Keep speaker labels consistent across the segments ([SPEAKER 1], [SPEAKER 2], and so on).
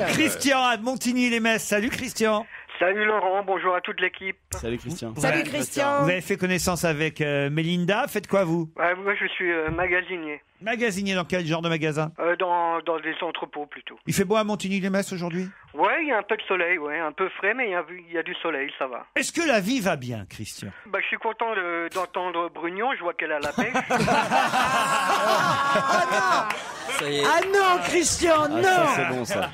[SPEAKER 1] Ah
[SPEAKER 2] Christian à Montigny-les-Messes. Salut Christian.
[SPEAKER 3] Salut Laurent, bonjour à toute l'équipe.
[SPEAKER 4] Salut Christian.
[SPEAKER 2] Salut Christian. Vous avez fait connaissance avec euh, Mélinda. Faites quoi vous
[SPEAKER 3] Ouais, moi je suis euh, magasinier,
[SPEAKER 2] Magasinier dans quel genre de magasin
[SPEAKER 3] Euh, dans, dans des entrepôts plutôt.
[SPEAKER 2] Il fait beau à Montigny-les-Messes aujourd'hui
[SPEAKER 3] Ouais, il y a un peu de soleil, ouais, un peu frais, mais il y a, il y a du soleil, ça va.
[SPEAKER 2] Est-ce que la vie va bien Christian
[SPEAKER 3] Bah, je suis content de- d'entendre Brugnon, je vois qu'elle a la pêche.
[SPEAKER 4] Ça y est.
[SPEAKER 1] Ah non, Christian,
[SPEAKER 4] Ah,
[SPEAKER 1] non,
[SPEAKER 4] ça, c'est bon ça.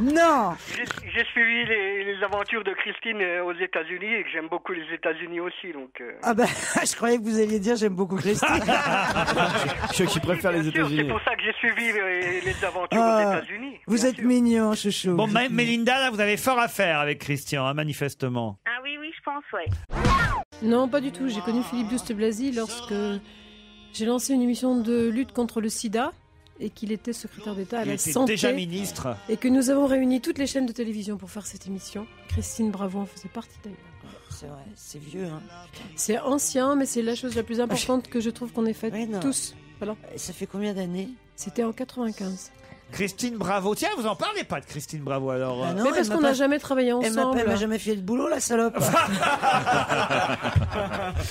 [SPEAKER 1] non.
[SPEAKER 3] J'ai j'ai suivi les, les aventures de Christine euh, aux États-Unis et que j'aime beaucoup les États-Unis aussi, donc. euh,
[SPEAKER 1] Ah ben, je croyais que vous alliez dire j'aime beaucoup Christine.
[SPEAKER 4] Ceux qui préfèrent les
[SPEAKER 3] bien sûr, C'est
[SPEAKER 4] États-Unis.
[SPEAKER 3] pour ça que j'ai suivi les, les aventures aux
[SPEAKER 1] Ah,
[SPEAKER 3] États-Unis.
[SPEAKER 1] vous
[SPEAKER 3] bien
[SPEAKER 1] êtes
[SPEAKER 3] sûr.
[SPEAKER 1] mignon, chouchou.
[SPEAKER 2] Bon, Ma- Mélinda, là vous avez fort à faire avec Christian, hein, manifestement.
[SPEAKER 5] Ah oui, oui, je pense, ouais.
[SPEAKER 6] Non, pas du tout. J'ai connu Philippe Douste-Blazy lorsque j'ai lancé une émission de lutte contre le sida et qu'il était secrétaire d'État à
[SPEAKER 2] Il
[SPEAKER 6] la
[SPEAKER 2] était
[SPEAKER 6] santé
[SPEAKER 2] déjà ministre.
[SPEAKER 6] et que nous avons réuni toutes les chaînes de télévision pour faire cette émission. Christine Bravo en faisait partie d'ailleurs.
[SPEAKER 1] C'est vrai, c'est vieux. Hein.
[SPEAKER 6] C'est ancien, mais c'est la chose la plus importante que je trouve qu'on ait faite
[SPEAKER 1] Oui, non. Euh,
[SPEAKER 6] tous.
[SPEAKER 1] Ça fait combien d'années
[SPEAKER 6] C'était en 95.
[SPEAKER 2] Christine Bravo. Tiens, vous en parlez pas de Christine Bravo alors.
[SPEAKER 1] Bah
[SPEAKER 2] euh.
[SPEAKER 1] non,
[SPEAKER 6] mais
[SPEAKER 1] elle
[SPEAKER 6] parce
[SPEAKER 1] m'a
[SPEAKER 6] qu'on
[SPEAKER 1] pas-
[SPEAKER 6] n'a jamais travaillé
[SPEAKER 1] Elle m'a pas-
[SPEAKER 6] ensemble.
[SPEAKER 1] elle m'a jamais fait de boulot, la salope.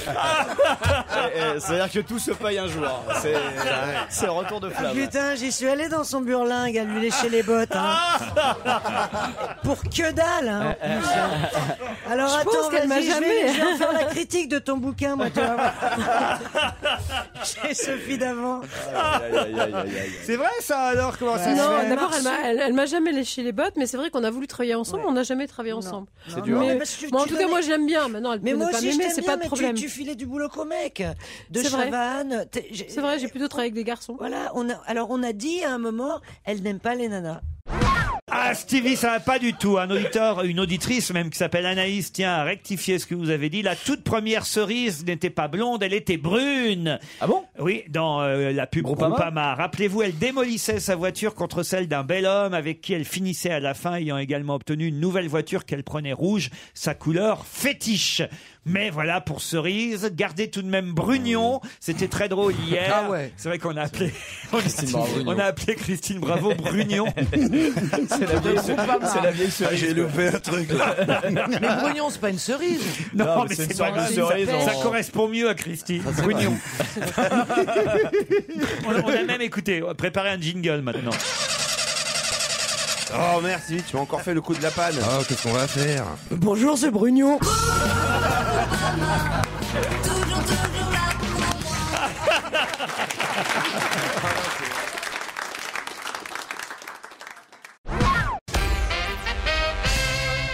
[SPEAKER 4] Eh, eh, C'est-à-dire que tout se paye un jour. C'est c'est le retour de
[SPEAKER 1] Ah,
[SPEAKER 4] flamme.
[SPEAKER 1] Putain, j'y suis allé dans son burlingue à lui lécher les bottes. hein. Pour que dalle. hein, en plus, hein. Alors
[SPEAKER 6] Euh, Je pense
[SPEAKER 1] attends,
[SPEAKER 6] qu'elle m'a
[SPEAKER 1] vas-y, je vais-
[SPEAKER 6] jamais.
[SPEAKER 1] je vais en faire la critique de ton bouquin, moi, tu vas voir. Chez Sophie d'avant.
[SPEAKER 4] Aïe, aïe, aïe, aïe, aïe.
[SPEAKER 2] C'est vrai ça alors Comment ça se
[SPEAKER 6] Non,
[SPEAKER 2] fait
[SPEAKER 6] d'abord, elle m'a- elle elle m'a jamais léché les bottes, mais c'est vrai qu'on a voulu travailler ensemble,
[SPEAKER 1] Ouais.
[SPEAKER 6] on n'a jamais travaillé
[SPEAKER 1] Non.
[SPEAKER 6] ensemble.
[SPEAKER 4] C'est dur.
[SPEAKER 6] Mais,
[SPEAKER 1] Mais parce que
[SPEAKER 6] bon, en
[SPEAKER 1] tu
[SPEAKER 6] tout cas,
[SPEAKER 1] donnais-
[SPEAKER 6] moi, je l'aime bien. Maintenant, elle peut
[SPEAKER 1] Mais moi
[SPEAKER 6] ne pas
[SPEAKER 1] aussi, je
[SPEAKER 6] m'aimer,
[SPEAKER 1] t'aime
[SPEAKER 6] c'est
[SPEAKER 1] bien,
[SPEAKER 6] pas de
[SPEAKER 1] mais tu-
[SPEAKER 6] problème.
[SPEAKER 1] tu, filais du boulot au mec, de
[SPEAKER 6] C'est vrai.
[SPEAKER 1] Chavannes. t'es- j'ai-
[SPEAKER 6] C'est vrai, j'ai plutôt travaillé avec des garçons.
[SPEAKER 1] Voilà, on a, alors on a dit à un moment, elle n'aime pas les nanas.
[SPEAKER 2] Ah Stevie, ça va pas du tout. Un auditeur, une auditrice même qui s'appelle Anaïs, tiens, à rectifier ce que vous avez dit. La toute première cerise n'était pas blonde, elle était brune.
[SPEAKER 4] Ah bon
[SPEAKER 2] Oui, dans euh, la pub
[SPEAKER 4] Groupama
[SPEAKER 2] Groupama. Rappelez-vous, elle démolissait sa voiture contre celle d'un bel homme avec qui elle finissait à la fin, ayant également obtenu une nouvelle voiture qu'elle prenait rouge, sa couleur fétiche. Mais voilà pour Cerise, gardez tout de même Brugnon, c'était très drôle hier.
[SPEAKER 4] Ah ouais.
[SPEAKER 2] C'est vrai qu'on a appelé on
[SPEAKER 4] Christine
[SPEAKER 2] a-
[SPEAKER 4] Bravo Brugnon.
[SPEAKER 2] on a appelé Christine Bravo Brugnon.
[SPEAKER 4] C'est la vieille C'est
[SPEAKER 2] hein.
[SPEAKER 4] la vieille cerise. Ah, J'ai loupé un truc là.
[SPEAKER 1] Mais Brognon, c'est pas une cerise.
[SPEAKER 2] Non,
[SPEAKER 4] Non, mais
[SPEAKER 2] mais
[SPEAKER 4] c'est
[SPEAKER 2] c'est
[SPEAKER 4] une
[SPEAKER 2] pas grave.
[SPEAKER 4] cerise,
[SPEAKER 2] Ça,
[SPEAKER 4] une cerise en-
[SPEAKER 2] correspond mieux à Christine. Brugnon. on, on a même écouté, on va préparer un jingle maintenant.
[SPEAKER 7] Oh merci, tu m'as encore fait le coup de la panne. Oh, qu'est-ce qu'on va faire
[SPEAKER 1] Bonjour, c'est Brugnon.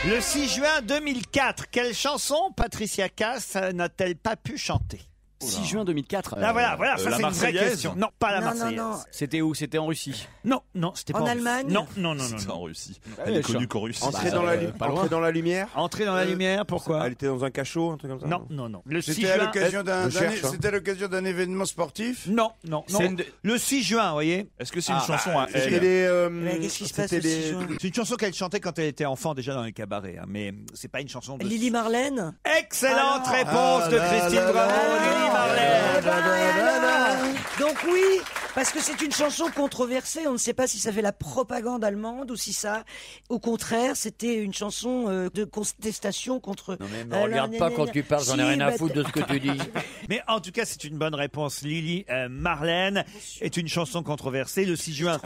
[SPEAKER 2] Le 6 juin 2004, quelle chanson Patricia Cass euh, n'a-t-elle pas pu chanter
[SPEAKER 4] 6 juin 2004.
[SPEAKER 2] Là
[SPEAKER 4] euh,
[SPEAKER 2] Ah, voilà, voilà,
[SPEAKER 4] euh,
[SPEAKER 2] ça
[SPEAKER 4] la
[SPEAKER 2] c'est une vraie
[SPEAKER 4] Marseillaise.
[SPEAKER 2] question. Non, pas la
[SPEAKER 1] Non, non,
[SPEAKER 2] Marseillaise.
[SPEAKER 1] non.
[SPEAKER 4] C'était où C'était en Russie.
[SPEAKER 2] non, non, c'était pas
[SPEAKER 1] En
[SPEAKER 2] Russie.
[SPEAKER 1] Allemagne
[SPEAKER 2] Non, non, non, non.
[SPEAKER 8] C'était
[SPEAKER 2] non.
[SPEAKER 8] en Russie.
[SPEAKER 4] Ah
[SPEAKER 8] Elle
[SPEAKER 4] oui,
[SPEAKER 8] est connue qu'en Russie.
[SPEAKER 7] Entrer
[SPEAKER 4] Bah,
[SPEAKER 7] dans, la
[SPEAKER 4] euh,
[SPEAKER 7] lu-
[SPEAKER 4] pas loin.
[SPEAKER 7] entrer dans la lumière
[SPEAKER 2] Entrer dans la lumière, pourquoi
[SPEAKER 7] Elle était dans un cachot, un truc comme ça
[SPEAKER 2] Non, non, non. Le 6
[SPEAKER 8] C'était à
[SPEAKER 2] juin. euh,
[SPEAKER 8] l'occasion d'un-
[SPEAKER 7] Je
[SPEAKER 8] d'un é-
[SPEAKER 7] cherche, hein.
[SPEAKER 8] c'était à l'occasion d'un événement sportif.
[SPEAKER 2] Non, non, non.
[SPEAKER 4] C'est une de-
[SPEAKER 2] Le 6 juin, vous voyez.
[SPEAKER 8] Est-ce que c'est une
[SPEAKER 4] Ah,
[SPEAKER 8] chanson
[SPEAKER 2] bah, hein,
[SPEAKER 8] à
[SPEAKER 7] C'était
[SPEAKER 8] elle
[SPEAKER 7] les, euh,
[SPEAKER 1] Mais qu'est-ce qui se passe
[SPEAKER 7] c'était
[SPEAKER 1] le six
[SPEAKER 7] les-
[SPEAKER 1] juin
[SPEAKER 2] C'est une chanson qu'elle chantait quand elle était enfant déjà dans les cabarets, hein, mais c'est pas une chanson de
[SPEAKER 1] Lily Marlène
[SPEAKER 2] Excellente
[SPEAKER 1] Ah,
[SPEAKER 2] réponse de Christine Bravo,
[SPEAKER 1] Ah,
[SPEAKER 2] Lily
[SPEAKER 1] non.
[SPEAKER 2] Marlène.
[SPEAKER 1] Eh ben, et alors Donc oui, Parce que c'est une chanson controversée. On ne sait pas si ça fait la propagande allemande ou si ça, au contraire, c'était une chanson euh, de contestation contre. Non
[SPEAKER 9] mais me regarde pas quand tu parles, j'en ai rien à foutre de ce que tu dis.
[SPEAKER 2] Mais en tout cas, c'est une bonne réponse. Lily Euh, Marlène est une chanson controversée. Le 6 juin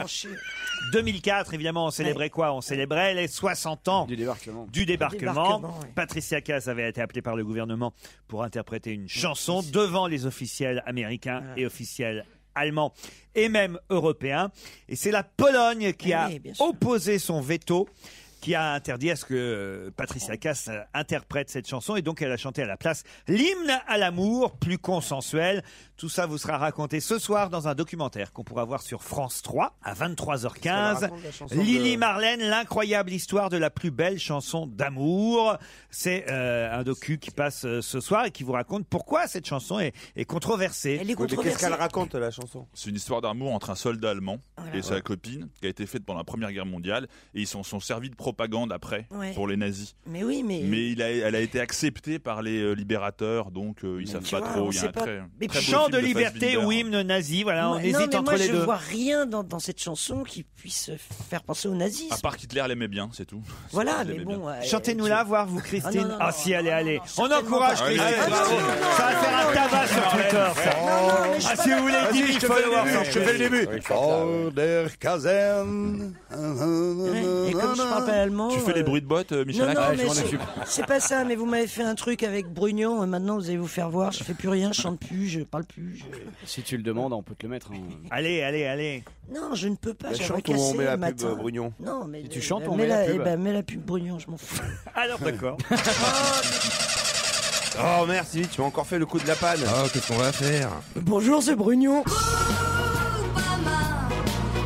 [SPEAKER 2] 2004, évidemment, on célébrait quoi On célébrait les 60 ans du débarquement.
[SPEAKER 3] débarquement, ouais.
[SPEAKER 2] Patricia Cass avait été appelée par le gouvernement pour interpréter une chanson devant les officiels américains et officiels allemands et même européens. Et c'est la Pologne qui
[SPEAKER 3] Eh
[SPEAKER 2] a
[SPEAKER 1] Oui, bien
[SPEAKER 2] opposé son veto qui a interdit à ce que euh, Patricia Cass euh, interprète cette chanson et donc elle a chanté à la place l'hymne à l'amour plus consensuel. Tout ça vous sera raconté ce soir dans un documentaire qu'on pourra voir sur France 3 à
[SPEAKER 3] Qu'est-ce qu'elle
[SPEAKER 2] 23h15.
[SPEAKER 3] raconte, la chanson
[SPEAKER 2] Lily
[SPEAKER 3] de-
[SPEAKER 2] Marlène, l'incroyable histoire de la plus belle chanson d'amour. C'est euh, un docu qui passe euh, ce soir et qui vous raconte pourquoi cette chanson est, est controversée.
[SPEAKER 1] Elle est
[SPEAKER 7] raconte la chanson C'est une histoire d'amour entre un soldat allemand
[SPEAKER 1] Voilà.
[SPEAKER 7] et sa copine qui a été faite pendant la Première Guerre mondiale et ils s'en sont servis de propagande après
[SPEAKER 1] Ouais.
[SPEAKER 7] pour les nazis.
[SPEAKER 1] Mais oui, mais.
[SPEAKER 7] Mais il a- elle a été acceptée par les euh, libérateurs donc euh, ils savent
[SPEAKER 1] tu
[SPEAKER 7] pas
[SPEAKER 1] vois, on
[SPEAKER 7] trop. Il y
[SPEAKER 1] sait
[SPEAKER 7] a un
[SPEAKER 1] pas.
[SPEAKER 7] très,
[SPEAKER 1] Mais
[SPEAKER 7] très beau
[SPEAKER 2] Chant
[SPEAKER 7] film hein.
[SPEAKER 2] de liberté
[SPEAKER 7] Fassbinder.
[SPEAKER 2] ou hymne nazi, voilà, on
[SPEAKER 1] Moi-
[SPEAKER 2] hésite
[SPEAKER 1] non, mais
[SPEAKER 2] entre
[SPEAKER 1] moi,
[SPEAKER 2] les
[SPEAKER 1] je
[SPEAKER 2] deux.
[SPEAKER 1] vois rien dans, dans cette chanson qui puisse faire penser au nazisme.
[SPEAKER 2] Ah,
[SPEAKER 7] À part qu'Hitler l'aimait bien, c'est tout.
[SPEAKER 1] Voilà,
[SPEAKER 7] Il
[SPEAKER 1] mais
[SPEAKER 7] l'aimait
[SPEAKER 1] bon,
[SPEAKER 7] bien.
[SPEAKER 1] euh,
[SPEAKER 2] Chantez-nous là, voir vous, Christine. Ah,
[SPEAKER 1] non, non,
[SPEAKER 2] si, allez, allez. On encourage
[SPEAKER 7] pas.
[SPEAKER 2] Christine.
[SPEAKER 7] Allez,
[SPEAKER 2] Ah,
[SPEAKER 7] bravo.
[SPEAKER 2] non, non, non, ça va faire un tabac sur Twitter. ça. ah, si vous voulez 10 000 followers,
[SPEAKER 8] je te fais le début. Oh, der Kaserne.
[SPEAKER 1] Et comme je parle pas allemand.
[SPEAKER 7] Tu fais les
[SPEAKER 1] euh,
[SPEAKER 7] bruits de bottes, euh, Michel
[SPEAKER 1] non, non,
[SPEAKER 7] Lac- Ouais,
[SPEAKER 1] mais
[SPEAKER 7] je m'en
[SPEAKER 1] c'est-
[SPEAKER 7] occupe.
[SPEAKER 1] c'est pas ça, mais vous m'avez fait un truc avec Brugnon, et maintenant vous allez vous faire voir, je fais plus rien, je chante plus, je parle plus. je-
[SPEAKER 10] Si tu le demandes, on peut te le mettre.
[SPEAKER 4] hein.
[SPEAKER 2] Allez, allez, allez.
[SPEAKER 1] Non, Bah, je ne peux pas,
[SPEAKER 10] La
[SPEAKER 1] j'avais
[SPEAKER 10] chante ou on
[SPEAKER 1] cassé
[SPEAKER 10] met la
[SPEAKER 1] le
[SPEAKER 10] pub,
[SPEAKER 1] matin.
[SPEAKER 10] euh, Brugnon
[SPEAKER 1] Non, mais.
[SPEAKER 10] Et tu chantes, on
[SPEAKER 1] mets
[SPEAKER 10] met la pub.
[SPEAKER 1] eh ben, mets la pub Brugnon, je m'en fous.
[SPEAKER 2] Alors d'accord.
[SPEAKER 4] Oh merde, Sylvie, tu m'as encore fait le coup de la panne. Oh, qu'est-ce qu'on va faire
[SPEAKER 1] Bonjour, c'est Brugnon.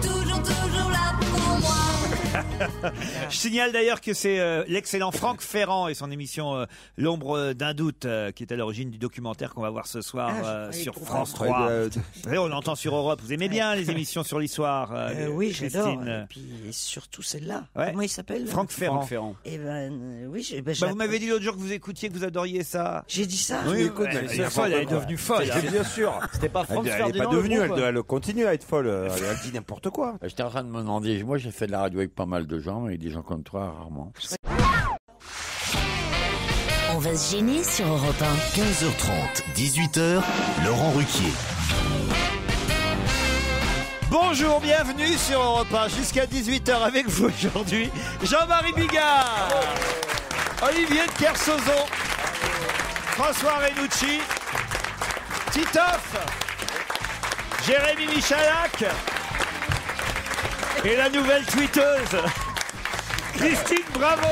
[SPEAKER 11] Toujours, toujours là pour moi.
[SPEAKER 2] Je signale d'ailleurs que c'est euh, l'excellent Franck Ferrand et son émission euh, L'ombre d'un doute euh, qui est à l'origine du documentaire qu'on va voir ce soir
[SPEAKER 1] Ah, je
[SPEAKER 2] euh,
[SPEAKER 1] croyais
[SPEAKER 2] sur
[SPEAKER 1] qu'on
[SPEAKER 2] France
[SPEAKER 1] parlait
[SPEAKER 2] 3. Vous savez, on l'entend sur Europe. Vous aimez bien les émissions sur l'histoire euh,
[SPEAKER 1] Euh, oui,
[SPEAKER 2] Christine.
[SPEAKER 1] j'adore. Et puis et surtout celle-là.
[SPEAKER 2] Ouais.
[SPEAKER 1] Comment il s'appelle
[SPEAKER 2] Franck Ferrand. Franck Ferrand.
[SPEAKER 1] Eh ben, euh, oui, j'ai- ben,
[SPEAKER 2] Bah,
[SPEAKER 1] j'ai-
[SPEAKER 2] vous m'avez dit l'autre jour que vous écoutiez, que vous adoriez ça.
[SPEAKER 1] J'ai dit
[SPEAKER 10] Ah,
[SPEAKER 1] ça.
[SPEAKER 4] Oui, écoute,
[SPEAKER 2] elle,
[SPEAKER 4] mais c'est
[SPEAKER 2] est folle, elle est
[SPEAKER 4] n'importe quoi.
[SPEAKER 2] devenue folle.
[SPEAKER 10] hein.
[SPEAKER 4] C'est bien sûr.
[SPEAKER 10] C'était
[SPEAKER 2] Ah,
[SPEAKER 10] pas
[SPEAKER 4] Elle, elle est pas devenue, elle, doit- elle continue à être folle. euh, Elle, elle dit n'importe quoi.
[SPEAKER 9] J'étais en train de me demander, moi j'ai fait de la radio avec pas mal de gens, mais des gens comme toi rarement.
[SPEAKER 11] On va se gêner sur Europe 1.
[SPEAKER 12] 15h30, 18h, Laurent Ruquier.
[SPEAKER 2] Bonjour, bienvenue sur Europe 1 jusqu'à 18h avec vous aujourd'hui. Jean-Marie Bigard, Olivier de Kersauzon, François Renucci, Titoff, Jérémy Michalak et la nouvelle tweeteuse, Christine Bravo.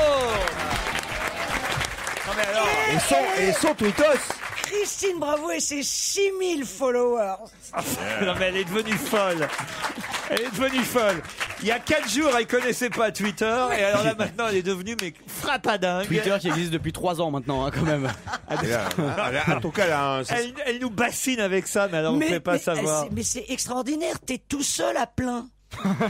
[SPEAKER 4] Et son, et son tweetos.
[SPEAKER 1] Christine Bravo et ses 6000 followers.
[SPEAKER 2] non mais elle est devenue folle. Elle est devenue folle. Il y a 4 jours, elle connaissait pas Twitter et alors là maintenant elle est devenue mais
[SPEAKER 1] Ah,
[SPEAKER 2] frappadingue.
[SPEAKER 10] Twitter qui existe depuis 3 ans maintenant, hein, quand même.
[SPEAKER 4] En tout cas, Eh elle a un-
[SPEAKER 2] Elle, elle nous bassine avec ça, mais alors on ne peut pas
[SPEAKER 1] mais, euh,
[SPEAKER 2] savoir.
[SPEAKER 1] c'est- Mais c'est extraordinaire, t'es tout seul à plein.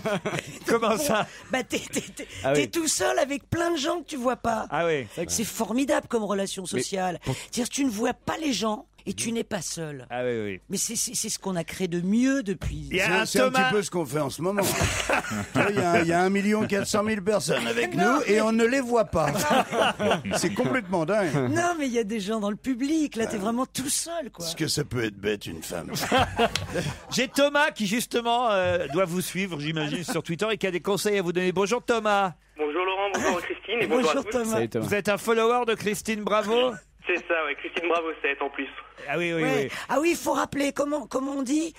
[SPEAKER 2] Comment ça
[SPEAKER 1] Bah t'es t'es- t'es-
[SPEAKER 2] Ah oui.
[SPEAKER 1] t'es tout seul avec plein de gens que tu vois pas.
[SPEAKER 2] Ah oui.
[SPEAKER 1] C'est formidable comme relation sociale. C'est-à-dire tu ne vois pas les gens et tu n'es pas seul.
[SPEAKER 2] Mm. Ah oui, oui.
[SPEAKER 1] Mais c'est c'est- c'est ce qu'on a créé de mieux depuis.
[SPEAKER 8] C'est c'est un petit peu ce qu'on fait en ce moment. Tu vois, Il y, a- il y a 1 million 400 000 personnes avec nous et on ne les voit pas. C'est complètement dingue.
[SPEAKER 1] Non mais il y a des gens dans le public, là
[SPEAKER 2] Ah.
[SPEAKER 1] t'es vraiment tout seul quoi.
[SPEAKER 8] Est-ce que ça peut être bête une femme
[SPEAKER 2] J'ai Thomas qui justement euh, doit vous suivre, j'imagine, sur Twitter et qui a des conseils à vous donner. Bonjour Thomas.
[SPEAKER 13] Bonjour Laurent, bonjour Christine et bonjour, à tous.
[SPEAKER 2] Vous êtes un follower de Christine Bravo
[SPEAKER 13] C'est ça, ouais. Christine Bravo 7 en plus.
[SPEAKER 2] Ah oui, oui,
[SPEAKER 1] Ouais.
[SPEAKER 2] oui.
[SPEAKER 1] Ah oui, il faut rappeler comment, comment on dit.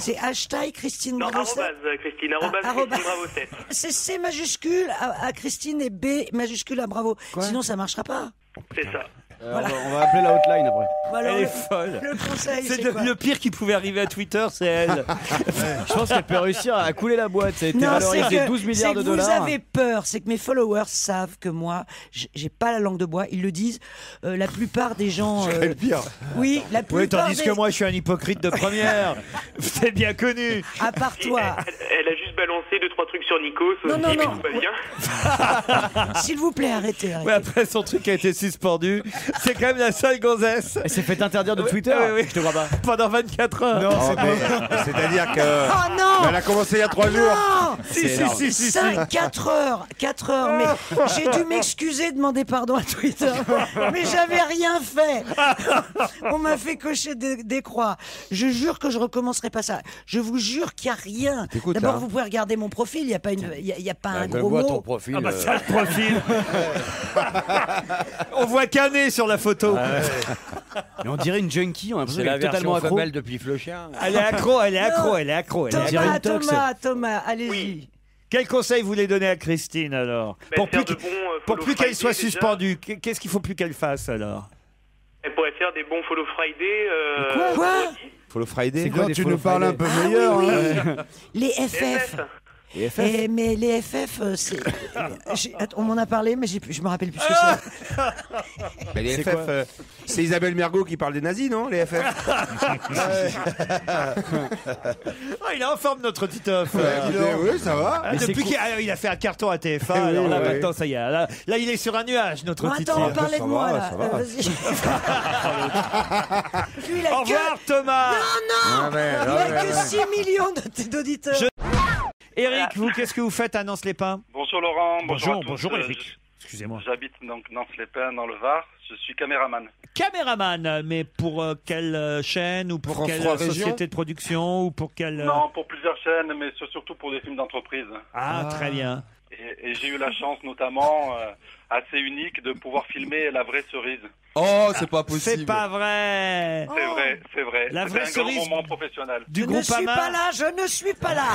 [SPEAKER 1] C'est hashtag Christine
[SPEAKER 13] Non,
[SPEAKER 1] Bravo.
[SPEAKER 13] arrobase euh, Christine, arrobase
[SPEAKER 1] Ah,
[SPEAKER 13] Christine
[SPEAKER 1] arrobase.
[SPEAKER 13] Bravo 7.
[SPEAKER 1] C'est C majuscule à, à Christine et B majuscule à Bravo. Sinon, ça marchera pas.
[SPEAKER 13] C'est ça.
[SPEAKER 10] Euh, on, va, on va appeler la hotline après.
[SPEAKER 1] Bah, Alors,
[SPEAKER 2] elle est
[SPEAKER 1] le-
[SPEAKER 2] folle.
[SPEAKER 1] le conseil,
[SPEAKER 2] c'est
[SPEAKER 1] c'est
[SPEAKER 2] le,
[SPEAKER 1] quoi
[SPEAKER 2] le pire qui pouvait arriver à Twitter, c'est elle.
[SPEAKER 10] Je pense qu'elle peut réussir à couler la boîte. Ça a été valorisé
[SPEAKER 1] que-
[SPEAKER 10] 12 milliards
[SPEAKER 1] c'est
[SPEAKER 10] de
[SPEAKER 1] que
[SPEAKER 10] dollars.
[SPEAKER 1] Vous avez peur, c'est que mes followers savent que moi, j- j'ai pas la langue de bois. Ils le disent. Euh, la plupart des gens. euh, Oui, la plupart.
[SPEAKER 2] Oui, tandis
[SPEAKER 1] des-
[SPEAKER 2] que moi, je suis un hypocrite de première. c'est bien connu.
[SPEAKER 1] À part toi.
[SPEAKER 13] Elle a juste balancé 2-3 trucs sur Nikos.
[SPEAKER 1] Non,
[SPEAKER 13] aussi,
[SPEAKER 1] non,
[SPEAKER 13] mais
[SPEAKER 1] non.
[SPEAKER 13] tout va bien.
[SPEAKER 1] S'il vous plaît, arrêtez. arrêtez.
[SPEAKER 2] Ouais, après, son truc a été suspendu. C'est quand même la seule gonzesse.
[SPEAKER 6] Elle s'est fait interdire de
[SPEAKER 2] Oui,
[SPEAKER 6] Twitter.
[SPEAKER 2] oui, oui.
[SPEAKER 6] Je te crois pas.
[SPEAKER 2] Pendant 24 heures. Ah,
[SPEAKER 6] Non, c'est
[SPEAKER 4] mais-
[SPEAKER 6] pas-
[SPEAKER 4] C'est-à-dire que.
[SPEAKER 1] Oh non
[SPEAKER 4] Elle a commencé il y a 3 jours.
[SPEAKER 1] Non
[SPEAKER 4] C'est énorme.
[SPEAKER 1] 5, 4 heures 4 heures, mais j'ai dû m'excuser, demander pardon à Twitter. Mais j'avais rien fait On m'a fait cocher des, des croix. Je jure que je recommencerai pas ça. Je vous jure qu'il n'y a rien.
[SPEAKER 14] T'écoutes,
[SPEAKER 1] D'abord,
[SPEAKER 4] hein.
[SPEAKER 14] là.
[SPEAKER 1] vous pouvez regarder mon profil, il n'y a pas, une, il y a- il y a pas
[SPEAKER 4] Bah,
[SPEAKER 1] un
[SPEAKER 14] Je
[SPEAKER 1] gros
[SPEAKER 14] vois
[SPEAKER 1] mot.
[SPEAKER 14] ton profil.
[SPEAKER 2] Ah bah,
[SPEAKER 14] euh,
[SPEAKER 2] ça, le profil. On voit Canet sur la photo.
[SPEAKER 6] Ah, Mais on dirait une junkie, on a l'impression
[SPEAKER 14] C'est
[SPEAKER 6] qu'elle
[SPEAKER 14] la
[SPEAKER 6] est
[SPEAKER 14] version
[SPEAKER 6] totalement accro.
[SPEAKER 14] femelle depuis le chien.
[SPEAKER 2] Elle est accro, elle est accro,
[SPEAKER 1] Non.
[SPEAKER 2] elle est accro. Elle est
[SPEAKER 1] Thomas,
[SPEAKER 2] accro.
[SPEAKER 1] Thomas, Thomas, allez-y.
[SPEAKER 2] Quel conseil vous voulez donner à Christine alors
[SPEAKER 13] Ben,
[SPEAKER 2] Pour
[SPEAKER 13] faire
[SPEAKER 2] plus
[SPEAKER 13] de
[SPEAKER 2] qu'-
[SPEAKER 13] bons, euh,
[SPEAKER 2] pour
[SPEAKER 13] follow
[SPEAKER 2] plus qu'elle
[SPEAKER 13] Friday,
[SPEAKER 2] soit
[SPEAKER 13] déjà.
[SPEAKER 2] suspendue, qu- qu'est-ce qu'il faut plus qu'elle fasse alors
[SPEAKER 13] Elle pourrait faire des bons Follow Friday. euh,
[SPEAKER 4] Follow Friday.
[SPEAKER 2] C'est quoi,
[SPEAKER 4] Non,
[SPEAKER 2] des
[SPEAKER 4] tu
[SPEAKER 2] Follow
[SPEAKER 4] nous parles un
[SPEAKER 2] Friday
[SPEAKER 4] peu
[SPEAKER 1] Ah oui,
[SPEAKER 4] meilleur.
[SPEAKER 1] oui.
[SPEAKER 4] hein.
[SPEAKER 1] Les FF.
[SPEAKER 4] Les FF.
[SPEAKER 1] Eh, mais les FF, euh, c'est. j'ai- Attends, On m'en a parlé, mais j'ai plus- je me rappelle plus ce que c'est.
[SPEAKER 4] Mais les
[SPEAKER 1] C'est
[SPEAKER 4] FF,
[SPEAKER 1] quoi
[SPEAKER 4] euh, c'est Isabelle Mergot qui parle des nazis, non Les FF
[SPEAKER 2] Ah, Il est en forme notre Titoff.
[SPEAKER 4] Ouais, écoutez, oui, ça va.
[SPEAKER 2] Ah,
[SPEAKER 4] Mais c'est
[SPEAKER 2] depuis
[SPEAKER 4] cool.
[SPEAKER 2] qu'il- ah, il a fait un carton à TF1,
[SPEAKER 4] Oui,
[SPEAKER 2] alors là
[SPEAKER 4] oui.
[SPEAKER 2] maintenant ça y est. Là, là, il est sur un nuage notre
[SPEAKER 1] Bon,
[SPEAKER 2] Titoff.
[SPEAKER 1] attends, parlez de moi là. Euh, vas-y. Lui, il a
[SPEAKER 2] Au revoir,
[SPEAKER 1] que...
[SPEAKER 2] Thomas. Ah,
[SPEAKER 1] Non, non
[SPEAKER 2] Ouais, ouais,
[SPEAKER 1] Il a
[SPEAKER 2] ouais,
[SPEAKER 1] que
[SPEAKER 2] ouais.
[SPEAKER 1] 6 millions de- t- d'auditeurs.
[SPEAKER 2] Eric, vous qu'est-ce que vous faites à Nance les Pins
[SPEAKER 15] Bonjour Laurent,
[SPEAKER 2] Bonjour,
[SPEAKER 15] bonjour. à tous.
[SPEAKER 2] bonjour,
[SPEAKER 15] Euh,
[SPEAKER 2] Eric. Excusez-moi.
[SPEAKER 15] je- J'habite donc Nance-les-Pins dans le Var. Je suis caméraman.
[SPEAKER 2] Caméraman, mais pour euh, quelle euh, chaîne ou pour
[SPEAKER 15] France
[SPEAKER 2] quelle euh,
[SPEAKER 15] trois
[SPEAKER 2] société
[SPEAKER 15] Régions
[SPEAKER 2] de production ou pour quelle euh,
[SPEAKER 15] Non, pour plusieurs chaînes, mais sur- surtout pour des films d'entreprise.
[SPEAKER 2] Ah, très bien.
[SPEAKER 15] Et, et j'ai eu la chance, notamment euh, assez unique, de pouvoir filmer la vraie cerise.
[SPEAKER 4] Oh, c'est pas possible.
[SPEAKER 2] Ah, C'est pas vrai.
[SPEAKER 15] C'est vrai, c'est vrai.
[SPEAKER 2] Eh. La
[SPEAKER 15] C'était
[SPEAKER 2] vraie
[SPEAKER 15] un grand
[SPEAKER 2] cerise
[SPEAKER 15] moment professionnel.
[SPEAKER 2] Du
[SPEAKER 1] Oh. je
[SPEAKER 2] groupe
[SPEAKER 1] ne suis
[SPEAKER 2] Amar.
[SPEAKER 1] pas là, je ne suis pas là.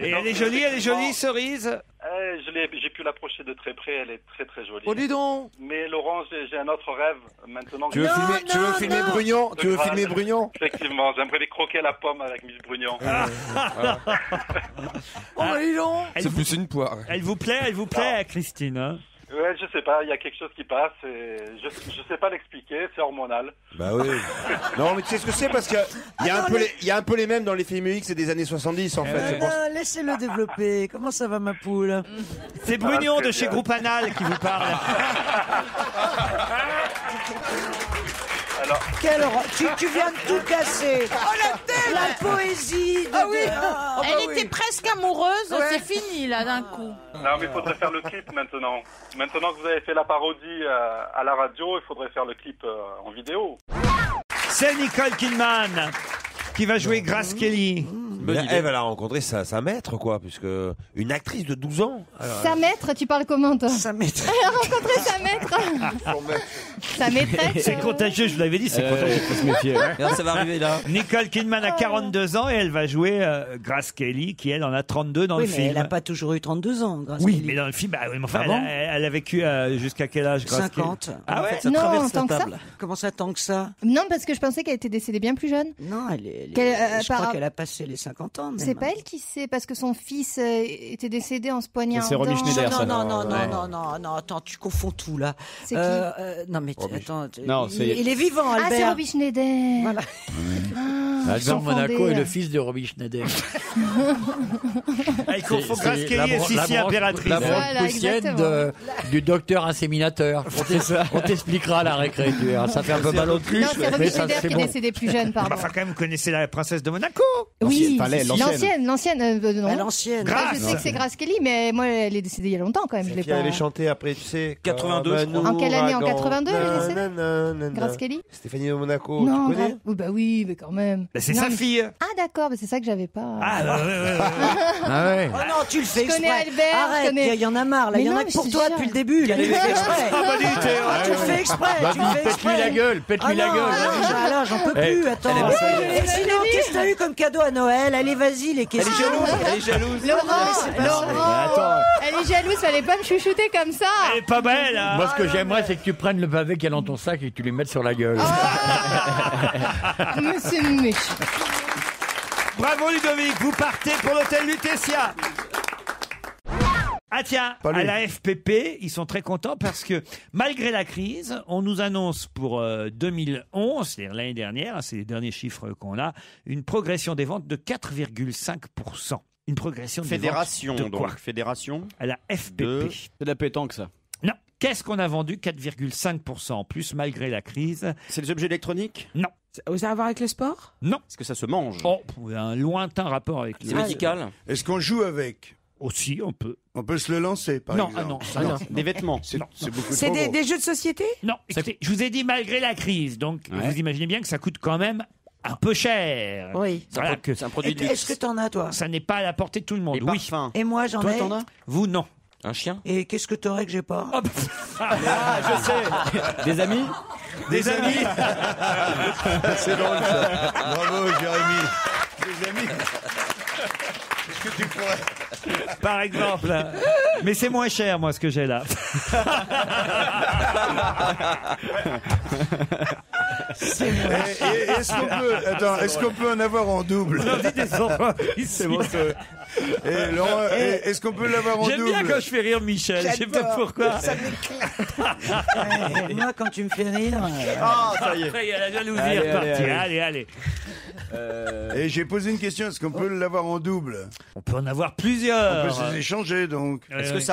[SPEAKER 2] Et elle est jolie, elle est jolie, Oh, cerise.
[SPEAKER 15] Euh, je l'ai- j'ai pu l'approcher de très près, elle est très très jolie.
[SPEAKER 4] Oh, dis donc
[SPEAKER 15] Mais Laurent, j'ai j'ai un autre rêve maintenant.
[SPEAKER 4] Tu veux
[SPEAKER 15] que-
[SPEAKER 4] filmer- tu veux filmer Brugnon Tu veux
[SPEAKER 15] Grâce.
[SPEAKER 4] filmer Brugnon
[SPEAKER 15] Effectivement, j'aimerais les croquer à la pomme avec Miss Brugnon. Ah.
[SPEAKER 2] C'est plus une poire. Oh, Elle vous plaît, elle vous plaît, Christine. hein
[SPEAKER 15] Ouais, je sais pas, il y a quelque chose qui passe et je, je sais pas l'expliquer, c'est hormonal.
[SPEAKER 4] Bah oui. non, mais tu sais ce que c'est parce que il y
[SPEAKER 1] Ah
[SPEAKER 4] a un peu les- il y a un peu les mêmes dans les films X des années 70 en fait.
[SPEAKER 1] Euh,
[SPEAKER 4] je pense.
[SPEAKER 1] non, Laissez-le développer. Comment ça va, ma poule
[SPEAKER 2] C'est Brugnon de chez Groupe Anal qui vous parle.
[SPEAKER 15] Alors,
[SPEAKER 1] Quelle horreur. tu, tu viens de tout casser. Oh, La poésie de-
[SPEAKER 16] Ah oui.
[SPEAKER 1] de- Ah, bah
[SPEAKER 16] Elle
[SPEAKER 1] oui.
[SPEAKER 16] était presque amoureuse,
[SPEAKER 1] Ouais.
[SPEAKER 16] c'est fini là d'un coup.
[SPEAKER 15] Non, mais il faudrait faire le clip maintenant. Maintenant que vous avez fait la parodie euh, à la radio, il faudrait faire le clip euh, en vidéo.
[SPEAKER 2] C'est Nicole Kidman qui va jouer Grace Kelly.
[SPEAKER 4] Mais Eve, elle a rencontré sa, sa maître, quoi, puisque une actrice de 12 ans. Alors,
[SPEAKER 12] Sa maître, tu parles comment toi
[SPEAKER 1] Sa maître.
[SPEAKER 12] Elle a rencontré sa maître.
[SPEAKER 1] Ah,
[SPEAKER 12] sa maîtresse.
[SPEAKER 1] euh,
[SPEAKER 2] C'est contagieux, je vous l'avais dit, c'est
[SPEAKER 6] Euh,
[SPEAKER 2] contagieux.
[SPEAKER 6] faut se méfier, ouais. Non, ça va arriver, là.
[SPEAKER 2] Nicole Kidman
[SPEAKER 1] Oh.
[SPEAKER 2] a 42 ans et elle va jouer euh, Grace Kelly, qui elle en a 32 dans
[SPEAKER 1] Oui,
[SPEAKER 2] le
[SPEAKER 1] mais
[SPEAKER 2] film.
[SPEAKER 1] elle n'a pas toujours eu 32 ans, grâce
[SPEAKER 2] Oui, mais dans le film, bah oui, mais enfin,
[SPEAKER 1] Ah
[SPEAKER 2] elle,
[SPEAKER 1] bon
[SPEAKER 2] a, elle a vécu euh, jusqu'à quel âge Grace Kelly
[SPEAKER 1] 50.
[SPEAKER 2] Ah ouais Ah,
[SPEAKER 12] ça Non, traverse la tant que ça. table.
[SPEAKER 1] Comment ça, tant que ça
[SPEAKER 12] Non, parce que je pensais qu'elle était décédée bien plus jeune.
[SPEAKER 1] Non, Ah, elle est. elle est-
[SPEAKER 12] Qu'elle, euh,
[SPEAKER 1] je
[SPEAKER 12] par-
[SPEAKER 1] crois qu'elle a passé les 50 ans. même.
[SPEAKER 12] C'est pas elle qui sait, parce que son fils euh, était décédé en se poignant.
[SPEAKER 1] Non, non, Non,
[SPEAKER 12] dans-
[SPEAKER 1] non, non, non, non, non, attends, tu confonds tout là.
[SPEAKER 12] C'est qui
[SPEAKER 1] Euh, euh, Non, mais tu- attends, tu-
[SPEAKER 12] Non,
[SPEAKER 1] il,
[SPEAKER 12] c'est-
[SPEAKER 1] il est vivant,
[SPEAKER 12] Ah, c'est
[SPEAKER 1] Albert.
[SPEAKER 12] Robbie Schneider. Ah,
[SPEAKER 1] Voilà.
[SPEAKER 14] Albert
[SPEAKER 12] sont
[SPEAKER 14] Ah, Monaco
[SPEAKER 12] fondés,
[SPEAKER 14] est le
[SPEAKER 12] euh.
[SPEAKER 14] fils de Robbie Schneider.
[SPEAKER 1] Ah,
[SPEAKER 2] Elle confond
[SPEAKER 14] C'est-
[SPEAKER 2] Grace
[SPEAKER 14] c'est
[SPEAKER 2] Kelly
[SPEAKER 14] la
[SPEAKER 2] et
[SPEAKER 14] bran-
[SPEAKER 2] Sissi
[SPEAKER 14] la bran-
[SPEAKER 2] Impératrice.
[SPEAKER 14] La branche
[SPEAKER 12] Voilà,
[SPEAKER 14] poussienne
[SPEAKER 12] exactement.
[SPEAKER 14] de- du docteur inséminateur. On t'es- On t'expliquera à la récré. tu verras. Ça fait un peu
[SPEAKER 2] C'est
[SPEAKER 14] mal au
[SPEAKER 2] un
[SPEAKER 14] cul.
[SPEAKER 12] Non, c'est Robbie
[SPEAKER 14] mais ça,
[SPEAKER 12] Schneider
[SPEAKER 14] c'est
[SPEAKER 12] qui est
[SPEAKER 14] bon.
[SPEAKER 12] décédée plus jeune,
[SPEAKER 2] Bah,
[SPEAKER 12] pardon.
[SPEAKER 2] enfin, quand même, vous connaissez la princesse de Monaco
[SPEAKER 12] Oui,
[SPEAKER 2] L'ancienne, enfin, l'ancienne.
[SPEAKER 12] l'ancienne, l'ancienne. euh, non.
[SPEAKER 1] l'ancienne.
[SPEAKER 12] Bah, je
[SPEAKER 4] Grâce.
[SPEAKER 12] sais que c'est Grace Kelly, mais moi, elle est décédée il y a longtemps quand même. Je l'ai
[SPEAKER 4] Qui allait
[SPEAKER 12] pas.
[SPEAKER 4] chanter après, tu sais
[SPEAKER 6] 82, je
[SPEAKER 4] comme un
[SPEAKER 12] crois. En quelle année, en
[SPEAKER 4] ouragan.
[SPEAKER 12] 82, elle est décédée
[SPEAKER 4] Nanana.
[SPEAKER 12] Grace Kelly
[SPEAKER 4] Stéphanie de Monaco,
[SPEAKER 12] Non,
[SPEAKER 4] Oh, tu connais
[SPEAKER 12] grave. Oui, bah oui, mais quand même.
[SPEAKER 4] Bah, c'est
[SPEAKER 12] Non,
[SPEAKER 4] sa
[SPEAKER 12] mais-
[SPEAKER 4] fille.
[SPEAKER 12] Ah d'accord, bah, c'est ça que j'avais pas.
[SPEAKER 2] Ah, bah, ouais, ouais, ouais.
[SPEAKER 11] Ah
[SPEAKER 1] Oh non, tu le fais
[SPEAKER 12] Je connais
[SPEAKER 1] exprès.
[SPEAKER 12] Albert, je
[SPEAKER 1] Arrête,
[SPEAKER 12] connais-
[SPEAKER 1] il y en a marre là, il y
[SPEAKER 12] Mais
[SPEAKER 1] en a
[SPEAKER 12] non,
[SPEAKER 1] que
[SPEAKER 12] mais
[SPEAKER 1] pour
[SPEAKER 12] je
[SPEAKER 1] toi
[SPEAKER 12] suis
[SPEAKER 1] depuis le
[SPEAKER 12] sûre.
[SPEAKER 1] début. là, tu le fais exprès.
[SPEAKER 2] Ah, bah, dis, t'es-
[SPEAKER 1] Ah, tu le fais exprès.
[SPEAKER 14] Bah,
[SPEAKER 1] tu le fais
[SPEAKER 14] Pète-lui
[SPEAKER 1] exprès.
[SPEAKER 14] la gueule, pète-lui
[SPEAKER 1] Ah
[SPEAKER 14] la
[SPEAKER 1] non,
[SPEAKER 14] gueule.
[SPEAKER 1] ah,
[SPEAKER 14] vas-y.
[SPEAKER 1] ah, là, j'en peux
[SPEAKER 14] Eh,
[SPEAKER 1] plus, attends.
[SPEAKER 14] elle est pas sérieuse.
[SPEAKER 1] Et sinon, qu'est-ce que t'as eu comme cadeau à Noël Allez, vas-y, les questions.
[SPEAKER 2] Elle est jalouse.
[SPEAKER 12] Laurent, Laurent, elle est jalouse, fallait pas me chouchouter comme ça.
[SPEAKER 2] Elle est pas
[SPEAKER 12] ben,
[SPEAKER 2] belle. hein.
[SPEAKER 14] Moi, ce que j'aimerais, c'est que tu prennes le pavé qu'il y a dans ton sac et que tu lui mettes sur la gueule.
[SPEAKER 2] Ah.
[SPEAKER 12] Monsieur Much.
[SPEAKER 2] Bravo Ludovic, vous partez pour l'hôtel Lutetia. Ah tiens, à la FPP, ils sont très contents parce que malgré la crise, on nous annonce pour euh, 2011, c'est-à-dire l'année dernière, hein, c'est les derniers chiffres qu'on a, une progression des ventes de 4,5%. Une progression des ventes
[SPEAKER 17] Fédération,
[SPEAKER 2] de quoi
[SPEAKER 17] donc. Fédération.
[SPEAKER 2] À la FPP.
[SPEAKER 6] C'est de la pétanque, ça.
[SPEAKER 2] Non, Qu'est-ce qu'on a vendu 4,5% en plus malgré la crise C'est les objets électroniques Non. Ça a à voir avec le sport Non. Est-ce que ça se mange Oh, pff, un lointain rapport avec le-
[SPEAKER 8] Est-ce qu'on joue avec
[SPEAKER 2] Aussi, on peut.
[SPEAKER 8] On peut se le lancer, par
[SPEAKER 2] Non,
[SPEAKER 8] exemple.
[SPEAKER 2] ah non, ah non. Des vêtements.
[SPEAKER 8] C'est
[SPEAKER 2] Non.
[SPEAKER 8] c'est beaucoup
[SPEAKER 18] C'est
[SPEAKER 8] trop
[SPEAKER 18] des,
[SPEAKER 8] gros.
[SPEAKER 18] des jeux de société
[SPEAKER 2] Non. Écoutez, je vous ai dit malgré la crise, donc vous imaginez bien que ça coûte quand même un peu cher.
[SPEAKER 1] Oui.
[SPEAKER 2] Voilà que-
[SPEAKER 1] C'est un produit de Et- luxe. est-ce que t'en as, toi
[SPEAKER 2] Ça n'est pas à la portée de tout le monde. oui.
[SPEAKER 1] Et moi, j'en
[SPEAKER 2] Toi,
[SPEAKER 1] ai.
[SPEAKER 2] t'en as Vous, non. Oh, Un chien
[SPEAKER 1] Et qu'est-ce que t'aurais que j'ai pas
[SPEAKER 2] Ah, je sais.
[SPEAKER 10] Des amis
[SPEAKER 2] Des amis
[SPEAKER 8] C'est drôle ça.
[SPEAKER 1] Oh,
[SPEAKER 8] Bravo Jérémy. Des amis. Est-ce que tu pourrais
[SPEAKER 2] Par exemple. Mais c'est moins cher, moi, ce que j'ai là.
[SPEAKER 8] Et- et- Est-ce qu'on peut, Euh, attends, est-ce qu'on peut en avoir en double
[SPEAKER 2] Non, dis des enfants.
[SPEAKER 8] C'est bon. c'est- Et Laurent,
[SPEAKER 18] Eh.
[SPEAKER 8] et- est-ce qu'on peut l'avoir en double
[SPEAKER 2] J'aime bien quand je fais rire Michel, je sais pas
[SPEAKER 1] J'adore.
[SPEAKER 2] pourquoi.
[SPEAKER 1] Ça Ouais, moi, quand tu me fais rire. euh,
[SPEAKER 8] Ah, ça y est.
[SPEAKER 2] Après, il y a la jalousie
[SPEAKER 8] Allez, allez,
[SPEAKER 2] repartie. Allez, Euh.
[SPEAKER 8] allez.
[SPEAKER 2] allez.
[SPEAKER 8] Et j'ai posé une question, est-ce qu'on peut l'avoir en double
[SPEAKER 2] On peut en avoir plusieurs. Euh,
[SPEAKER 8] On peut se les échanger donc.
[SPEAKER 2] Ouais, ouais.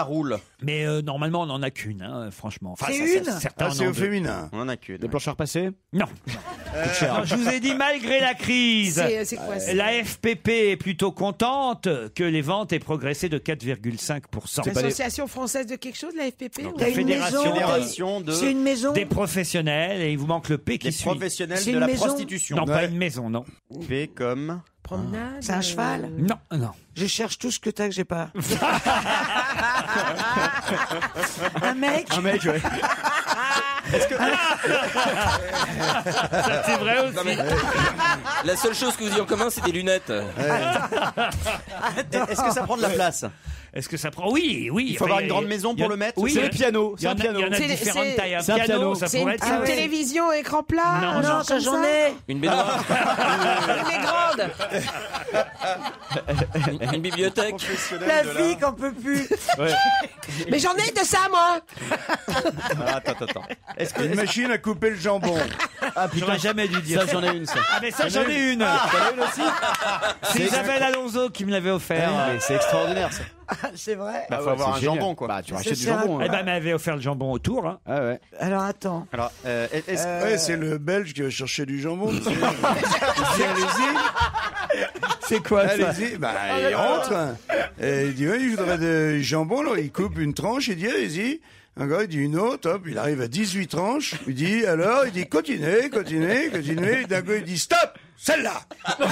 [SPEAKER 2] Mais euh, normalement, on n'en a qu'une, hein, franchement.
[SPEAKER 8] C'est
[SPEAKER 2] ça, ça,
[SPEAKER 8] une
[SPEAKER 2] certains
[SPEAKER 8] Ah, c'est
[SPEAKER 2] en ont
[SPEAKER 8] au
[SPEAKER 2] deux.
[SPEAKER 8] féminin.
[SPEAKER 10] On en a qu'une. Des planches à repasser
[SPEAKER 2] Non. Non, je vous ai dit malgré la crise,
[SPEAKER 10] C'est- c'est quoi, c'est-
[SPEAKER 2] la FPP est plutôt contente que les ventes aient progressé de 4,5%.
[SPEAKER 18] L'association française de quelque chose, la FPP ou-
[SPEAKER 2] La fédération,
[SPEAKER 18] Fédération de- C'est une maison
[SPEAKER 2] des professionnels et il vous manque le P qui
[SPEAKER 18] Des
[SPEAKER 2] suit.
[SPEAKER 18] professionnels C'est de une la maison prostitution.
[SPEAKER 2] Non,
[SPEAKER 18] Ouais.
[SPEAKER 2] pas une maison, non.
[SPEAKER 4] P comme.
[SPEAKER 1] C'est un cheval
[SPEAKER 2] Non, non.
[SPEAKER 1] Je cherche tout ce que t'as que j'ai pas. un mec
[SPEAKER 10] Un mec, ouais.
[SPEAKER 2] Ça, c'est vrai aussi.
[SPEAKER 19] La seule chose que vous avez en commun, c'est des lunettes.
[SPEAKER 10] Est-ce que ça prend de la place
[SPEAKER 2] Euh, Est-ce que ça prend Oui, oui.
[SPEAKER 19] Il faut avoir une grande maison
[SPEAKER 2] il y a-
[SPEAKER 19] pour le mettre,
[SPEAKER 2] Oui,
[SPEAKER 10] c'est
[SPEAKER 2] il y a-
[SPEAKER 10] le piano,
[SPEAKER 2] Il y
[SPEAKER 10] c'est un
[SPEAKER 2] en a, il y en a
[SPEAKER 10] piano.
[SPEAKER 2] différentes
[SPEAKER 10] C'est-
[SPEAKER 2] tailles.
[SPEAKER 10] c'est un piano.
[SPEAKER 2] ça
[SPEAKER 10] C'est
[SPEAKER 2] pourrait
[SPEAKER 10] une-
[SPEAKER 2] être
[SPEAKER 10] Ah
[SPEAKER 2] ça.
[SPEAKER 10] ouais.
[SPEAKER 18] Télévision, écran plat
[SPEAKER 2] Non,
[SPEAKER 18] un
[SPEAKER 2] non,
[SPEAKER 18] genre
[SPEAKER 2] ça,
[SPEAKER 18] comme
[SPEAKER 2] j'en
[SPEAKER 18] ça
[SPEAKER 19] Une baignoire.
[SPEAKER 18] Elle est grande
[SPEAKER 19] Une bibliothèque.
[SPEAKER 18] La fille qu'on peut plus Mais j'en ai de ça, moi
[SPEAKER 10] Ah, Attends, attends, attends.
[SPEAKER 8] Est-ce que- Une machine à couper le jambon.
[SPEAKER 10] Ah, putain.
[SPEAKER 2] J'aurais jamais dû dire
[SPEAKER 10] Ça, j'en ai une, ça.
[SPEAKER 2] Ah, mais ça, j'en ai une.
[SPEAKER 10] Ah, t'en as une aussi
[SPEAKER 2] C'est
[SPEAKER 10] C'est-
[SPEAKER 2] Isabelle Alonso qui me l'avait offert.
[SPEAKER 10] Ah, mais c'est extraordinaire, ça.
[SPEAKER 1] C'est vrai.
[SPEAKER 8] Ah
[SPEAKER 10] Bah, faut avoir un jambon, quoi. Bah, tu rachètes du jambon,
[SPEAKER 2] Eh
[SPEAKER 10] hein.
[SPEAKER 2] ben, elle m'avait offert le jambon autour. Hein.
[SPEAKER 10] Ah ouais.
[SPEAKER 1] Alors attends.
[SPEAKER 10] Alors,
[SPEAKER 8] euh, Est-ce-
[SPEAKER 18] Euh,
[SPEAKER 8] Ouais, c'est le Belge qui va chercher du jambon. tu sais. Il dit, Allez-y.
[SPEAKER 2] C'est quoi
[SPEAKER 10] ça
[SPEAKER 8] Allez-y. Bah, il rentre. Et il dit oui, je voudrais du jambon. Alors, il coupe une tranche. Il dit allez-y. Encore, il dit une autre. Hop, il arrive à 18 tranches. Il dit alors, il dit continuez, continuez, continuez. Et D'un coup, il dit stop, celle-là.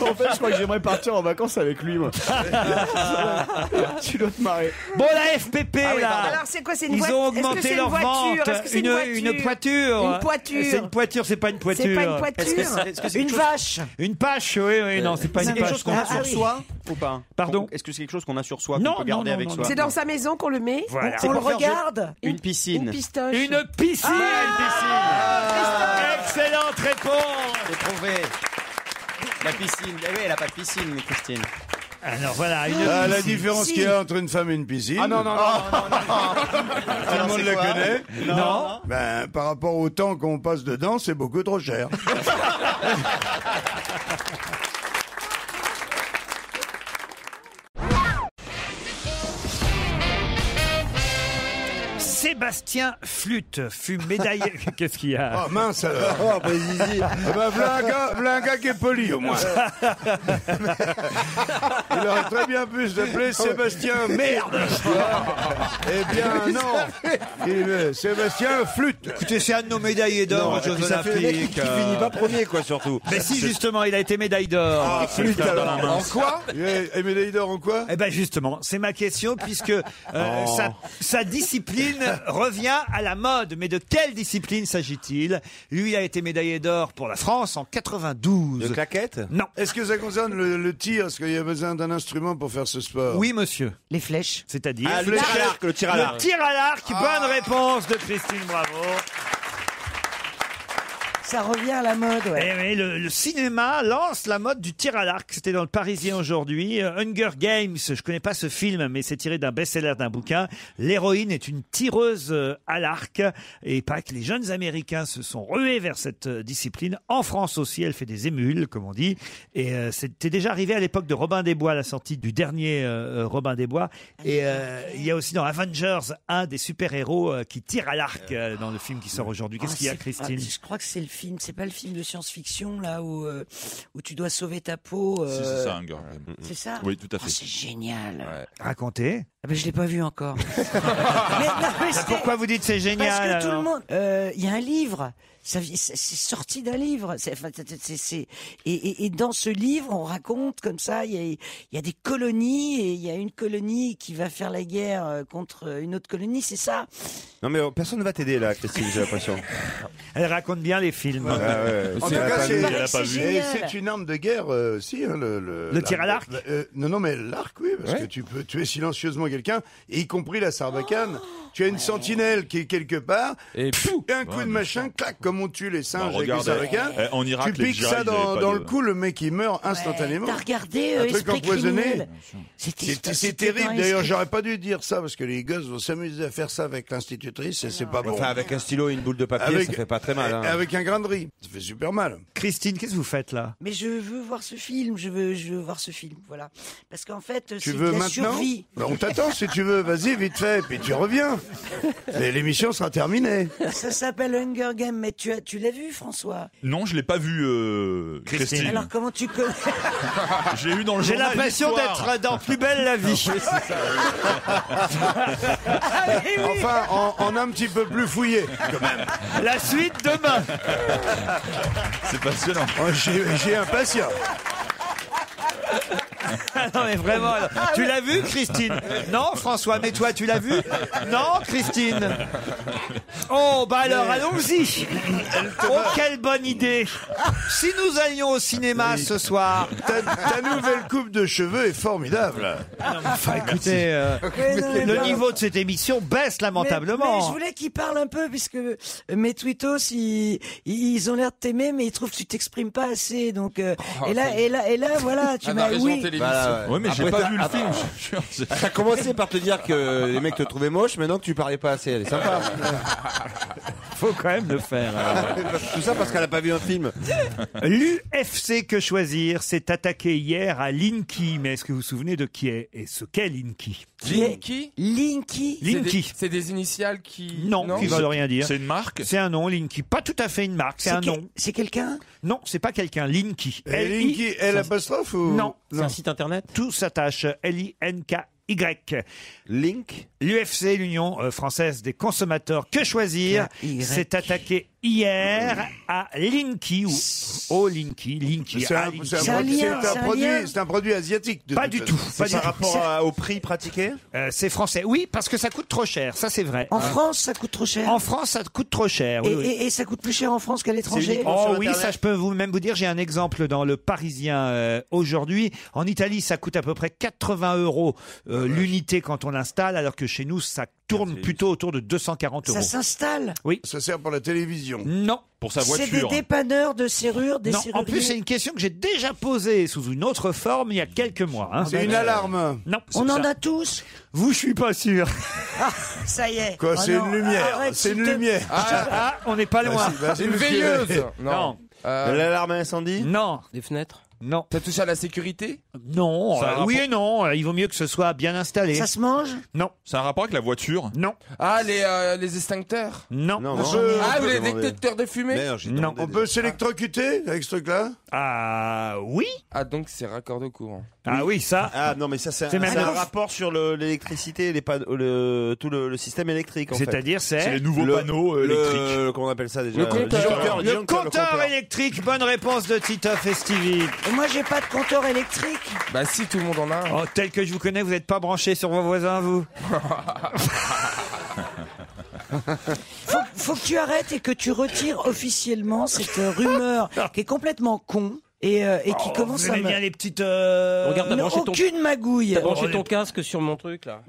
[SPEAKER 10] En fait, je crois que j'aimerais partir en vacances avec lui, moi. tu dois te marrer.
[SPEAKER 2] Bon, la FPP,
[SPEAKER 10] Ah oui,
[SPEAKER 2] là.
[SPEAKER 10] pardon.
[SPEAKER 18] Alors, c'est quoi, c'est une
[SPEAKER 2] Ils
[SPEAKER 18] voit-
[SPEAKER 2] ont
[SPEAKER 18] est-ce que c'est
[SPEAKER 2] augmenté
[SPEAKER 18] une
[SPEAKER 2] leur
[SPEAKER 18] voiture
[SPEAKER 2] vente.
[SPEAKER 18] Est-ce que c'est
[SPEAKER 2] une,
[SPEAKER 18] une voiture
[SPEAKER 2] une poiture.
[SPEAKER 18] Une poiture.
[SPEAKER 2] C'est une poiture, c'est pas une poiture.
[SPEAKER 18] C'est pas une poiture. Est-ce que c'est- est-ce que c'est Une quelque chose-
[SPEAKER 1] vache.
[SPEAKER 2] Une pâche, oui, oui, non, c'est pas
[SPEAKER 19] C'est
[SPEAKER 2] une
[SPEAKER 19] quelque
[SPEAKER 2] pâche.
[SPEAKER 19] chose qu'on a
[SPEAKER 2] Ah,
[SPEAKER 19] sur
[SPEAKER 2] oui.
[SPEAKER 19] soi ou pas
[SPEAKER 2] Pardon
[SPEAKER 19] Est-ce que c'est quelque chose qu'on a sur soi,
[SPEAKER 2] Non,
[SPEAKER 19] qu'on peut
[SPEAKER 2] non,
[SPEAKER 19] garder
[SPEAKER 2] non,
[SPEAKER 19] avec
[SPEAKER 2] non,
[SPEAKER 19] soi
[SPEAKER 18] C'est dans sa maison qu'on le met
[SPEAKER 19] Voilà.
[SPEAKER 18] On
[SPEAKER 19] C'est
[SPEAKER 18] le
[SPEAKER 19] pour faire jeu.
[SPEAKER 18] regarde
[SPEAKER 19] Une piscine.
[SPEAKER 18] Une pistoche Ah
[SPEAKER 2] Une piscine. Excellente réponse.
[SPEAKER 10] J'ai trouvé. La piscine. Eh oui, elle a pas de piscine, Christine.
[SPEAKER 2] Alors voilà, une
[SPEAKER 8] Ah, la
[SPEAKER 2] piscine.
[SPEAKER 8] différence
[SPEAKER 2] Si.
[SPEAKER 8] qu'il y a entre une femme et une piscine.
[SPEAKER 10] Ah non, non, non,
[SPEAKER 8] Tout le monde
[SPEAKER 10] c'est
[SPEAKER 8] la
[SPEAKER 10] quoi
[SPEAKER 8] connaît.
[SPEAKER 10] Non. Non.
[SPEAKER 8] Ben, par rapport au temps qu'on passe dedans, c'est beaucoup trop cher.
[SPEAKER 2] Sébastien Flûte fut médaillé. Qu'est-ce qu'il y a
[SPEAKER 8] Oh mince alors Oh, bah, zizi. Ah, bah, voilà un gars- voilà un gars qui est poli au moins. Il aurait très bien pu s'appeler Sébastien Merde Eh bien non Il est Sébastien Flûte
[SPEAKER 2] Écoutez, c'est un de nos médaillés d'or
[SPEAKER 4] Non,
[SPEAKER 2] aux Jeux
[SPEAKER 4] et puis ça fait le mec
[SPEAKER 2] Olympiques.
[SPEAKER 4] qui
[SPEAKER 2] euh.
[SPEAKER 4] finit pas premier, quoi, surtout.
[SPEAKER 2] Mais si, justement, il a été médaille d'or.
[SPEAKER 8] Ah, flûte alors En quoi Et médaille d'or en quoi
[SPEAKER 2] Eh ben justement, c'est ma question puisque euh,
[SPEAKER 8] Oh.
[SPEAKER 2] sa, sa discipline revient à la mode. Mais de quelle discipline s'agit-il Lui a été médaillé d'or pour la France en 92. De
[SPEAKER 4] claquettes
[SPEAKER 2] Non.
[SPEAKER 8] Est-ce que ça concerne le, le tir Est-ce qu'il y a besoin d'un instrument pour faire ce sport
[SPEAKER 2] Oui, monsieur.
[SPEAKER 1] Les flèches.
[SPEAKER 2] C'est-à-dire
[SPEAKER 8] Ah, le tir à l'arc, le tir à l'arc.
[SPEAKER 2] Le tir à l'arc. Bonne réponse de Christine Bravo.
[SPEAKER 1] Ça revient à la mode, ouais.
[SPEAKER 2] Eh oui, le, le cinéma lance la mode du tir à l'arc. C'était dans le Parisien aujourd'hui. Euh, Hunger Games, je connais pas ce film, mais c'est tiré d'un best-seller d'un bouquin. L'héroïne est une tireuse euh, à l'arc. Et pas que les jeunes Américains se sont rués vers cette euh, discipline. En France aussi, elle fait des émules, comme on dit. Et euh, c'était déjà arrivé à l'époque de Robin des Bois, la sortie du dernier euh, euh, Robin des Bois. Et euh, il y a aussi dans Avengers, un des super-héros euh, qui tire à l'arc euh, dans le film qui sort aujourd'hui. Qu'est-ce
[SPEAKER 1] Ah,
[SPEAKER 2] qu'il y a,
[SPEAKER 1] c'est-
[SPEAKER 2] Christine
[SPEAKER 1] ah, Je crois que c'est le film, c'est pas le film de science-fiction là où euh, où tu dois sauver ta peau.
[SPEAKER 7] Si,
[SPEAKER 1] euh,
[SPEAKER 7] c'est ça, Hunger Games.
[SPEAKER 1] C'est ça.
[SPEAKER 7] Mm, Oui, tout à
[SPEAKER 1] Ah,
[SPEAKER 7] fait.
[SPEAKER 1] c'est génial.
[SPEAKER 2] Racontez.
[SPEAKER 1] Ah ben, je l'ai pas vu encore.
[SPEAKER 2] Pourquoi vous dites c'est génial
[SPEAKER 1] Parce que tout le
[SPEAKER 2] alors
[SPEAKER 1] monde, euh, il y a un livre. Ça vi- C'est c'est sorti d'un livre. C'est- enfin, c'est- c'est- c'est- et, et- et dans ce livre, on raconte comme ça. Il y a, il y a des colonies et il y a une colonie qui va faire la guerre euh, contre une autre colonie. C'est ça.
[SPEAKER 4] Non mais euh, personne ne va t'aider là, Christine, j'ai l'impression.
[SPEAKER 2] Elle raconte bien les films.
[SPEAKER 4] ouais.
[SPEAKER 8] En
[SPEAKER 4] Si
[SPEAKER 8] tout
[SPEAKER 4] elle a
[SPEAKER 8] cas,
[SPEAKER 4] pas
[SPEAKER 8] c'est-
[SPEAKER 4] vu, elle a pas vu.
[SPEAKER 8] Et
[SPEAKER 1] Génial.
[SPEAKER 8] c'est une arme de guerre euh, aussi. hein, le, le,
[SPEAKER 2] Le tir à l'arc
[SPEAKER 8] euh, Non, non, mais l'arc, oui, parce que tu peux tuer silencieusement quelqu'un, y compris la sarbacane. tu as une sentinelle qui est quelque part, et un coup de machin, clac, comme on tue les singes
[SPEAKER 7] Bah,
[SPEAKER 8] avec
[SPEAKER 7] regarde,
[SPEAKER 8] les sarbacanes.
[SPEAKER 7] eh, en Irak,
[SPEAKER 8] tu
[SPEAKER 7] les
[SPEAKER 8] piques
[SPEAKER 7] Jihad,
[SPEAKER 8] ça
[SPEAKER 7] ils avaient
[SPEAKER 8] dans,
[SPEAKER 7] pas
[SPEAKER 8] dans
[SPEAKER 7] de-
[SPEAKER 8] le cou, le mec il meurt instantanément.
[SPEAKER 1] T'as regardé euh,
[SPEAKER 8] un truc
[SPEAKER 1] Esprit
[SPEAKER 8] empoisonné.
[SPEAKER 1] criminel. C'était-
[SPEAKER 8] C'est c'est
[SPEAKER 1] c'était dans
[SPEAKER 8] terrible. D'ailleurs,
[SPEAKER 1] Esprit-
[SPEAKER 8] j'aurais pas dû dire ça parce que les gosses vont s'amuser à faire ça avec l'institutrice et c'est pas bon.
[SPEAKER 19] Enfin, avec un stylo et une boule de papier,
[SPEAKER 8] Avec-
[SPEAKER 19] ça fait pas très mal. hein.
[SPEAKER 8] Avec un grain de riz, ça fait super mal.
[SPEAKER 2] Christine, qu'est-ce que vous faites là
[SPEAKER 1] Mais je veux voir ce film, je veux, je veux voir ce film, voilà. Parce qu'en fait, euh,
[SPEAKER 8] Tu
[SPEAKER 1] c'est de
[SPEAKER 8] veux
[SPEAKER 1] la
[SPEAKER 8] maintenant
[SPEAKER 1] survie.
[SPEAKER 8] Ben, On t'attend si tu veux, vas-y, vite fait, puis tu reviens. Et L'émission sera terminée.
[SPEAKER 1] Ça s'appelle Hunger Games, mais tu, as, tu l'as vu, François
[SPEAKER 7] Non, je l'ai pas vu, euh, Christine.
[SPEAKER 1] Alors comment tu connais
[SPEAKER 7] J'ai eu dans le
[SPEAKER 2] J'ai
[SPEAKER 7] journal
[SPEAKER 2] l'impression
[SPEAKER 7] l'histoire.
[SPEAKER 2] d'être dans Plus belle la vie.
[SPEAKER 8] Enfin, en, en un petit peu plus fouillé, quand même.
[SPEAKER 2] La suite demain.
[SPEAKER 7] C'est passionnant.
[SPEAKER 8] Oh, J'ai j'ai un patient.
[SPEAKER 2] Ah non mais vraiment, alors. tu l'as vu Christine Non François, mais toi tu l'as vu Non Christine Oh bah alors
[SPEAKER 8] Mais-
[SPEAKER 2] allons-y Oh quelle bonne idée Si nous allions au cinéma ce soir
[SPEAKER 8] Ta, ta nouvelle coupe de cheveux est formidable.
[SPEAKER 2] Ah Enfin écoutez, euh,
[SPEAKER 1] Mais non, mais
[SPEAKER 2] le
[SPEAKER 1] non.
[SPEAKER 2] niveau de cette émission baisse
[SPEAKER 1] Mais-
[SPEAKER 2] lamentablement hein.
[SPEAKER 1] Mais, je voulais qu'il parle un peu, puisque euh, mes twittos, ils, ils ils ont l'air de t'aimer, mais ils trouvent que tu t'exprimes pas assez. Donc, euh,
[SPEAKER 7] Oh,
[SPEAKER 1] et là, et là, et là, voilà, tu m'as oui.
[SPEAKER 19] Bah,
[SPEAKER 7] Ouais, mais j'ai
[SPEAKER 19] après,
[SPEAKER 7] pas
[SPEAKER 19] t'as-
[SPEAKER 7] vu le film.
[SPEAKER 19] après- T'as commencé par te dire que les mecs te trouvaient moche, maintenant que tu parlais pas assez, elle est sympa.
[SPEAKER 2] Faut quand même le faire.
[SPEAKER 7] hein.
[SPEAKER 19] Tout ça parce qu'elle a pas vu un film.
[SPEAKER 2] L'UFC que choisir s'est attaqué hier à Linky, mais est-ce que vous vous souvenez de qui est et ce qu'est Linky
[SPEAKER 3] Linky
[SPEAKER 1] Linky
[SPEAKER 3] C'est des-
[SPEAKER 2] Linky.
[SPEAKER 3] C'est des initiales qui.
[SPEAKER 2] Non, qui veulent rien dire.
[SPEAKER 7] C'est une marque
[SPEAKER 2] C'est un nom, Linky. Pas tout à fait une marque, c'est
[SPEAKER 1] C'est
[SPEAKER 2] un
[SPEAKER 1] que-
[SPEAKER 2] nom.
[SPEAKER 1] C'est quelqu'un
[SPEAKER 2] Non, c'est pas quelqu'un. Linky.
[SPEAKER 8] Et
[SPEAKER 2] L-I-
[SPEAKER 8] Linky, elle apostrophe ou
[SPEAKER 2] Eh, Non.
[SPEAKER 19] C'est un site internet
[SPEAKER 2] Tout s'attache. L-I-N-K-Y.
[SPEAKER 19] Link
[SPEAKER 2] L'UFC, l'Union euh, française des consommateurs, que choisir,
[SPEAKER 1] K-Y.
[SPEAKER 2] s'est attaqué hier à Linky ou au Linky, Linky.
[SPEAKER 8] C'est
[SPEAKER 2] à
[SPEAKER 8] un,
[SPEAKER 2] Linky.
[SPEAKER 8] c'est un
[SPEAKER 1] C'est un
[SPEAKER 8] produit-
[SPEAKER 1] lien,
[SPEAKER 8] c'est un
[SPEAKER 1] c'est un lien.
[SPEAKER 8] produit- c'est un produit asiatique. de
[SPEAKER 2] Pas
[SPEAKER 8] toute
[SPEAKER 2] du
[SPEAKER 8] façon.
[SPEAKER 2] tout, pas du
[SPEAKER 19] Par
[SPEAKER 2] tout.
[SPEAKER 19] rapport à- au prix pratiqué
[SPEAKER 2] Euh, c'est français. Oui, parce que ça coûte trop cher, ça c'est vrai.
[SPEAKER 1] En France, ça coûte trop cher.
[SPEAKER 2] En France, ça coûte trop cher. oui,
[SPEAKER 1] et,
[SPEAKER 2] oui.
[SPEAKER 1] et- et ça coûte plus cher en France qu'à l'étranger.
[SPEAKER 2] Oh oui, ça je peux vous même vous dire, j'ai un exemple dans le Parisien euh, aujourd'hui. En Italie, ça coûte à peu près 80 euros euh, l'unité quand on l'installe, alors que chez nous, ça tourne plutôt autour de 240 euros.
[SPEAKER 1] Ça s'installe.
[SPEAKER 2] Oui.
[SPEAKER 8] Ça sert pour la télévision.
[SPEAKER 2] Non.
[SPEAKER 7] Pour sa
[SPEAKER 1] C'est des
[SPEAKER 7] voiture.
[SPEAKER 1] dépanneurs de serrures, des
[SPEAKER 2] Non, en plus, c'est
[SPEAKER 1] serruriers.
[SPEAKER 2] une question que j'ai déjà posée sous une autre forme il y a quelques mois. hein.
[SPEAKER 8] C'est une alarme.
[SPEAKER 2] Non,
[SPEAKER 1] On
[SPEAKER 2] c'est
[SPEAKER 1] en
[SPEAKER 2] ça.
[SPEAKER 1] a tous.
[SPEAKER 2] Vous, je suis pas sûr.
[SPEAKER 1] Ah, Ça y est.
[SPEAKER 8] Quoi,
[SPEAKER 1] Oh
[SPEAKER 8] c'est
[SPEAKER 1] non,
[SPEAKER 8] une lumière.
[SPEAKER 1] arrête,
[SPEAKER 8] C'est
[SPEAKER 1] s'il
[SPEAKER 8] une
[SPEAKER 1] te-
[SPEAKER 8] lumière.
[SPEAKER 2] Ah, ah, on n'est pas loin.
[SPEAKER 8] Vas-y, vas-y, E
[SPEAKER 3] Une
[SPEAKER 8] monsieur.
[SPEAKER 3] veilleuse Non.
[SPEAKER 2] Non,
[SPEAKER 3] Euh,
[SPEAKER 19] De L'alarme à incendie
[SPEAKER 2] non,
[SPEAKER 3] Des fenêtres
[SPEAKER 2] non,
[SPEAKER 3] Ça touche à la sécurité
[SPEAKER 2] non.
[SPEAKER 7] Ça a
[SPEAKER 2] euh,
[SPEAKER 7] rapport-
[SPEAKER 2] oui et non. euh, Il vaut mieux que ce soit bien installé.
[SPEAKER 1] Ça se mange
[SPEAKER 2] Non,
[SPEAKER 7] C'est un rapport avec la voiture
[SPEAKER 2] non,
[SPEAKER 3] Ah, les, euh, les extincteurs
[SPEAKER 2] non,
[SPEAKER 19] Non,
[SPEAKER 8] On
[SPEAKER 19] non.
[SPEAKER 8] peut-
[SPEAKER 3] Ah, ou les
[SPEAKER 19] demandé.
[SPEAKER 3] détecteurs de fumée
[SPEAKER 19] Merde, j'ai
[SPEAKER 2] Non.
[SPEAKER 19] demandé
[SPEAKER 8] on
[SPEAKER 19] des-
[SPEAKER 8] peut s'électrocuter avec ce truc-là
[SPEAKER 2] Ah oui.
[SPEAKER 3] Ah, donc c'est raccord de courant.
[SPEAKER 2] Ah oui, ça.
[SPEAKER 19] Ah non, mais ça, c'est un,
[SPEAKER 2] C'est même
[SPEAKER 19] c'est un
[SPEAKER 2] pas-
[SPEAKER 19] rapport sur le- l'électricité, les panneaux- le, tout le, le système électrique. En fait.
[SPEAKER 2] C'est-à-dire,
[SPEAKER 7] C'est
[SPEAKER 2] c'est.
[SPEAKER 7] les nouveaux panneaux euh,
[SPEAKER 19] Le-
[SPEAKER 7] électriques.
[SPEAKER 19] Comment on appelle ça déjà
[SPEAKER 3] Le compteur.
[SPEAKER 19] disjoncteur,
[SPEAKER 2] Le
[SPEAKER 19] disjoncteur, le
[SPEAKER 2] compteur électrique, bonne réponse de Titoff et Stevie.
[SPEAKER 1] Et moi, j'ai pas de compteur électrique.
[SPEAKER 3] Bah, si, tout le monde en a un.
[SPEAKER 2] Oh, tel que je vous connais, vous n'êtes pas branché sur vos voisins, vous
[SPEAKER 1] Faut, faut que tu arrêtes et que tu retires officiellement cette euh, rumeur qui est complètement con. et, euh, et qui
[SPEAKER 2] Oh,
[SPEAKER 1] commence
[SPEAKER 2] vous
[SPEAKER 1] à
[SPEAKER 2] aimez
[SPEAKER 1] me-
[SPEAKER 2] bien les petites. euh,
[SPEAKER 20] Regarde, t'as
[SPEAKER 1] Mais
[SPEAKER 20] branché ton-
[SPEAKER 1] aucune magouille.
[SPEAKER 20] T'as branché
[SPEAKER 1] Oh,
[SPEAKER 20] ton
[SPEAKER 1] les-
[SPEAKER 20] casque sur mon truc là.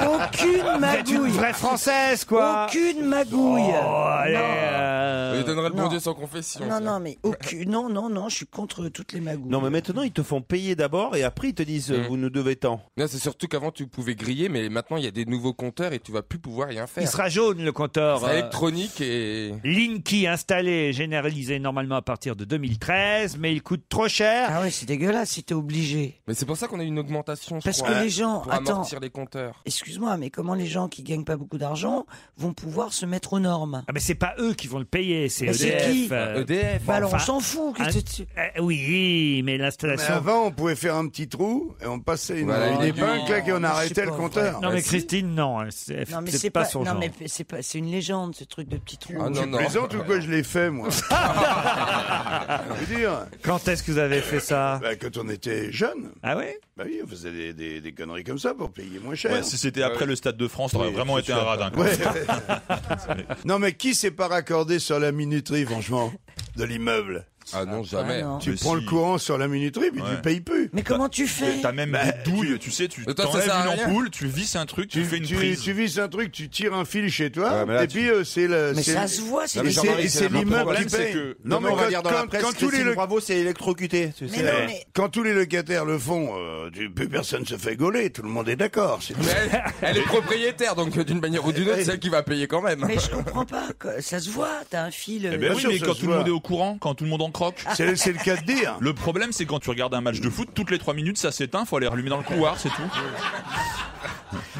[SPEAKER 1] Ah. Aucune
[SPEAKER 2] Vous êtes une
[SPEAKER 1] magouille.
[SPEAKER 2] vraie française, quoi.
[SPEAKER 1] Aucune magouille.
[SPEAKER 2] Oh, allez,
[SPEAKER 1] Non.
[SPEAKER 2] euh,
[SPEAKER 21] Il donnerait le
[SPEAKER 1] Non.
[SPEAKER 21] bon Dieu sans confession.
[SPEAKER 1] Non, non, mais aucune. Non, non, non, je suis contre toutes les magouilles.
[SPEAKER 4] Non, mais maintenant, ils te font payer d'abord et après, ils te disent euh, vous nous devez tant.
[SPEAKER 21] Là, Mmh. c'est surtout qu'avant tu pouvais griller, mais maintenant il y a des nouveaux compteurs et tu vas plus pouvoir rien faire.
[SPEAKER 2] Il sera jaune, le compteur.
[SPEAKER 21] C'est
[SPEAKER 2] euh,
[SPEAKER 21] électronique et.
[SPEAKER 2] Linky installé et généralisé normalement à partir de 2013, mais il coûte trop cher.
[SPEAKER 1] Ah oui, c'est dégueulasse, c'était obligé.
[SPEAKER 21] Mais c'est pour ça qu'on a eu une augmentation. je
[SPEAKER 1] Parce
[SPEAKER 21] crois,
[SPEAKER 1] que les gens-
[SPEAKER 21] Pour
[SPEAKER 1] attends.
[SPEAKER 21] amortir les compteurs.
[SPEAKER 1] Excuse-moi, mais comment les gens qui gagnent pas beaucoup d'argent vont pouvoir se mettre aux normes
[SPEAKER 2] Ah, mais c'est pas eux qui vont le payer, c'est
[SPEAKER 1] Mais c'est
[SPEAKER 2] EDF.
[SPEAKER 1] qui
[SPEAKER 21] E
[SPEAKER 2] euh,
[SPEAKER 1] EDF. Bah alors, on s'en fout,
[SPEAKER 2] un-
[SPEAKER 1] qu'est-ce que tu-
[SPEAKER 2] euh, oui, mais
[SPEAKER 8] Mais
[SPEAKER 2] l'installation.
[SPEAKER 8] avant, on pouvait faire un petit trou et on passait une,
[SPEAKER 2] Voilà,
[SPEAKER 8] une
[SPEAKER 2] non,
[SPEAKER 8] épingle
[SPEAKER 2] non.
[SPEAKER 8] là, et on
[SPEAKER 2] Non,
[SPEAKER 8] arrêtait
[SPEAKER 2] c'est
[SPEAKER 8] le
[SPEAKER 2] pas
[SPEAKER 8] compteur.
[SPEAKER 2] vrai. Non, mais Christine, non. hein, C'est
[SPEAKER 1] Non, mais
[SPEAKER 2] c'est
[SPEAKER 1] c'est
[SPEAKER 2] pas,
[SPEAKER 1] pas,
[SPEAKER 2] son
[SPEAKER 1] non,
[SPEAKER 2] genre.
[SPEAKER 1] mais c'est pas, c'est une légende, ce truc de petit trou.
[SPEAKER 8] Ah, non, Tu non. plaisantes ou quoi, je l'ai fait, moi. Je veux dire.
[SPEAKER 2] Quand est-ce que vous avez fait ça
[SPEAKER 8] Bah, quand on était jeune.
[SPEAKER 2] Ah ouais
[SPEAKER 8] Bah oui, on faisait des, des- des conneries comme ça pour payer moins cher.
[SPEAKER 7] Ouais, si c'était après le Stade de France, t'aurais
[SPEAKER 8] Oui,
[SPEAKER 7] vraiment
[SPEAKER 8] c'est
[SPEAKER 7] été un
[SPEAKER 8] sûr.
[SPEAKER 7] radin. quoi.
[SPEAKER 8] Ouais, ouais. non, mais qui s'est pas raccordé sur la minuterie, franchement, de l'immeuble
[SPEAKER 21] Ah non,
[SPEAKER 8] jamais.
[SPEAKER 21] jamais.
[SPEAKER 8] Tu prends le courant sur la minuterie, puis tu
[SPEAKER 7] Ouais.
[SPEAKER 8] payes plus.
[SPEAKER 1] Mais comment tu fais
[SPEAKER 7] T'as même des douilles, tu sais, tu
[SPEAKER 21] Mais toi, ça
[SPEAKER 7] t'enlèves
[SPEAKER 21] sert à
[SPEAKER 7] une
[SPEAKER 21] rien.
[SPEAKER 7] ampoule, tu visses un truc, tu, fais une
[SPEAKER 8] tu,
[SPEAKER 7] prise.
[SPEAKER 8] tu vises un truc, tu tires un fil chez toi,
[SPEAKER 7] Ouais, mais là,
[SPEAKER 8] et
[SPEAKER 7] tu-
[SPEAKER 8] puis euh, c'est le.
[SPEAKER 7] Mais
[SPEAKER 8] c'est-
[SPEAKER 7] ça se voit, c'est
[SPEAKER 8] et
[SPEAKER 7] des-
[SPEAKER 8] c'est-
[SPEAKER 7] Jean-Marie,
[SPEAKER 8] et
[SPEAKER 7] c'est
[SPEAKER 8] c'est
[SPEAKER 7] le
[SPEAKER 8] l'immeuble
[SPEAKER 7] problème,
[SPEAKER 8] qui
[SPEAKER 7] c'est
[SPEAKER 8] paye.
[SPEAKER 7] que-
[SPEAKER 8] Non, mais
[SPEAKER 4] on va
[SPEAKER 8] quand-
[SPEAKER 4] lire dans la
[SPEAKER 8] quand-
[SPEAKER 4] presse
[SPEAKER 8] quand tous les
[SPEAKER 4] Christine
[SPEAKER 8] le-
[SPEAKER 4] Bravo c'est électrocuté. tu sais.
[SPEAKER 8] Ouais. Quand tous les locataires le font, euh, tu- plus personne se fait gauler, tout le monde est d'accord. c'est-
[SPEAKER 21] Elle, elle est propriétaire, donc euh, d'une manière ou d'une autre, c'est elle qui va payer quand même.
[SPEAKER 1] Mais je comprends pas, quoi. ça se voit, t'as un fil.
[SPEAKER 7] Eh
[SPEAKER 1] euh,
[SPEAKER 7] ben
[SPEAKER 1] bien
[SPEAKER 7] oui,
[SPEAKER 1] sûr,
[SPEAKER 7] mais
[SPEAKER 1] ça
[SPEAKER 7] quand
[SPEAKER 1] se
[SPEAKER 7] tout le
[SPEAKER 1] voit.
[SPEAKER 7] monde est au courant, quand tout le monde en croque.
[SPEAKER 8] C'est- c'est le cas de dire.
[SPEAKER 7] Le problème, c'est quand tu regardes un match de foot, toutes les 3 minutes, ça s'éteint, faut aller rallumer dans le couloir, c'est tout.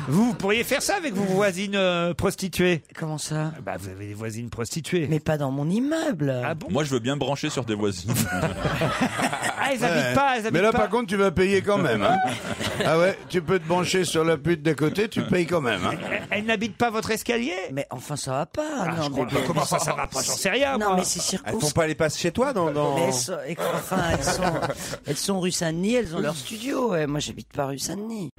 [SPEAKER 2] Vous, vous pourriez faire ça avec vos voisines euh, prostituées
[SPEAKER 1] Comment ça
[SPEAKER 2] bah, Vous avez des voisines prostituées.
[SPEAKER 1] Mais pas dans mon immeuble. Ah
[SPEAKER 7] Moi, je veux bien me brancher sur des voisines.
[SPEAKER 2] Ah, elles
[SPEAKER 8] Ouais.
[SPEAKER 2] habitent pas, elles habitent
[SPEAKER 8] Mais là,
[SPEAKER 2] pas.
[SPEAKER 8] par contre, tu vas payer quand même. hein. ah ouais, tu peux te brancher sur la pute d'à côté, tu payes quand même. hein.
[SPEAKER 2] Elles- Elles n'habitent pas votre escalier Ah,
[SPEAKER 1] Mais enfin, ça va pas. non,
[SPEAKER 2] je crois
[SPEAKER 1] mais- Oh,
[SPEAKER 2] pas. Comment ça, ça va pas J'en sais rien,
[SPEAKER 1] Non,
[SPEAKER 2] moi.
[SPEAKER 1] mais c'est circonscrit.
[SPEAKER 4] Elles font pas les passes chez toi dans. dans-
[SPEAKER 1] Mais elles sont, et- enfin, elles sont, elles sont rue Saint-Denis, elles ont leur studio. ouais. Moi, j'habite pas rue Saint-Denis.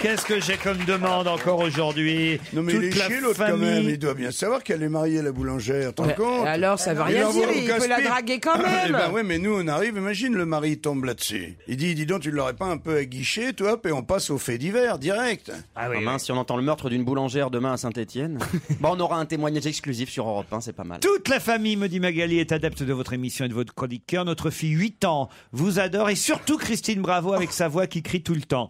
[SPEAKER 2] Qu'est-ce que j'ai comme demande encore aujourd'hui
[SPEAKER 8] Non, mais
[SPEAKER 2] Toute
[SPEAKER 8] il est
[SPEAKER 2] la
[SPEAKER 8] chier, l'autre, quand
[SPEAKER 2] famille-
[SPEAKER 8] même. Il doit bien savoir qu'elle est mariée, la boulangère. T'en
[SPEAKER 2] Mais
[SPEAKER 8] compte
[SPEAKER 2] alors, ça veut rien
[SPEAKER 8] l'envoie
[SPEAKER 2] dire,
[SPEAKER 8] au
[SPEAKER 2] il peut la
[SPEAKER 8] casse-pipe.
[SPEAKER 2] draguer quand même.
[SPEAKER 8] Eh ben ouais, mais nous, on arrive, imagine, le mari tombe là-dessus. Il dit, dis donc, tu l'aurais pas un peu aguiché, toi, hop, et on passe au fait divers, direct.
[SPEAKER 15] Ah mince, si on entend le meurtre d'une boulangère demain à Saint-Etienne, bah on aura un témoignage exclusif sur Europe 1, c'est pas mal.
[SPEAKER 2] Toute la famille, me dit Magali, est adepte de votre émission et de votre chroniqueur. Notre fille, 8 ans, vous adore et surtout Christine Bravo avec sa voix qui crie tout le temps.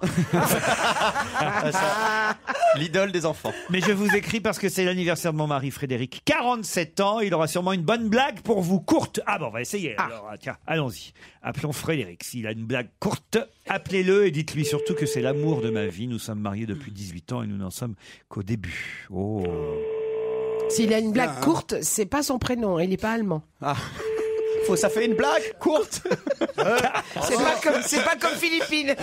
[SPEAKER 15] L'idole des enfants.
[SPEAKER 2] Mais je vous écris parce que c'est l'anniversaire de mon mari Frédéric, 47 ans. Il aura sûrement une bonne blague pour vous, courte. Ah bon, on va essayer. Alors, ah, tiens, allons-y. Appelons Frédéric. S'il a une blague courte, appelez-le et dites-lui surtout que c'est l'amour de ma vie. Nous sommes mariés depuis 18 ans et nous n'en sommes qu'au début. Oh.
[SPEAKER 6] S'il a une
[SPEAKER 8] Bien,
[SPEAKER 6] blague
[SPEAKER 8] hein.
[SPEAKER 6] courte, c'est pas son prénom, il est pas allemand.
[SPEAKER 22] Ah.
[SPEAKER 15] Faut, ça fait une blague courte.
[SPEAKER 8] Euh,
[SPEAKER 18] C'est pas comme, c'est pas comme Philippine.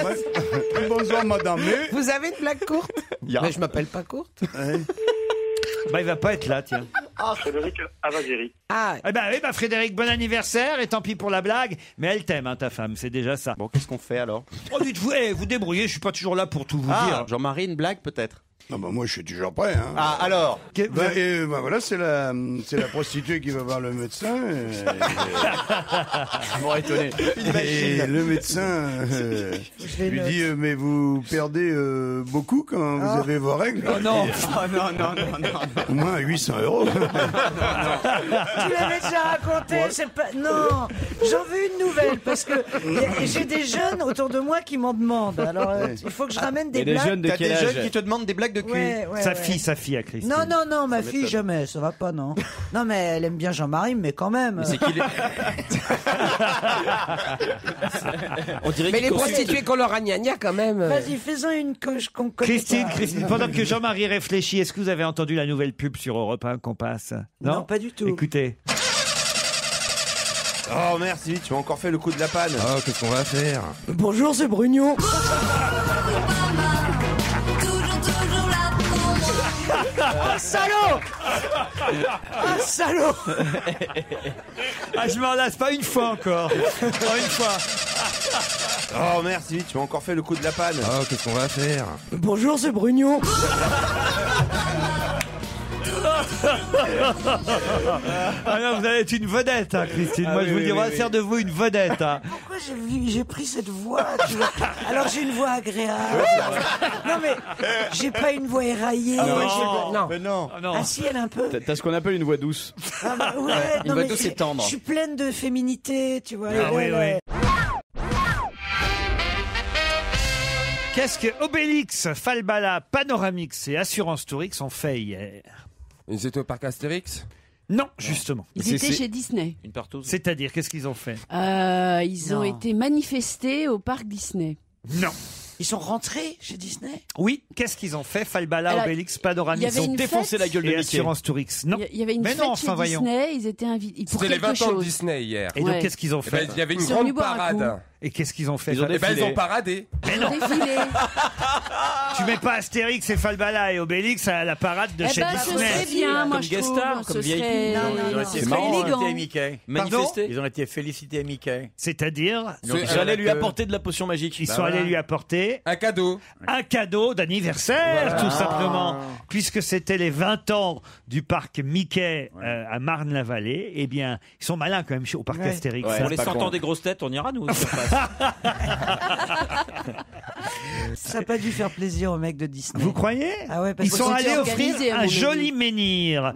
[SPEAKER 8] Bonjour, madame. Mais-
[SPEAKER 6] Vous avez une blague courte Mais je m'appelle pas courte.
[SPEAKER 2] Bah, il va pas être là, tiens.
[SPEAKER 14] Ah. Frédéric Avagiri.
[SPEAKER 2] Ah. Eh ben, oui, bah, Frédéric, bon anniversaire et tant pis pour la blague. Mais elle t'aime, hein, ta femme, c'est déjà ça. Bon, qu'est-ce qu'on fait alors Oh, dites-vous, eh, vous débrouillez, je suis pas toujours là pour tout vous dire.
[SPEAKER 8] Jean-Marie, une blague, peut-être Non, bah moi, je suis toujours prêt. Hein.
[SPEAKER 15] Ah, alors
[SPEAKER 8] Bah, et, bah, voilà, c'est la, c'est la prostituée qui va voir le médecin. euh,
[SPEAKER 15] Je m'aurais étonné.
[SPEAKER 8] Et le médecin euh, lui dit euh, mais vous perdez euh, beaucoup quand vous avez vos règles.
[SPEAKER 15] Oh non Oh non, non, non, non.
[SPEAKER 8] Au moins 800 euros.
[SPEAKER 1] Tu l'avais déjà raconté, c'est pas. Non, j'en veux une nouvelle parce que y- j'ai des jeunes autour de moi qui m'en demandent. Alors, euh, il faut
[SPEAKER 4] Ah,
[SPEAKER 1] que je ramène des blagues.
[SPEAKER 15] T'as des jeunes qui te demandent des blagues de cul.
[SPEAKER 1] Ouais, ouais,
[SPEAKER 2] sa
[SPEAKER 1] ouais.
[SPEAKER 2] fille, sa fille à Christine.
[SPEAKER 1] Non, non, non, ma
[SPEAKER 2] Ça
[SPEAKER 1] fille,
[SPEAKER 2] m'étonne.
[SPEAKER 1] jamais, ça va pas, non. Non, mais elle aime bien Jean-Marie, mais quand même.
[SPEAKER 15] C'est qu'il est-
[SPEAKER 6] On
[SPEAKER 15] dirait
[SPEAKER 6] Mais
[SPEAKER 15] qu'il
[SPEAKER 6] les
[SPEAKER 15] consulte-
[SPEAKER 6] prostituées qu'on leur a gna gna quand même.
[SPEAKER 1] Vas-y, fais-en une coche qu'on connaît.
[SPEAKER 2] Christine,
[SPEAKER 1] pas.
[SPEAKER 2] Christine, pendant que Jean-Marie réfléchit, est-ce que vous avez entendu la nouvelle pub sur Europe 1 qu'on passe
[SPEAKER 1] Non, pas du tout.
[SPEAKER 2] Écoutez.
[SPEAKER 4] Oh merde, si tu m'as encore fait le coup de la panne. Oh, qu'est-ce qu'on va faire
[SPEAKER 6] Bonjour, c'est Brugnon.
[SPEAKER 18] Ah, salaud Ah, salaud
[SPEAKER 2] Ah, je m'en lasse pas une fois encore. Pas une fois.
[SPEAKER 4] Oh merde, si tu m'as encore fait le coup de la panne. Oh, qu'est-ce qu'on va faire
[SPEAKER 6] Bonjour, c'est Brugnon.
[SPEAKER 2] Ah non, vous allez être une vedette, hein, Christine.
[SPEAKER 1] Ah
[SPEAKER 2] Moi,
[SPEAKER 1] oui,
[SPEAKER 2] je vous
[SPEAKER 1] oui,
[SPEAKER 2] dis, on
[SPEAKER 1] oui,
[SPEAKER 2] va
[SPEAKER 1] oui.
[SPEAKER 2] faire de vous une vedette. hein.
[SPEAKER 1] Pourquoi j'ai vu- j'ai pris cette voix tu vois Alors j'ai une voix agréable. Non mais j'ai pas une voix éraillée.
[SPEAKER 10] Ah,
[SPEAKER 1] j'ai-
[SPEAKER 10] non.
[SPEAKER 1] non.
[SPEAKER 10] Mais non.
[SPEAKER 1] Ah si, elle a un peu.
[SPEAKER 10] T'as- T'as ce qu'on appelle une voix douce.
[SPEAKER 1] Ah, bah, ouais,
[SPEAKER 10] Une
[SPEAKER 1] non,
[SPEAKER 10] voix
[SPEAKER 1] mais
[SPEAKER 10] douce
[SPEAKER 1] j'ai-
[SPEAKER 10] et tendre.
[SPEAKER 1] Je suis pleine de féminité, tu vois.
[SPEAKER 2] Ah, oui,
[SPEAKER 1] Elle-
[SPEAKER 2] oui. Qu'est-ce que Obélix, Falbala, Panoramix et Assurance Tourix ont fait hier
[SPEAKER 21] Ils étaient au parc Astérix
[SPEAKER 2] Non, justement.
[SPEAKER 22] Ils C'est- étaient c'est- chez Disney.
[SPEAKER 21] Une partouze
[SPEAKER 2] C'est-à-dire, qu'est-ce qu'ils ont fait
[SPEAKER 22] Euh, ils ont
[SPEAKER 2] Non.
[SPEAKER 22] été manifestés au parc Disney.
[SPEAKER 2] Non.
[SPEAKER 1] Ils sont rentrés chez Disney
[SPEAKER 2] Oui, qu'est-ce qu'ils ont fait Falbala,
[SPEAKER 22] Alors,
[SPEAKER 2] Obélix,
[SPEAKER 22] il y
[SPEAKER 2] Panoramix
[SPEAKER 22] avait Ils ont une défoncé fête. la gueule de
[SPEAKER 2] et
[SPEAKER 21] Mickey.
[SPEAKER 2] Assurance Tourix. Non.
[SPEAKER 22] Il y- il y avait une
[SPEAKER 2] Mais
[SPEAKER 22] fête
[SPEAKER 2] non,
[SPEAKER 22] chez
[SPEAKER 2] enfin, voyons.
[SPEAKER 22] Disney, ils étaient invités pour
[SPEAKER 21] C'était les
[SPEAKER 22] quelque
[SPEAKER 21] 20 ans de
[SPEAKER 22] chose.
[SPEAKER 21] Disney hier.
[SPEAKER 2] Et donc,
[SPEAKER 22] Ouais.
[SPEAKER 2] qu'est-ce qu'ils ont
[SPEAKER 21] Eh
[SPEAKER 2] fait
[SPEAKER 21] ben, Il y avait une
[SPEAKER 22] Ils sont
[SPEAKER 21] grande
[SPEAKER 22] venus boire un
[SPEAKER 21] parade.
[SPEAKER 2] Et qu'est-ce qu'ils ont fait
[SPEAKER 21] Ils ont, eh ben, ils ont paradé.
[SPEAKER 2] Mais
[SPEAKER 22] Ils ont
[SPEAKER 2] non,
[SPEAKER 22] défilé.
[SPEAKER 2] tu mets pas Astérix et Falbala et Obélix à la parade de
[SPEAKER 22] Eh
[SPEAKER 2] chez
[SPEAKER 22] ben, ce
[SPEAKER 2] Disney.
[SPEAKER 22] serait bien, moi, je trouve. Ce serait- Non, non, non. Ce serait élégant.
[SPEAKER 2] Manifestés.
[SPEAKER 3] Ils ont été félicités à Mickey.
[SPEAKER 2] C'est-à-dire
[SPEAKER 3] Ils ont- ils sont allés lui apporter de la potion magique.
[SPEAKER 2] Ils sont allés lui apporter
[SPEAKER 21] Bah un cadeau.
[SPEAKER 2] Un cadeau d'anniversaire,
[SPEAKER 3] Voilà.
[SPEAKER 2] tout
[SPEAKER 3] Ah.
[SPEAKER 2] simplement. Puisque c'était les 20 ans du parc Mickey euh, à Marne-la-Vallée, eh bien, ils sont malins quand même au parc Astérix. hein.
[SPEAKER 3] Pour les 100 ans des grosses têtes, on ira nous.
[SPEAKER 1] Ça n'a pas dû faire plaisir aux mecs de Disney.
[SPEAKER 2] Vous croyez
[SPEAKER 1] Ah ouais, parce
[SPEAKER 2] Ils
[SPEAKER 1] que
[SPEAKER 2] sont
[SPEAKER 1] c'est
[SPEAKER 2] allés offrir
[SPEAKER 1] organisé, à mon
[SPEAKER 2] un
[SPEAKER 1] avis.
[SPEAKER 2] joli menhir.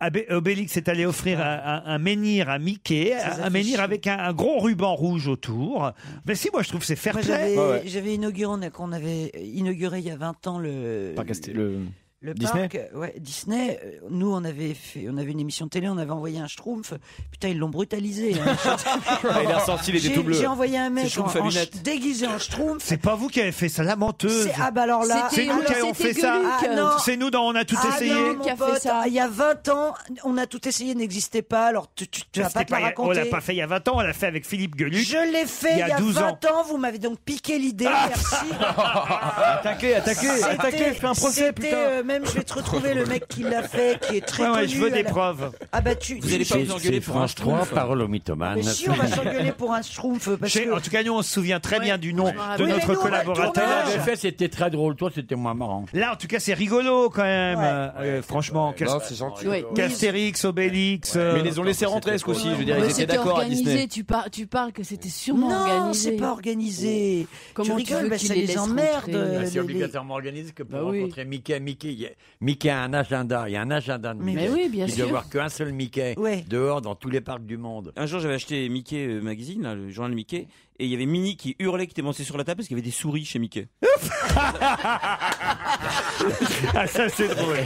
[SPEAKER 2] Abé- Obélix est allé offrir un, un- un menhir à Mickey, un, un menhir avec un, un gros ruban rouge autour. Mais si, moi je trouve que c'est fair
[SPEAKER 1] Moi,
[SPEAKER 2] play.
[SPEAKER 1] j'avais j'avais inauguré, on a- qu'on avait inauguré il y a 20 ans le.
[SPEAKER 10] Parc Asté- le-
[SPEAKER 1] le
[SPEAKER 10] Disney
[SPEAKER 1] parc, ouais, Disney, euh, nous on avait fait, on avait une émission de télé, on avait envoyé un schtroumpf. Putain, ils l'ont brutalisé. hein.
[SPEAKER 3] il a ressorti les
[SPEAKER 1] J'ai-
[SPEAKER 3] deux bleus.
[SPEAKER 1] J'ai envoyé un
[SPEAKER 3] C'est
[SPEAKER 1] mec en,
[SPEAKER 3] schtroumpf à
[SPEAKER 1] en
[SPEAKER 3] lunettes.
[SPEAKER 1] sch- déguisé en schtroumpf.
[SPEAKER 2] C'est pas vous qui avez fait ça, la menteuse.
[SPEAKER 1] C'est- ah bah alors là-
[SPEAKER 2] c'est nous
[SPEAKER 1] C'était-
[SPEAKER 2] qui
[SPEAKER 1] alors
[SPEAKER 2] avons fait
[SPEAKER 1] c'était
[SPEAKER 2] ça.
[SPEAKER 1] Gueluc. Ah non.
[SPEAKER 2] c'est nous dont on a tout
[SPEAKER 1] Ah non,
[SPEAKER 2] essayé.
[SPEAKER 1] mon pote, Il y a 20 ans, on a tout essayé, n'existait pas. Alors tu, tu, tu vas
[SPEAKER 2] C'était
[SPEAKER 1] pas te
[SPEAKER 2] pas-
[SPEAKER 1] la
[SPEAKER 2] on
[SPEAKER 1] raconter.
[SPEAKER 2] l'a pas fait il y a 20 ans, on l'a fait avec Philippe Gueluc.
[SPEAKER 1] Je l'ai fait il y a
[SPEAKER 2] 12 ans. Ah,
[SPEAKER 1] 20 ans. Vous m'avez donc piqué l'idée. Merci.
[SPEAKER 3] Attaquez,
[SPEAKER 1] C'était- c'était, euh, même, je vais te retrouver le mec qui l'a fait, qui est très
[SPEAKER 9] Ouais, ouais,
[SPEAKER 1] connu
[SPEAKER 9] je veux
[SPEAKER 1] à
[SPEAKER 9] des
[SPEAKER 1] la-
[SPEAKER 9] preuves.
[SPEAKER 1] Ah bah tu. tu-
[SPEAKER 9] C'est- c'est France 3,
[SPEAKER 3] hein.
[SPEAKER 9] parole au mythomane.
[SPEAKER 1] Mais si, on va s'engueuler pour un schtroumpf. Parce
[SPEAKER 2] Chez-
[SPEAKER 1] que...
[SPEAKER 2] En tout cas, nous, on se souvient très bien du nom
[SPEAKER 1] me
[SPEAKER 2] de
[SPEAKER 1] rappelle.
[SPEAKER 2] notre
[SPEAKER 1] Mais nous, on a le
[SPEAKER 2] collaborateur.
[SPEAKER 1] tournage. En effet,
[SPEAKER 2] c'était très drôle. Toi, c'était moins marrant. Là, en tout cas, c'est rigolo quand même. Euh, euh, franchement, Cas-
[SPEAKER 21] Non, c'est gentil. Ouais.
[SPEAKER 2] Castérix, Obélix. euh,
[SPEAKER 10] Mais ils les ont laissé rentrer, ce coup-ci. Je
[SPEAKER 2] Eh
[SPEAKER 10] veux dire,
[SPEAKER 22] Mais
[SPEAKER 10] ils étaient
[SPEAKER 22] c'était
[SPEAKER 10] d'accord à
[SPEAKER 22] organisé,
[SPEAKER 10] Disney.
[SPEAKER 22] tu, par- tu parles que c'était sûrement
[SPEAKER 1] Non,
[SPEAKER 22] organisé.
[SPEAKER 1] c'est pas organisé.
[SPEAKER 22] Comment
[SPEAKER 1] Tu
[SPEAKER 22] tu
[SPEAKER 1] rigoles,
[SPEAKER 22] veux
[SPEAKER 1] bah,
[SPEAKER 22] qu'ils
[SPEAKER 1] ça
[SPEAKER 22] les
[SPEAKER 1] les
[SPEAKER 22] laissent
[SPEAKER 1] emmerde,
[SPEAKER 22] rentrer Bah,
[SPEAKER 1] euh, les-
[SPEAKER 22] c'est obligatoire.
[SPEAKER 3] Obligatoirement organisé que pour
[SPEAKER 22] Bah oui.
[SPEAKER 3] rencontrer Mickey, Mickey, il y a- Mickey a un agenda, il y a un agenda de
[SPEAKER 22] Mais
[SPEAKER 3] Mickey.
[SPEAKER 22] oui, bien
[SPEAKER 3] il
[SPEAKER 22] sûr.
[SPEAKER 3] doit avoir qu'un seul Mickey dehors dans tous les parcs du monde.
[SPEAKER 23] Un jour, j'avais acheté Mickey euh, Magazine, là, le journal Mickey, et il y avait Minnie qui hurlait, qui était montée sur la table parce qu'il y avait des souris chez Mickey.
[SPEAKER 2] ah, ça, c'est drôle.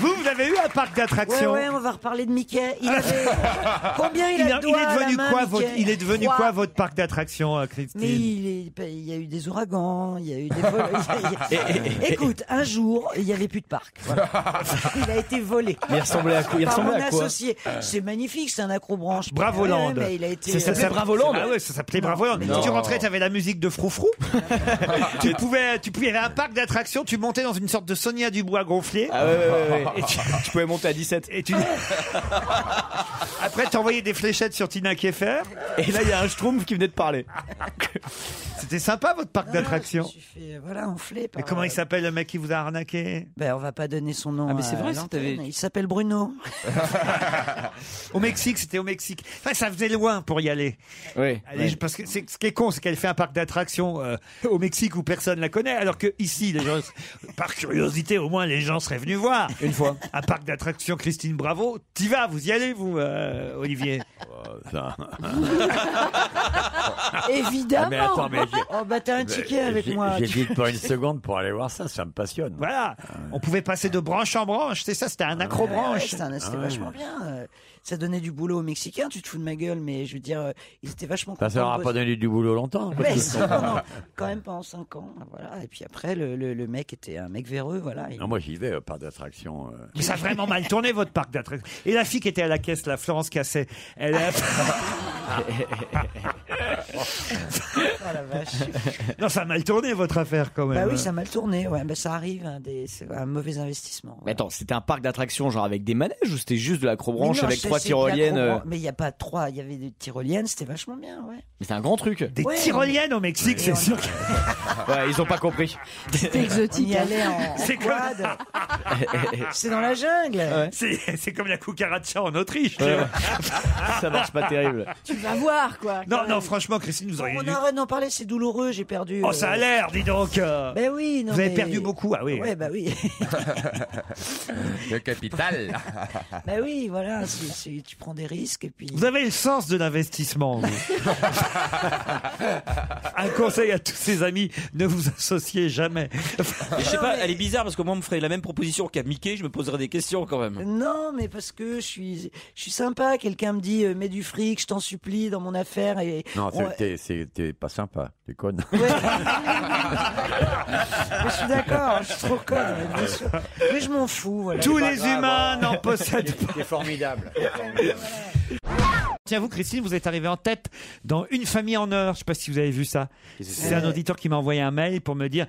[SPEAKER 2] Vous, vous avez eu un parc
[SPEAKER 1] Ouais,
[SPEAKER 2] d'attractions
[SPEAKER 1] ouais, on va reparler de Mickey. Il avait... Combien il a,
[SPEAKER 2] Il
[SPEAKER 1] de
[SPEAKER 2] a- il
[SPEAKER 1] doigts à
[SPEAKER 2] est
[SPEAKER 1] la
[SPEAKER 2] devenu
[SPEAKER 1] main,
[SPEAKER 2] quoi
[SPEAKER 1] Mickey
[SPEAKER 2] votre, il est devenu
[SPEAKER 1] Trois.
[SPEAKER 2] quoi votre parc d'attractions, euh, Christine
[SPEAKER 1] Mais il, est- il y a eu des ouragans, il y a eu des vols. il y a- il y a- Écoute, un jour, il n'y avait plus de parc. Voilà. Il a été volé.
[SPEAKER 10] Mais il ressemblait à quoi Il
[SPEAKER 1] Par
[SPEAKER 10] ressemblait
[SPEAKER 1] mon
[SPEAKER 10] à quoi
[SPEAKER 1] associé. C'est magnifique, c'est un acrobranche.
[SPEAKER 2] Bravo
[SPEAKER 1] Ouais,
[SPEAKER 2] Land.
[SPEAKER 1] mais il a été.
[SPEAKER 2] C'est- ça
[SPEAKER 1] euh,
[SPEAKER 2] s'appelait Ah ouais, ça s'appelait Bravo Land.
[SPEAKER 1] Non.
[SPEAKER 2] Tu rentrais, t'avais la musique de Froufrou. tu pouvais, tu pouvais, il y avait un parc d'attractions, tu montais dans une sorte de Sonia Dubois gonflée.
[SPEAKER 10] Ah ouais, ouais, ouais, ouais.
[SPEAKER 2] Et tu-
[SPEAKER 10] Tu pouvais monter à 17.
[SPEAKER 2] Et tu... Après, t'envoyais des fléchettes sur Tina Kieffer.
[SPEAKER 10] Et là, il y a un schtroumpf qui venait de parler.
[SPEAKER 2] C'était sympa votre parc d'attractions.
[SPEAKER 1] fait, euh, Voilà, enflé.
[SPEAKER 2] Et
[SPEAKER 1] par-
[SPEAKER 2] comment il s'appelle le mec qui vous a arnaqué
[SPEAKER 1] Ben, on va pas donner son nom.
[SPEAKER 2] Ah, mais c'est
[SPEAKER 1] à
[SPEAKER 2] vrai, ça
[SPEAKER 1] l'antenne.
[SPEAKER 2] t'avait-
[SPEAKER 1] Il s'appelle Bruno.
[SPEAKER 2] Au Mexique, c'était au Mexique. Enfin, ça faisait loin pour y aller.
[SPEAKER 10] Oui.
[SPEAKER 2] Allez, je- Parce que c'est- ce qui est con, c'est qu'elle fait un parc d'attractions euh, au Mexique où personne la connaît, alors que ici, les gens, par curiosité, au moins les gens seraient venus voir. Une fois. Un parc d'attractions, Christine Bravo. T'y vas, vous y allez, vous, euh, Olivier. Ah,
[SPEAKER 22] Évidemment.
[SPEAKER 9] Ah, mais attends, mais j'ai-
[SPEAKER 1] Oh, bah, t'as un ticket
[SPEAKER 9] Mais
[SPEAKER 1] avec
[SPEAKER 9] Eh ben, j'ai-
[SPEAKER 1] moi. Tu-
[SPEAKER 9] J'hésite pas une seconde pour aller voir ça, ça me passionne. Ah
[SPEAKER 2] Voilà. On pouvait passer de branche en branche. C'est ça, c'était un
[SPEAKER 1] Ouais,
[SPEAKER 2] acrobranche.
[SPEAKER 1] c'était un- c'était
[SPEAKER 9] Ah ouais.
[SPEAKER 1] vachement bien. euh, Ça donnait du boulot aux Mexicains, tu te fous de ma gueule, mais je veux dire, euh, ils étaient vachement
[SPEAKER 9] Ça, ça
[SPEAKER 1] contents de
[SPEAKER 9] n'aura pas
[SPEAKER 1] bosser.
[SPEAKER 9] donné du boulot longtemps.
[SPEAKER 1] Mais si, pendant- quand même pendant 5 ans. Voilà. Et puis après, le, le- le mec était un mec véreux. Voilà. Il-
[SPEAKER 9] Non, moi j'y vais, euh, par d'attraction. euh.
[SPEAKER 2] Mais ça a vraiment mal tourné votre parc d'attractions. Et la fille qui était à la caisse, la Florence Casset, elle a...
[SPEAKER 1] Oh,
[SPEAKER 2] Non, ça a mal tourné votre affaire quand même.
[SPEAKER 1] Bah oui, ça a mal tourné. Ouais, bah ça arrive. hein, des- C'est un mauvais investissement.
[SPEAKER 16] Mais attends, c'était un parc d'attractions genre avec des manèges ou c'était juste de l'acrobranche
[SPEAKER 1] Mais non,
[SPEAKER 16] avec
[SPEAKER 1] je
[SPEAKER 16] trois
[SPEAKER 1] sais, c'est de la
[SPEAKER 16] tyroliennes
[SPEAKER 1] gros-
[SPEAKER 16] euh,
[SPEAKER 1] Mais il n'y a pas trois. Il y avait des tyroliennes. C'était vachement bien. Ouais.
[SPEAKER 16] Mais c'est un grand truc.
[SPEAKER 2] Des tyroliennes au Mexique, c'est sûr.
[SPEAKER 16] Ouais, ils ont pas compris.
[SPEAKER 1] exotique. On y allait
[SPEAKER 22] hein.
[SPEAKER 1] en
[SPEAKER 2] C'est quoi
[SPEAKER 1] quad. C'est dans la jungle.
[SPEAKER 2] C'est c'est comme la cucaracha en Autriche.
[SPEAKER 16] Ça marche pas terrible.
[SPEAKER 1] Tu vas voir quoi.
[SPEAKER 2] Non, non, franchement, Christine, vous auriez
[SPEAKER 1] On
[SPEAKER 2] dû...
[SPEAKER 1] arrête d'en parler. C'est douloureux. J'ai perdu.
[SPEAKER 2] Oh, ça
[SPEAKER 1] euh,
[SPEAKER 2] a l'air, dis donc euh.
[SPEAKER 1] Ben oui, non,
[SPEAKER 2] Vous avez
[SPEAKER 1] mais-
[SPEAKER 2] perdu beaucoup, ah oui.
[SPEAKER 1] Ouais, bah oui.
[SPEAKER 21] Le capital.
[SPEAKER 1] bah oui, voilà, c'est- c'est- tu prends des risques et puis.
[SPEAKER 2] Vous avez le sens de l'investissement. vous. Un conseil à tous ces amis, ne vous associez jamais.
[SPEAKER 23] Mais je sais pas, elle est bizarre parce que moi, on me ferait la même proposition qu'à Mickey, je me poserais des questions quand même.
[SPEAKER 1] Non, mais parce que je suis, je suis sympa. Quelqu'un me dit, euh, mets du fric, je t'en supplie, dans mon affaire. Et
[SPEAKER 9] Non,
[SPEAKER 1] on-
[SPEAKER 9] c'est- t'es- c'est- t'es pas sympa, t'es conne.
[SPEAKER 1] Mais je suis d'accord, je suis trop
[SPEAKER 9] Bah, Ah,
[SPEAKER 1] conne, mais bien sûr. Mais je m'en fous. Voilà.
[SPEAKER 2] Tous les humains
[SPEAKER 23] hein.
[SPEAKER 2] n'en possèdent pas.
[SPEAKER 1] C'est formidable.
[SPEAKER 2] Tiens, vous, Christine, vous êtes arrivée en tête dans Une famille en heure. Je sais pas si vous avez vu ça. C'est un auditeur qui m'a envoyé un mail pour me dire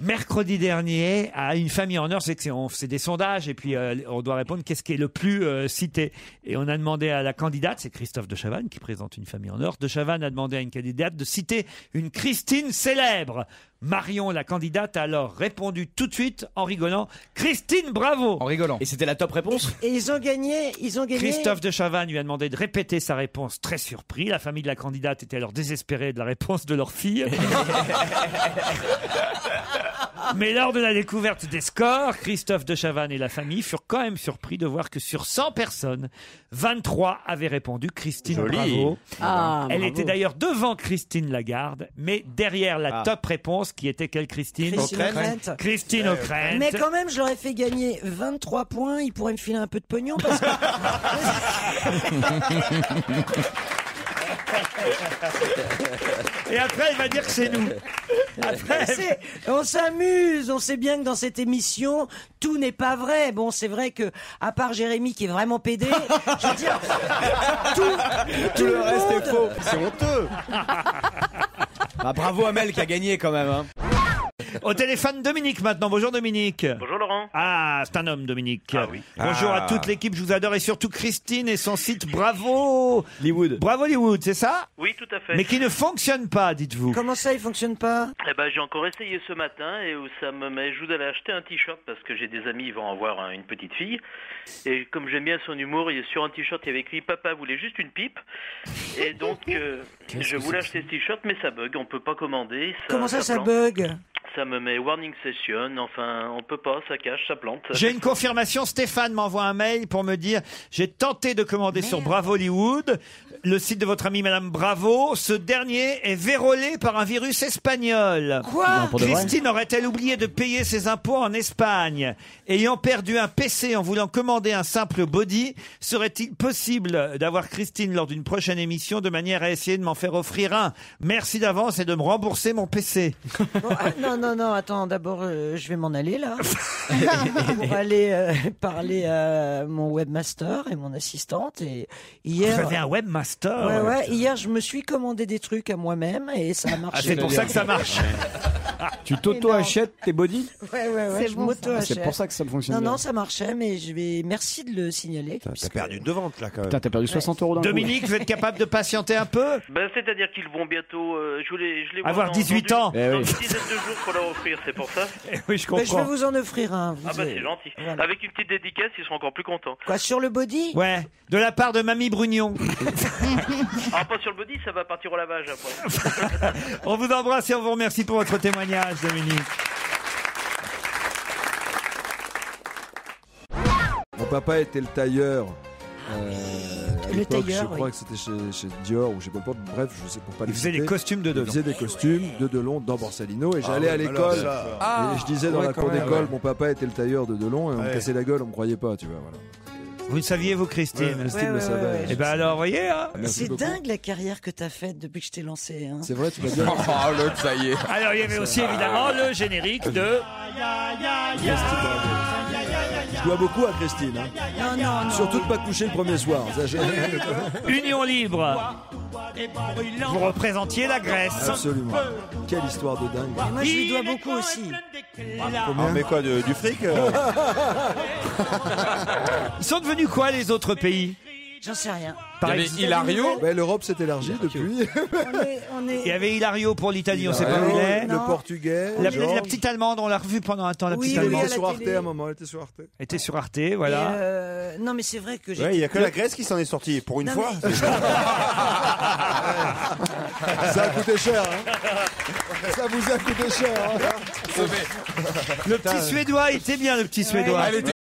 [SPEAKER 2] mercredi dernier à Une famille en heure, c'est que c'est- on- c'est des sondages et puis euh, on doit répondre qu'est-ce qui est le plus euh, cité. Et on a demandé à la candidate, c'est Christophe de Chavannes qui présente Une famille en heure. De Chavannes a demandé à une candidate de citer une Christine célèbre. Marion, la candidate, a alors répondu tout de suite en rigolant Christine, bravo En rigolant. Et c'était la top réponse
[SPEAKER 1] Et ils ont gagné, ils ont gagné.
[SPEAKER 2] Christophe de Chavannes lui a demandé de répéter sa réponse très surpris. La famille de la candidate était alors désespérée de la réponse de leur fille. Mais lors de la découverte des scores, Christophe de Chavannes et la famille furent quand même surpris de voir que sur 100 personnes, 23 avaient répondu Christine
[SPEAKER 9] Joli.
[SPEAKER 2] Bravo.
[SPEAKER 9] Ah,
[SPEAKER 2] Elle
[SPEAKER 9] bravo.
[SPEAKER 2] était d'ailleurs devant Christine Lagarde, mais derrière la
[SPEAKER 1] Ah.
[SPEAKER 2] top réponse qui était quelle Christine
[SPEAKER 1] Christine O'Krent.
[SPEAKER 2] Christine O'Krent.
[SPEAKER 1] Mais quand même, je leur ai fait gagner 23 points. Ils pourraient me filer un peu de pognon parce que
[SPEAKER 2] Et après, elle va dire que c'est nous.
[SPEAKER 1] C'est- on s'amuse, on sait bien que dans cette émission, tout n'est pas vrai. Bon, c'est vrai que, à part Jérémy qui est vraiment pédé, je veux dire, tout, tout le reste est faux.
[SPEAKER 16] C'est honteux. Bah, bravo à Mel qui a gagné quand même. hein.
[SPEAKER 2] Au téléphone, Dominique maintenant. Bonjour Dominique.
[SPEAKER 13] Bonjour Laurent.
[SPEAKER 2] Ah, c'est un homme Dominique. Bonjour
[SPEAKER 13] Ah.
[SPEAKER 2] à toute l'équipe, je vous adore et surtout Christine et son site Bravo Hollywood. Bravo Hollywood, c'est ça
[SPEAKER 13] Oui, tout à fait.
[SPEAKER 2] Mais qui ne fonctionne pas, dites-vous.
[SPEAKER 1] Comment ça, il fonctionne pas
[SPEAKER 13] Eh ben, j'ai encore essayé ce matin et où ça me met, je voudrais acheter un t-shirt parce que j'ai des amis, ils vont en voir hein, une petite fille. Et comme j'aime bien son humour, il- sur un t-shirt, il y avait écrit Papa voulait juste une pipe. Et donc, euh,
[SPEAKER 1] Qu'est-ce
[SPEAKER 13] je
[SPEAKER 1] que
[SPEAKER 13] voulais
[SPEAKER 1] c'est
[SPEAKER 13] acheter ce t-shirt, mais ça bug, on peut pas commander. Ça,
[SPEAKER 1] Comment ça, ça
[SPEAKER 13] plante.
[SPEAKER 1] bug
[SPEAKER 13] Ça me met warning session, enfin, on peut pas, ça cache, ça plante.
[SPEAKER 2] J'ai une confirmation, Stéphane m'envoie un mail pour me dire j'ai tenté de commander sur Bravo Hollywood, le site de votre amie Madame Bravo. Ce dernier est vérolé par un virus espagnol.
[SPEAKER 1] Quoi Non, pour de vrai.
[SPEAKER 2] Christine aurait-elle oublié de payer ses impôts en Espagne Ayant perdu un PC en voulant commander un simple body, serait-il possible d'avoir Christine lors d'une prochaine émission de manière à essayer de m'en faire offrir un Merci d'avance et de me rembourser mon PC.
[SPEAKER 1] Bon, ah, Non, non, non, attends, d'abord, euh, je vais m'en aller là. pour aller euh, parler à mon webmaster et mon assistante. Et hier.
[SPEAKER 2] Vous avez un webmaster
[SPEAKER 1] Ouais, ouais, hier, je me suis commandé des trucs à moi-même et ça a marché.
[SPEAKER 2] Ah, c'est pour ça que ça marche.
[SPEAKER 10] tu t'auto-achètes tes body
[SPEAKER 1] Ouais, ouais, ouais,
[SPEAKER 10] C'est
[SPEAKER 1] je
[SPEAKER 10] bon, ça.
[SPEAKER 1] m'auto-achète.
[SPEAKER 10] Ah, C'est pour ça que ça ne fonctionne
[SPEAKER 1] Non,
[SPEAKER 10] bien.
[SPEAKER 1] non, ça marchait, mais je vais. Merci de le signaler.
[SPEAKER 10] T'as
[SPEAKER 19] perdu de vente là quand même.
[SPEAKER 10] Putain, t'as perdu 60 euros d'un coup.
[SPEAKER 2] Dominique, vous êtes capable de patienter un peu
[SPEAKER 13] Ben, c'est-à-dire qu'ils vont bientôt, euh, je les, je les vois
[SPEAKER 2] Avoir
[SPEAKER 13] dans-
[SPEAKER 2] 18
[SPEAKER 13] dans,
[SPEAKER 2] ans.
[SPEAKER 13] Dans,
[SPEAKER 2] Eh
[SPEAKER 13] dans
[SPEAKER 2] oui. Eh
[SPEAKER 13] une dizaine de jours pour leur offrir, c'est pour ça.
[SPEAKER 2] Oui, je
[SPEAKER 1] Mais Bah, je vais vous en offrir un. vous
[SPEAKER 13] Ah bah
[SPEAKER 1] avez-
[SPEAKER 13] c'est gentil. Avec une petite dédicace, ils seront encore plus contents.
[SPEAKER 1] Quoi, sur le body
[SPEAKER 2] Ouais, de la part de Mamie Brugnon.
[SPEAKER 13] ah, pas sur le body, ça va partir au lavage après.
[SPEAKER 2] on vous embrasse et on vous remercie pour votre témoignage, Dominique.
[SPEAKER 24] Mon papa était le tailleur. euh, à
[SPEAKER 1] Le
[SPEAKER 24] l'époque,
[SPEAKER 1] tailleur,
[SPEAKER 24] Je crois
[SPEAKER 1] oui.
[SPEAKER 24] que c'était chez, chez Dior ou chez Paul Porte. Bref, je sais pour pas.
[SPEAKER 2] Il faisait des costumes de
[SPEAKER 24] Delon. Il faisait des costumes de Delon dans Borsalino et Ah j'allais oui, à mais alors l'école. ça. et je disais dans Ah, Ouais, la quand cour même, d'école, ouais. mon papa était le tailleur de Delon et on Ouais. me cassait la gueule, on me croyait pas, tu vois. Voilà.
[SPEAKER 2] Vous le saviez, vous, Christine
[SPEAKER 24] Ouais, Christine le savait.
[SPEAKER 2] Eh ben alors, voyez,
[SPEAKER 16] Ah,
[SPEAKER 2] hein
[SPEAKER 24] Merci
[SPEAKER 1] C'est
[SPEAKER 24] beaucoup.
[SPEAKER 1] dingue la carrière que t'as faite depuis que je t'ai lancé. Hein.
[SPEAKER 24] C'est vrai, tu l'as bien. Oh, l'autre, ça y est.
[SPEAKER 2] Alors, il y avait aussi évidemment le générique de.
[SPEAKER 24] je dois beaucoup à Christine. hein. Surtout de pas coucher le premier soir. ça, j'ai-
[SPEAKER 2] Union libre. Vous représentiez la Grèce.
[SPEAKER 24] Absolument. Quelle histoire de dingue.
[SPEAKER 1] Moi, je lui dois beaucoup aussi.
[SPEAKER 22] Ah,
[SPEAKER 24] Combien
[SPEAKER 4] mais quoi, de- du fric euh
[SPEAKER 2] oh. Ils sont devenus quoi les autres pays
[SPEAKER 1] J'en sais rien.
[SPEAKER 2] Par exemple-
[SPEAKER 24] Ouais, L'Europe s'est élargie depuis.
[SPEAKER 2] Il y avait Hilario pour l'Italie, on ne sait pas où
[SPEAKER 24] Hilario,
[SPEAKER 2] il est.
[SPEAKER 24] le Portugais,
[SPEAKER 2] La,
[SPEAKER 24] Georges.
[SPEAKER 2] la petite Allemande, on l'a revue pendant un temps. La petite
[SPEAKER 24] elle était
[SPEAKER 2] Allemande
[SPEAKER 24] sur Arte à un moment, elle était sur Arte.
[SPEAKER 2] Elle était sur Arte,
[SPEAKER 1] Et,
[SPEAKER 2] voilà.
[SPEAKER 1] euh, non, mais c'est vrai que j'ai.
[SPEAKER 4] Ouais, il y a que la Grèce qui s'en est sortie pour une
[SPEAKER 1] Non,
[SPEAKER 4] fois.
[SPEAKER 1] mais-
[SPEAKER 24] Ça a coûté cher. hein. Ça vous a coûté cher.
[SPEAKER 2] Le petit Suédois était bien, le petit Suédois.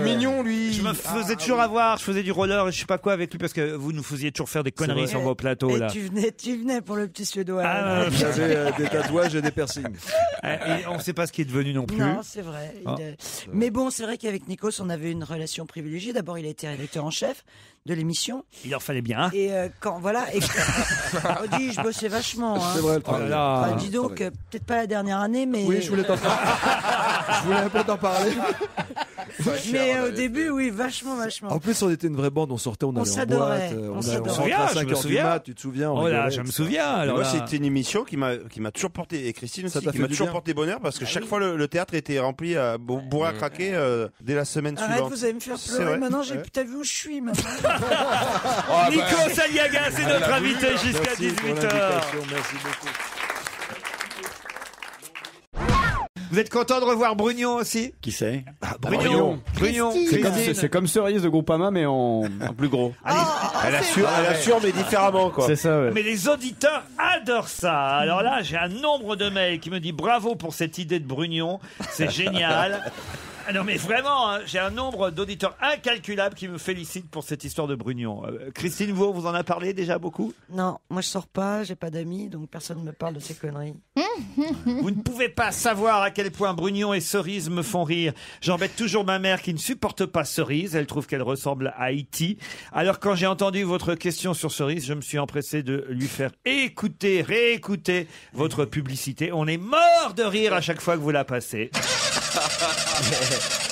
[SPEAKER 2] Mignon, lui. Euh, Ah. Je me faisais toujours avoir, je faisais du roller et je sais pas quoi avec lui parce que vous nous faisiez toujours faire des conneries
[SPEAKER 1] vrai.
[SPEAKER 2] sur vos plateaux
[SPEAKER 1] Et
[SPEAKER 2] là.
[SPEAKER 1] tu venais, tu venais pour le petit suédois.
[SPEAKER 2] Ah,
[SPEAKER 24] Il avait euh, des tatouages et des piercings.
[SPEAKER 2] Euh, et on ne sait pas ce qui est devenu non plus.
[SPEAKER 1] Non, c'est vrai. Il
[SPEAKER 2] Ah.
[SPEAKER 1] est- Mais bon, c'est vrai qu'avec Nikos, on avait une relation privilégiée. D'abord, il a été rédacteur en chef de l'émission.
[SPEAKER 2] Il en fallait bien. hein.
[SPEAKER 1] Et euh, quand, voilà. Et... Oh, dis, je bossais vachement. hein.
[SPEAKER 2] C'est vrai, le travail. Oh là là.
[SPEAKER 1] Enfin, dis donc, euh, peut-être pas la dernière année, mais.
[SPEAKER 24] Oui, je voulais t'en parler. Je voulais un peu t'en parler.
[SPEAKER 1] Mais euh, au début, oui, vachement, vachement.
[SPEAKER 24] En plus, on était une vraie bande, on sortait, on allait en
[SPEAKER 1] s'adorait,
[SPEAKER 24] boîte, euh,
[SPEAKER 1] on
[SPEAKER 24] on, allait-
[SPEAKER 1] s'adorait. Je me
[SPEAKER 24] on rentrait
[SPEAKER 1] souviens,
[SPEAKER 24] à
[SPEAKER 1] je
[SPEAKER 24] 5
[SPEAKER 1] me
[SPEAKER 24] heures du
[SPEAKER 1] souviens.
[SPEAKER 24] mat, tu te souviens on
[SPEAKER 4] Oh là,
[SPEAKER 24] rigolait,
[SPEAKER 4] je me
[SPEAKER 24] etc.
[SPEAKER 4] souviens, Mais alors moi, là. c'était une émission qui m'a qui m'a toujours porté et Christine
[SPEAKER 24] Ça
[SPEAKER 4] aussi
[SPEAKER 24] t'a
[SPEAKER 4] qui
[SPEAKER 24] fait
[SPEAKER 4] m'a
[SPEAKER 24] du
[SPEAKER 4] toujours
[SPEAKER 24] bien.
[SPEAKER 4] porté bonheur parce que chaque fois le, le théâtre était rempli à bo- bourré à craquer euh, dès la semaine
[SPEAKER 1] Arrête,
[SPEAKER 4] suivante.
[SPEAKER 1] vous allez me faire
[SPEAKER 4] C'est
[SPEAKER 1] pleurer.
[SPEAKER 4] vrai.
[SPEAKER 1] Maintenant, j'ai
[SPEAKER 4] Ouais.
[SPEAKER 1] t'as vu où je suis maintenant.
[SPEAKER 4] Ah, bah.
[SPEAKER 2] Nikos Aliaga, c'est notre invité jusqu'à 18h.
[SPEAKER 24] Merci beaucoup.
[SPEAKER 2] Vous êtes content de revoir Brugnon aussi
[SPEAKER 9] Qui c'est
[SPEAKER 10] Ah,
[SPEAKER 2] Brugnon. Brugnon.
[SPEAKER 10] C'est comme,
[SPEAKER 2] Christine.
[SPEAKER 10] c'est comme Cerise de Groupama, mais en, en plus gros.
[SPEAKER 4] Elle assure, elle assure mais différemment quoi.
[SPEAKER 10] Ah, C'est ça, ouais.
[SPEAKER 2] Mais les auditeurs adorent ça. Alors là, j'ai un nombre de mails qui me dit bravo pour cette idée de Brugnon. C'est génial. Ah Non mais vraiment, hein, j'ai un nombre d'auditeurs incalculable qui me félicitent pour cette histoire de Brugnon. Euh, Christine Vaud, vous en a parlé déjà beaucoup
[SPEAKER 1] Non, moi je sors pas, j'ai pas d'amis, donc personne ne me parle de ces conneries.
[SPEAKER 2] Vous ne pouvez pas savoir à quel point Brugnon et Cerise me font rire. J'embête toujours ma mère qui ne supporte pas Cerise. Elle trouve qu'elle ressemble à Haïti. Alors quand j'ai entendu votre question sur Cerise, je me suis empressé de lui faire écouter, réécouter votre publicité. On est mort de rire à chaque fois que vous la passez.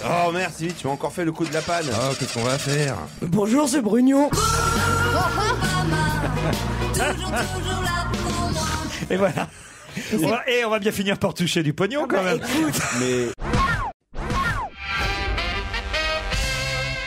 [SPEAKER 4] Oh merde, Sylvie, tu m'as encore fait le coup de la panne. Oh, qu'est-ce qu'on va faire
[SPEAKER 6] Bonjour, c'est Brugnon.
[SPEAKER 2] Et voilà. On va- et on va bien finir par toucher du pognon quand même.
[SPEAKER 4] Mais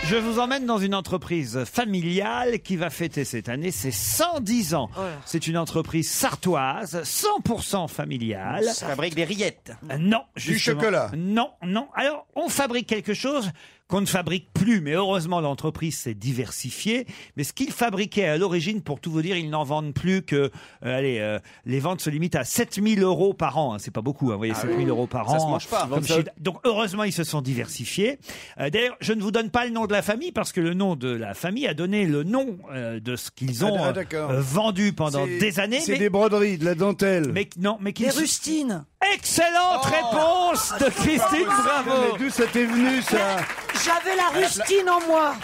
[SPEAKER 2] Je vous emmène dans une entreprise familiale qui va fêter cette année ses 110 ans. C'est une entreprise sartoise, 100% familiale. Euh,
[SPEAKER 15] Ça fabrique des rillettes.
[SPEAKER 2] Non, justement.
[SPEAKER 15] chocolat.
[SPEAKER 2] Non, non. Alors, on fabrique quelque chose qu'on ne fabrique plus, mais heureusement l'entreprise s'est diversifiée. Mais ce qu'ils fabriquaient à l'origine, pour tout vous dire, ils n'en vendent plus que, euh, allez, euh, les ventes se limitent à 7000 euros par an. hein. C'est pas beaucoup, hein, vous voyez,
[SPEAKER 15] Ah
[SPEAKER 2] 7000
[SPEAKER 15] oui.
[SPEAKER 2] euros par
[SPEAKER 15] Ça
[SPEAKER 2] an.
[SPEAKER 15] se mange pas.
[SPEAKER 2] Comme
[SPEAKER 15] Comme ça.
[SPEAKER 2] chiffre- donc heureusement, ils se sont diversifiés. Euh, D'ailleurs, je ne vous donne pas le nom de la famille parce que le nom de la famille a donné le nom euh, de ce qu'ils ont
[SPEAKER 8] Ah,
[SPEAKER 2] euh,
[SPEAKER 8] d'accord.
[SPEAKER 2] euh, vendu pendant
[SPEAKER 8] C'est-
[SPEAKER 2] des années.
[SPEAKER 8] C'est
[SPEAKER 2] mais-
[SPEAKER 8] des broderies, de la dentelle.
[SPEAKER 2] Mais non, mais qui
[SPEAKER 1] Les rustines
[SPEAKER 2] Excellente
[SPEAKER 1] Oh
[SPEAKER 2] réponse
[SPEAKER 1] Ah,
[SPEAKER 2] de Christine Bravo.
[SPEAKER 8] D'où ça t'est venu ça
[SPEAKER 1] J'avais la rustine en moi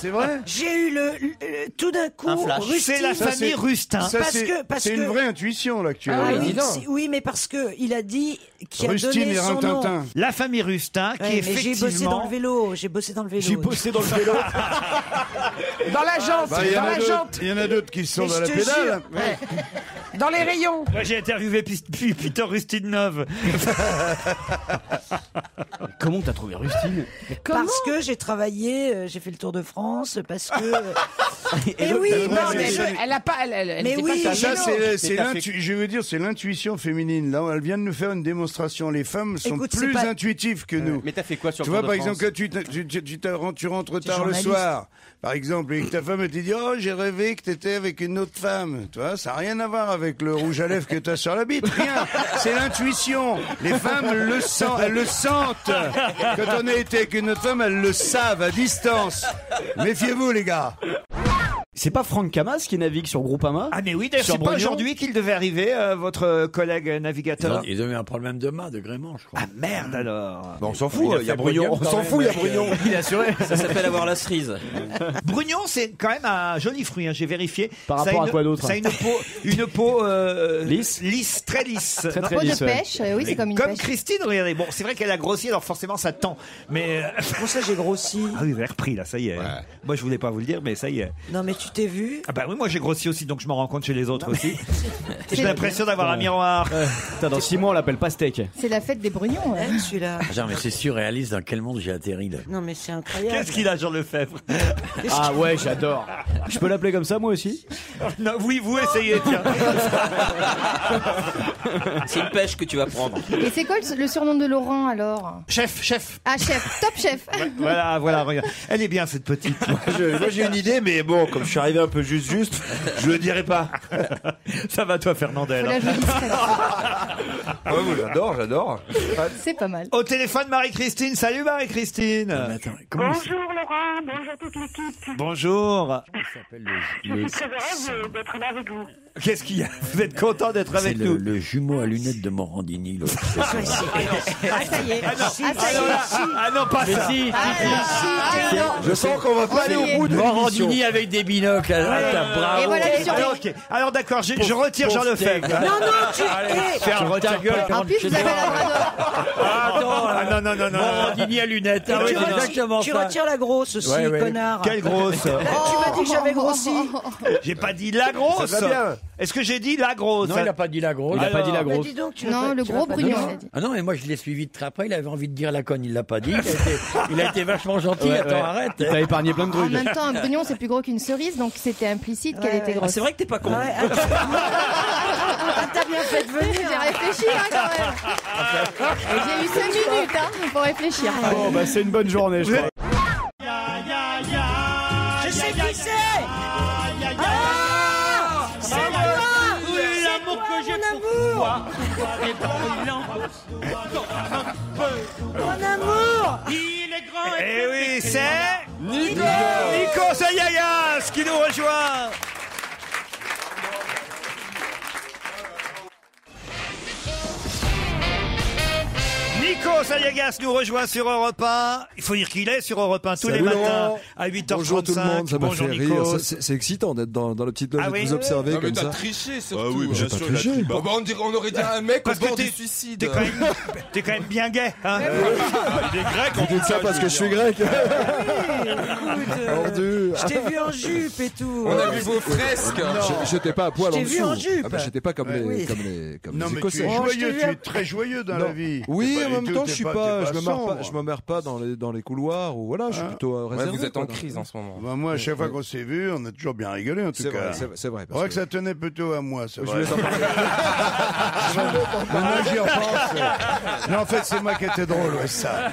[SPEAKER 8] C'est vrai
[SPEAKER 1] J'ai eu le, le- le- tout d'un coup
[SPEAKER 8] Un flash.
[SPEAKER 1] Rustine.
[SPEAKER 8] C'est la Ça, famille c'est- Rustin. ça,
[SPEAKER 1] parce
[SPEAKER 8] c'est-
[SPEAKER 1] que parce
[SPEAKER 8] c'est
[SPEAKER 1] que-
[SPEAKER 8] une vraie intuition, là, que tu as. Ah oui, dis
[SPEAKER 1] oui,
[SPEAKER 8] donc.
[SPEAKER 1] c'est- oui, mais parce que il a dit qu'il a
[SPEAKER 8] Rustine
[SPEAKER 1] donné
[SPEAKER 8] et
[SPEAKER 1] son nom.
[SPEAKER 8] Rintintin.
[SPEAKER 2] La famille Rustin, Ah, qui
[SPEAKER 1] Ouais, mais j'ai
[SPEAKER 2] effectivement.
[SPEAKER 1] bossé dans le vélo, j'ai bossé dans le vélo.
[SPEAKER 2] J'ai bossé dans le vélo.
[SPEAKER 6] Dans la jante,
[SPEAKER 8] Bah, il y en
[SPEAKER 6] dans
[SPEAKER 8] a
[SPEAKER 6] la
[SPEAKER 8] d'autres-
[SPEAKER 6] jante.
[SPEAKER 8] Il y en a d'autres qui sont
[SPEAKER 6] Mais
[SPEAKER 8] dans
[SPEAKER 6] je
[SPEAKER 8] la
[SPEAKER 6] te
[SPEAKER 8] pédale.
[SPEAKER 6] jure, ouais. Dans les rayons.
[SPEAKER 2] Moi, j'ai interviewé Pis- Pi- Peter Rustine Neuve.
[SPEAKER 10] Comment t'as trouvé Rustine
[SPEAKER 1] parce que j'ai travaillé, euh, j'ai fait le Tour de France, parce que. euh, Eh
[SPEAKER 6] Et
[SPEAKER 1] oui,
[SPEAKER 6] non,
[SPEAKER 1] non,
[SPEAKER 6] mais
[SPEAKER 1] mais je-
[SPEAKER 6] elle a pas. Elle, elle, elle
[SPEAKER 1] Mais
[SPEAKER 6] était
[SPEAKER 1] oui,
[SPEAKER 6] pas
[SPEAKER 8] Ça,
[SPEAKER 6] Gino.
[SPEAKER 8] c'est- c'est l'intu- je veux dire, c'est l'intuition féminine. Là, elle vient de nous faire une démonstration. Les femmes sont
[SPEAKER 6] Écoute, c'est
[SPEAKER 8] plus
[SPEAKER 6] pas-
[SPEAKER 8] intuitives que nous.
[SPEAKER 15] Mais t'as fait quoi sur
[SPEAKER 8] Tu
[SPEAKER 15] le
[SPEAKER 8] vois,
[SPEAKER 15] Tour
[SPEAKER 8] par
[SPEAKER 15] de
[SPEAKER 8] exemple,
[SPEAKER 15] France
[SPEAKER 8] quand tu, te- tu, tu- tu te rends- tu rentres
[SPEAKER 15] T'es
[SPEAKER 8] tard le
[SPEAKER 15] journaliste.
[SPEAKER 8] soir, par exemple, et que ta femme elle te dit Oh, j'ai rêvé que t'étais avec une autre femme. Tu vois, ça n'a rien à voir avec le rouge à lèvres que t'as sur la bite. Rien. C'est l'intuition. Les femmes le sentent. Elles le sentent. Quand on a été avec que notre femme, elle le savent à distance. Méfiez-vous, les gars.
[SPEAKER 10] C'est pas Franck Camas qui navigue sur Groupama
[SPEAKER 2] Ah mais oui, d'ailleurs, c'est pas aujourd'hui qu'il devait arriver, euh, votre collègue navigateur.
[SPEAKER 9] Ils ont eu un problème de main, de gréement, je crois. Ah
[SPEAKER 2] merde alors
[SPEAKER 9] On s'en
[SPEAKER 2] fout, il y a Brugnon. On s'en fout, il y a Brugnon.
[SPEAKER 9] Il a assuré.
[SPEAKER 23] Ça s'appelle avoir la cerise.
[SPEAKER 2] Brugnon, c'est quand même un joli fruit, hein, j'ai vérifié.
[SPEAKER 10] Par
[SPEAKER 2] Ça a
[SPEAKER 10] rapport à
[SPEAKER 2] une-
[SPEAKER 10] quoi d'autre
[SPEAKER 2] Ça a une peau, une peau euh, lisse. très lisse.
[SPEAKER 10] Très, très Peau de lisse, ouais.
[SPEAKER 22] pêche, euh, oui, c'est
[SPEAKER 2] Mais
[SPEAKER 22] comme une pêche.
[SPEAKER 2] Christine, regardez. Bon, c'est vrai qu'elle a grossi, alors forcément ça tend. Mais. Pour ça, j'ai grossi. Ah oui, vous avez repris là, ça y est. Moi, je voulais pas vous le dire, mais ça y est.
[SPEAKER 1] Non, mais tu t'es vu
[SPEAKER 2] Ah bah oui, moi j'ai grossi aussi, donc je m'en rends compte chez les autres aussi.
[SPEAKER 1] C'est-
[SPEAKER 2] J'ai l'impression d'avoir un miroir.
[SPEAKER 10] dans 6 mois, on l'appelle pastèque.
[SPEAKER 22] C'est la fête des brugnons. hein.
[SPEAKER 1] Eh, Celui-là.
[SPEAKER 9] Genre, mais c'est surréaliste dans quel monde j'ai atterri là.
[SPEAKER 1] Non, mais c'est incroyable.
[SPEAKER 2] Qu'est-ce qu'il a, Jean Lefebvre
[SPEAKER 10] Ah ouais, j'adore. Je peux l'appeler comme ça moi aussi
[SPEAKER 2] Non, oui, vous essayez, tiens.
[SPEAKER 23] C'est une pêche que tu vas prendre.
[SPEAKER 22] Et c'est quoi le le surnom de Laurent alors
[SPEAKER 2] Chef, chef.
[SPEAKER 22] Ah chef, top chef.
[SPEAKER 2] Voilà, voilà, regarde. Elle est bien cette petite.
[SPEAKER 19] Moi j'ai une idée, mais bon, comme je suis arrivé un peu juste juste, je le dirai pas.
[SPEAKER 2] Ça va toi, Fernandel. hein.
[SPEAKER 22] Voilà, je le dis,
[SPEAKER 19] Ah ouais, moi, j'adore, j'adore.
[SPEAKER 22] C'est pas mal.
[SPEAKER 2] Au téléphone, Marie-Christine. Salut, Marie-Christine.
[SPEAKER 11] Bonjour Laurent, bonjour toute l'équipe.
[SPEAKER 2] Bonjour.
[SPEAKER 11] Je suis très heureuse d'être là avec vous.
[SPEAKER 2] Qu'est-ce qu'il y a Vous êtes content d'être
[SPEAKER 9] C'est
[SPEAKER 2] avec
[SPEAKER 9] le,
[SPEAKER 2] nous
[SPEAKER 9] le jumeau à lunettes de Morandini. l'autre.
[SPEAKER 11] Ah ça y est.
[SPEAKER 2] Ah non,
[SPEAKER 11] Si,
[SPEAKER 2] ah
[SPEAKER 11] si,
[SPEAKER 2] non, là,
[SPEAKER 11] si.
[SPEAKER 2] ah non, pas
[SPEAKER 11] Mais
[SPEAKER 2] ça.
[SPEAKER 11] si, si,
[SPEAKER 2] Ah
[SPEAKER 11] si.
[SPEAKER 2] non,
[SPEAKER 11] Ah,
[SPEAKER 2] ah
[SPEAKER 11] si,
[SPEAKER 2] non.
[SPEAKER 11] si. Je sens qu'on va pas aller au bout de l'émission.
[SPEAKER 9] Morandini avec des binocles. Ah,
[SPEAKER 2] Ouais.
[SPEAKER 9] t'as- bravo.
[SPEAKER 22] Et voilà, les gens-
[SPEAKER 2] Alors, ok. Alors, d'accord, j'ai- je
[SPEAKER 9] Pauvre-
[SPEAKER 2] retire Jean
[SPEAKER 9] pauvre
[SPEAKER 2] Lefebvre.
[SPEAKER 9] Steve.
[SPEAKER 22] Non, non, tu- Allez, eh.
[SPEAKER 2] Tiens,
[SPEAKER 9] ferme ta
[SPEAKER 2] retire
[SPEAKER 9] gueule,
[SPEAKER 2] pas.
[SPEAKER 22] En plus vous avez la
[SPEAKER 2] Ah, attends, ah, non, non, non, non.
[SPEAKER 9] Morandini à lunettes.
[SPEAKER 1] Et
[SPEAKER 9] Ah,
[SPEAKER 1] tu
[SPEAKER 9] oui,
[SPEAKER 1] retires-
[SPEAKER 9] exactement
[SPEAKER 1] tu
[SPEAKER 9] ça.
[SPEAKER 1] retires la grosse aussi,
[SPEAKER 9] Ouais, ouais.
[SPEAKER 1] connard.
[SPEAKER 2] Quelle
[SPEAKER 11] Eh,
[SPEAKER 2] grosse Oh.
[SPEAKER 1] Tu m'as dit que j'avais grossi.
[SPEAKER 2] J'ai pas dit la grosse.
[SPEAKER 9] Ça va bien.
[SPEAKER 2] Est-ce que j'ai dit la grosse
[SPEAKER 9] Non, il a pas dit la grosse.
[SPEAKER 2] Oh, Il a pas dit la
[SPEAKER 1] Bah, dis donc, tu vas
[SPEAKER 22] Non,
[SPEAKER 1] pas-
[SPEAKER 22] le
[SPEAKER 1] tu vas
[SPEAKER 22] gros
[SPEAKER 1] pas-
[SPEAKER 22] brugnon.
[SPEAKER 1] Non.
[SPEAKER 22] il a dit.
[SPEAKER 9] Ah non, mais moi je l'ai suivi de très près, il avait envie de dire la conne, il l'a pas dit. Il a été, il a été vachement gentil,
[SPEAKER 10] Ouais,
[SPEAKER 9] attends,
[SPEAKER 10] ouais.
[SPEAKER 9] arrête.
[SPEAKER 10] Il t'a épargné plein de
[SPEAKER 22] En
[SPEAKER 10] trucs.
[SPEAKER 22] même temps, un brugnon c'est plus gros qu'une cerise, donc c'était implicite qu'elle
[SPEAKER 1] Ouais,
[SPEAKER 22] était
[SPEAKER 1] ouais.
[SPEAKER 23] Ah,
[SPEAKER 22] grosse.
[SPEAKER 23] c'est vrai que t'es pas con.
[SPEAKER 1] Ouais, ah, ah, t'as bien fait de
[SPEAKER 22] J'ai
[SPEAKER 1] venir.
[SPEAKER 22] réfléchi hein, quand même. Et J'ai eu 5 minutes hein, pour réfléchir.
[SPEAKER 4] Ah
[SPEAKER 10] Bon, bah c'est une bonne journée, je crois.
[SPEAKER 1] Je sais qui c'est Ah C'est moi
[SPEAKER 11] Où est l'amour que j'ai pour toi Toi, est brûlant,
[SPEAKER 1] Mon amour
[SPEAKER 11] il est grand et
[SPEAKER 2] Eh oui, c'est
[SPEAKER 11] Nico
[SPEAKER 2] Nico Sayayas qui nous rejoint. Nico Sayagas nous rejoint sur Europe 1. Il faut dire qu'il est sur Europe 1 tous les
[SPEAKER 24] Salut,
[SPEAKER 2] matins
[SPEAKER 24] Laurent.
[SPEAKER 2] à 8h35.
[SPEAKER 24] Bonjour tout le monde, ça m'a
[SPEAKER 2] Bonjour
[SPEAKER 24] fait
[SPEAKER 2] Nico.
[SPEAKER 24] rire. Ça, C'est c'est excitant d'être dans, dans la petite loge
[SPEAKER 2] Ah
[SPEAKER 24] et de
[SPEAKER 2] oui.
[SPEAKER 24] vous observer
[SPEAKER 21] Non, mais
[SPEAKER 24] comme
[SPEAKER 21] t'as
[SPEAKER 24] ça.
[SPEAKER 21] triché surtout.
[SPEAKER 24] Ah oui, mais j'ai pas
[SPEAKER 21] sûr, il a
[SPEAKER 24] triché.
[SPEAKER 21] Bah, bah, on, dirait- on aurait dit à un mec
[SPEAKER 2] Parce
[SPEAKER 21] au
[SPEAKER 2] que
[SPEAKER 21] bord
[SPEAKER 2] t'es-
[SPEAKER 21] du suicide.
[SPEAKER 2] T'es quand, même- t'es quand même bien gay. Hein Les Grecs ont
[SPEAKER 24] Vous dites ça parce que je suis grec.
[SPEAKER 21] Ah
[SPEAKER 1] Écoute,
[SPEAKER 24] Ordure.
[SPEAKER 1] Ah je t'ai vu en jupe et tout.
[SPEAKER 21] On a vu vos fresques.
[SPEAKER 24] Je- J'étais pas à poil
[SPEAKER 1] Je
[SPEAKER 24] en
[SPEAKER 1] t'ai vu
[SPEAKER 24] dessous.
[SPEAKER 1] en jupe.
[SPEAKER 24] Ah bah, j'étais pas comme les
[SPEAKER 1] Oui. Oh,
[SPEAKER 24] comme les comme
[SPEAKER 8] Non,
[SPEAKER 24] les
[SPEAKER 8] mais tu
[SPEAKER 24] Écossais.
[SPEAKER 8] es joyeux,
[SPEAKER 1] je te
[SPEAKER 8] tu es
[SPEAKER 1] jure.
[SPEAKER 8] très joyeux dans
[SPEAKER 24] Non.
[SPEAKER 8] la vie.
[SPEAKER 24] Oui,
[SPEAKER 8] T'es pas
[SPEAKER 24] en
[SPEAKER 8] du
[SPEAKER 24] même
[SPEAKER 8] tout-
[SPEAKER 24] temps,
[SPEAKER 8] t'es
[SPEAKER 24] je suis
[SPEAKER 8] pas-
[SPEAKER 24] pas,
[SPEAKER 8] t'es
[SPEAKER 24] je me marre pas,
[SPEAKER 8] sombre.
[SPEAKER 24] je me marre pas dans les dans les couloirs ou voilà, je suis plutôt euh,
[SPEAKER 21] Ouais,
[SPEAKER 24] réservé.
[SPEAKER 21] vous êtes
[SPEAKER 24] quoi,
[SPEAKER 21] en
[SPEAKER 24] dans-
[SPEAKER 21] crise en ce moment.
[SPEAKER 8] Bah, moi, à chaque fois qu'on s'est vu, on a toujours bien rigolé, en tout
[SPEAKER 24] C'est vrai,
[SPEAKER 8] cas.
[SPEAKER 24] c'est c'est vrai.
[SPEAKER 8] C'est
[SPEAKER 24] parce
[SPEAKER 8] vrai
[SPEAKER 24] que-
[SPEAKER 8] que ça tenait plutôt à moi, c'est
[SPEAKER 24] Je
[SPEAKER 8] vrai.
[SPEAKER 24] voulais t'en parler.
[SPEAKER 8] Maintenant, j'y repense. Non, en fait, c'est moi qui étais drôle, ouais, ça.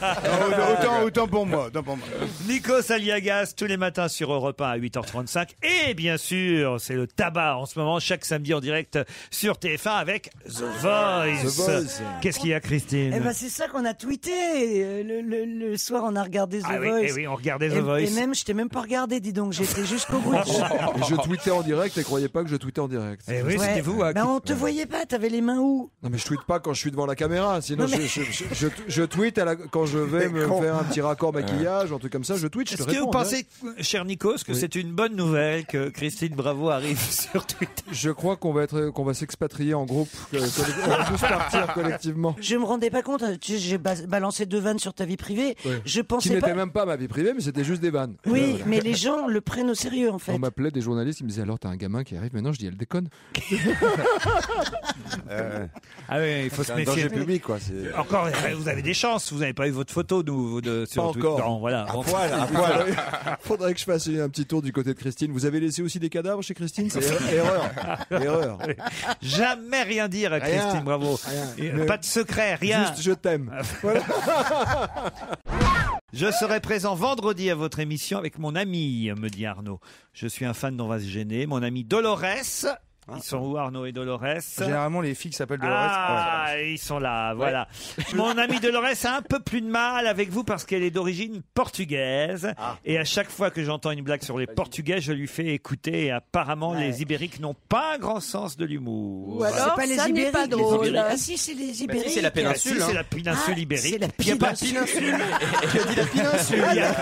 [SPEAKER 8] Non, Autant, autant pour moi, autant pour moi.
[SPEAKER 2] Nico Saliagas tous les matins sur Europe 1 à 8h35. Et bien sûr, c'est le tabac en ce moment, chaque samedi en direct sur TF1 avec The Voice.
[SPEAKER 24] The Voice.
[SPEAKER 2] Qu'est-ce qu'il y a, Christine
[SPEAKER 1] Eh ben c'est ça qu'on a tweeté euh, le, le- le soir on a regardé The
[SPEAKER 2] Ah oui,
[SPEAKER 1] Voice.
[SPEAKER 2] eh oui, on regardait The
[SPEAKER 1] et,
[SPEAKER 2] Voice.
[SPEAKER 1] Et même je t'ai même pas regardé, dis donc, j'étais jusqu'au bout.
[SPEAKER 24] Et je tweetais en direct et croyez pas que je tweetais en direct.
[SPEAKER 2] Eh oui,
[SPEAKER 1] Ouais.
[SPEAKER 2] c'était vous. hein,
[SPEAKER 1] Ben,
[SPEAKER 2] qui-
[SPEAKER 1] on te voyait pas, t'avais les mains où
[SPEAKER 24] Non mais je tweete pas quand je suis devant la caméra, sinon
[SPEAKER 1] Non, mais-
[SPEAKER 24] je, je, je, je tweete à la- quand je vais me faire un petit raccord maquillage, un truc comme ça, je tweete, je te
[SPEAKER 2] Est-ce que
[SPEAKER 24] réponds. hein.
[SPEAKER 2] vous pensez, hein. cher Nikos, que
[SPEAKER 24] Oui.
[SPEAKER 2] c'est une bonne nouvelle que Christine Bravo arrive sur Twitter
[SPEAKER 24] Je crois qu'on va être, qu'on va s'expatrier en groupe, que- que- on va tous partir collectivement.
[SPEAKER 1] Je me rendais pas compte, tu sais, j'ai bas- balancé deux vannes sur ta vie privée.
[SPEAKER 24] Ouais.
[SPEAKER 1] Je
[SPEAKER 24] Qui
[SPEAKER 1] pensais
[SPEAKER 24] n'était
[SPEAKER 1] pas.
[SPEAKER 24] même pas ma vie privée, mais c'était juste des vannes.
[SPEAKER 1] Oui,
[SPEAKER 24] Voilà.
[SPEAKER 1] mais les gens le prennent au sérieux en fait.
[SPEAKER 24] On m'appelait des journalistes, ils me disaient alors t'as un gamin qui arrive maintenant, je dis elle déconne.
[SPEAKER 19] Euh,
[SPEAKER 2] Ah oui, il faut se méfier.
[SPEAKER 19] public, quoi. c'est-
[SPEAKER 2] Encore, euh, vous avez des chances, vous n'avez pas eu votre photo de, vous, de, sur
[SPEAKER 24] Pas
[SPEAKER 2] Twitter.
[SPEAKER 24] encore.
[SPEAKER 2] Non, voilà. Bon.
[SPEAKER 24] Il faudrait, faudrait que je fasse un petit tour du côté de Christine. Vous avez laissé aussi des cadavres chez Christine C'est er- erreur, erreur.
[SPEAKER 2] Jamais rien dire à
[SPEAKER 24] Rien.
[SPEAKER 2] Christine Bravo. Et, euh,
[SPEAKER 24] Mais-
[SPEAKER 2] Pas de secret, rien.
[SPEAKER 24] Juste je t'aime.
[SPEAKER 2] Je serai présent vendredi à votre émission avec mon ami, me dit Arnaud. Je suis un fan, d'on va se gêner. Mon ami Dolores. Ils sont où Arnaud et Dolores
[SPEAKER 7] Généralement, les filles qui s'appellent Dolores.
[SPEAKER 2] Ah, ils sont là, voilà. Mon ami Dolores a un peu plus de mal avec vous parce qu'elle est d'origine portugaise.
[SPEAKER 7] Ah.
[SPEAKER 2] Et à chaque fois que j'entends une blague sur les Portugais, je lui fais écouter. Et apparemment, les Ibériques n'ont pas un grand sens de l'humour.
[SPEAKER 1] Ou alors,
[SPEAKER 2] Voilà.
[SPEAKER 1] pas les
[SPEAKER 6] ça n'est
[SPEAKER 1] Ibériques.
[SPEAKER 6] pas drôle.
[SPEAKER 1] les Ibériques. Ah si, c'est les Ibériques.
[SPEAKER 2] si, c'est la péninsule, hein. Ah, c'est la
[SPEAKER 1] Il y a pas de péninsule.
[SPEAKER 2] Qui a dit la péninsule
[SPEAKER 11] Ah,
[SPEAKER 1] Il y a-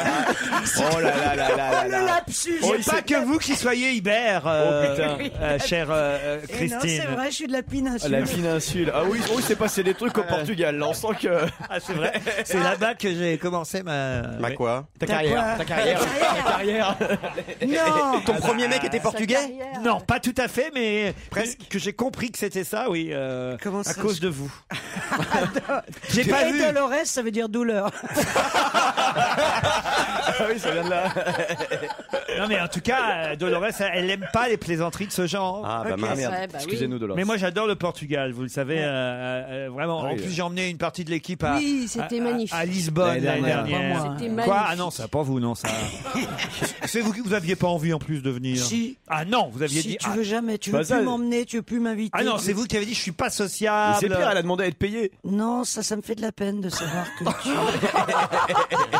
[SPEAKER 2] Oh là là là là
[SPEAKER 1] Oh, le
[SPEAKER 2] là là.
[SPEAKER 1] lapsus.
[SPEAKER 2] Oh,
[SPEAKER 1] Il
[SPEAKER 2] c'est
[SPEAKER 1] s'est-
[SPEAKER 2] pas que vous qui soyez Ibère, euh,
[SPEAKER 10] Oh, putain. Ah,
[SPEAKER 2] euh, chère euh, euh,
[SPEAKER 1] Eh
[SPEAKER 2] Christine.
[SPEAKER 1] Non, c'est vrai, je suis de la péninsule.
[SPEAKER 10] La péninsule. Ah oui, oui c'est passé des trucs au Portugal. Là, on sent que.
[SPEAKER 2] Ah, c'est vrai. C'est là-bas que j'ai commencé ma. Ma
[SPEAKER 10] quoi
[SPEAKER 2] Ta carrière.
[SPEAKER 10] Ta carrière.
[SPEAKER 2] Ta carrière. Ah,
[SPEAKER 10] Non.
[SPEAKER 15] Ton premier mec était portugais
[SPEAKER 2] Non, pas tout à fait, mais presque. Que j'ai compris que c'était ça, oui. euh, à
[SPEAKER 1] ça, Ah,
[SPEAKER 2] cause
[SPEAKER 1] je-
[SPEAKER 2] de vous. J'ai pas
[SPEAKER 1] Et
[SPEAKER 2] vu.
[SPEAKER 1] Dolores, ça veut dire douleur.
[SPEAKER 2] Ah oui, ça vient de là. non, mais en tout cas, euh, Dolores, elle- elle aime pas les plaisanteries de ce genre.
[SPEAKER 15] Ah, bah, Ok. mince. Ouais, bah oui. Excusez-nous, Dolores.
[SPEAKER 2] Mais moi, j'adore le Portugal, vous le savez, euh, euh, vraiment.
[SPEAKER 15] Ah oui,
[SPEAKER 2] en plus,
[SPEAKER 15] euh.
[SPEAKER 2] j'ai emmené une partie de l'équipe à,
[SPEAKER 12] Oui, c'était
[SPEAKER 2] à- à-
[SPEAKER 12] magnifique.
[SPEAKER 2] à Lisbonne
[SPEAKER 12] L'année
[SPEAKER 2] l'année
[SPEAKER 12] dernière,
[SPEAKER 2] dernière.
[SPEAKER 12] vraiment, C'était hein.
[SPEAKER 2] Quoi
[SPEAKER 12] magnifique.
[SPEAKER 2] Ah non, ça, pas vous, non, ça. C'est vous qui vous aviez pas envie en plus de venir.
[SPEAKER 1] Si.
[SPEAKER 2] Ah non, vous aviez
[SPEAKER 1] Si,
[SPEAKER 2] dit.
[SPEAKER 1] tu
[SPEAKER 2] ah,
[SPEAKER 1] veux jamais, tu
[SPEAKER 2] bah,
[SPEAKER 1] veux
[SPEAKER 2] ça-
[SPEAKER 1] plus m'emmener, tu veux plus m'inviter.
[SPEAKER 2] Ah non, c'est vous qui avez dit je suis pas sociable.
[SPEAKER 1] Mais c'est pire, elle a
[SPEAKER 2] demandé à être payée.
[SPEAKER 1] Non, ça, ça me fait de la peine de savoir que tu.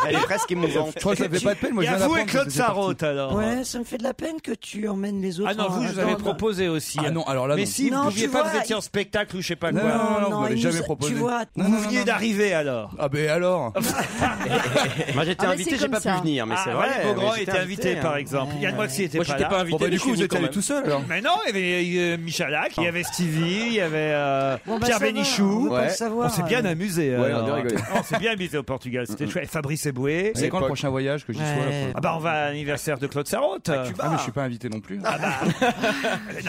[SPEAKER 15] Elle est presque émouvante.
[SPEAKER 7] Je crois que ça fait pas de peine, moi,
[SPEAKER 2] Il y
[SPEAKER 7] je
[SPEAKER 2] a
[SPEAKER 7] viens
[SPEAKER 2] vous et
[SPEAKER 7] d'apprendre que
[SPEAKER 2] Claude
[SPEAKER 7] vous étiez
[SPEAKER 2] Sarraute alors.
[SPEAKER 1] Ouais, ça me fait de la peine que tu emmènes les autres.
[SPEAKER 2] Ah non,
[SPEAKER 1] en
[SPEAKER 2] vous, je vous
[SPEAKER 1] attendant.
[SPEAKER 2] avais proposé aussi. Ah non, alors là, Mais
[SPEAKER 1] non.
[SPEAKER 2] si
[SPEAKER 1] Non,
[SPEAKER 2] vous pouviez
[SPEAKER 1] tu
[SPEAKER 2] pas,
[SPEAKER 1] vois,
[SPEAKER 2] vous étiez en spectacle ou je sais pas
[SPEAKER 7] Non,
[SPEAKER 2] quoi.
[SPEAKER 7] non, non, vous m'avez
[SPEAKER 1] il
[SPEAKER 7] jamais
[SPEAKER 1] nous-
[SPEAKER 7] proposé.
[SPEAKER 1] tu vois,
[SPEAKER 7] Non,
[SPEAKER 2] vous
[SPEAKER 7] non,
[SPEAKER 2] veniez
[SPEAKER 7] non.
[SPEAKER 2] d'arriver alors.
[SPEAKER 7] Ah, ben alors
[SPEAKER 15] Moi j'étais
[SPEAKER 7] Ah, mais
[SPEAKER 15] invité,
[SPEAKER 7] c'est
[SPEAKER 15] j'ai
[SPEAKER 7] comme
[SPEAKER 15] pas
[SPEAKER 7] ça.
[SPEAKER 15] pu venir, mais
[SPEAKER 7] Ah,
[SPEAKER 15] c'est
[SPEAKER 7] ouais,
[SPEAKER 15] vrai.
[SPEAKER 7] Beaugrand
[SPEAKER 15] mais j'étais
[SPEAKER 7] était
[SPEAKER 2] invité, par exemple.
[SPEAKER 15] Ouais.
[SPEAKER 2] Yann Moix, il était
[SPEAKER 15] Moi,
[SPEAKER 2] pas
[SPEAKER 15] j'étais
[SPEAKER 2] là.
[SPEAKER 15] pas invité.
[SPEAKER 7] Bon, bah, du
[SPEAKER 15] mais
[SPEAKER 7] coup,
[SPEAKER 15] chez
[SPEAKER 7] vous
[SPEAKER 15] vous,
[SPEAKER 7] êtes
[SPEAKER 15] quand
[SPEAKER 7] allé
[SPEAKER 15] même.
[SPEAKER 7] tout seul alors
[SPEAKER 2] Mais non, il y avait euh, Michalak, il y avait Stevie, il y avait euh,
[SPEAKER 7] Bon, bah,
[SPEAKER 2] Pierre
[SPEAKER 7] ça va, on
[SPEAKER 2] Bénichou.
[SPEAKER 7] veut pas le Ouais. savoir,
[SPEAKER 2] On s'est bien
[SPEAKER 7] euh.
[SPEAKER 2] amusé.
[SPEAKER 7] Ouais, on a bien
[SPEAKER 2] alors.
[SPEAKER 7] rigolé.
[SPEAKER 2] on s'est bien amusé au Portugal, c'était chouette. Fabrice Eboué.
[SPEAKER 7] C'est quand le prochain voyage que j'y sois là,
[SPEAKER 2] Ah bah on va à l'anniversaire de Claude Sarraute.
[SPEAKER 7] Ah, mais je suis pas invité non plus.
[SPEAKER 2] Non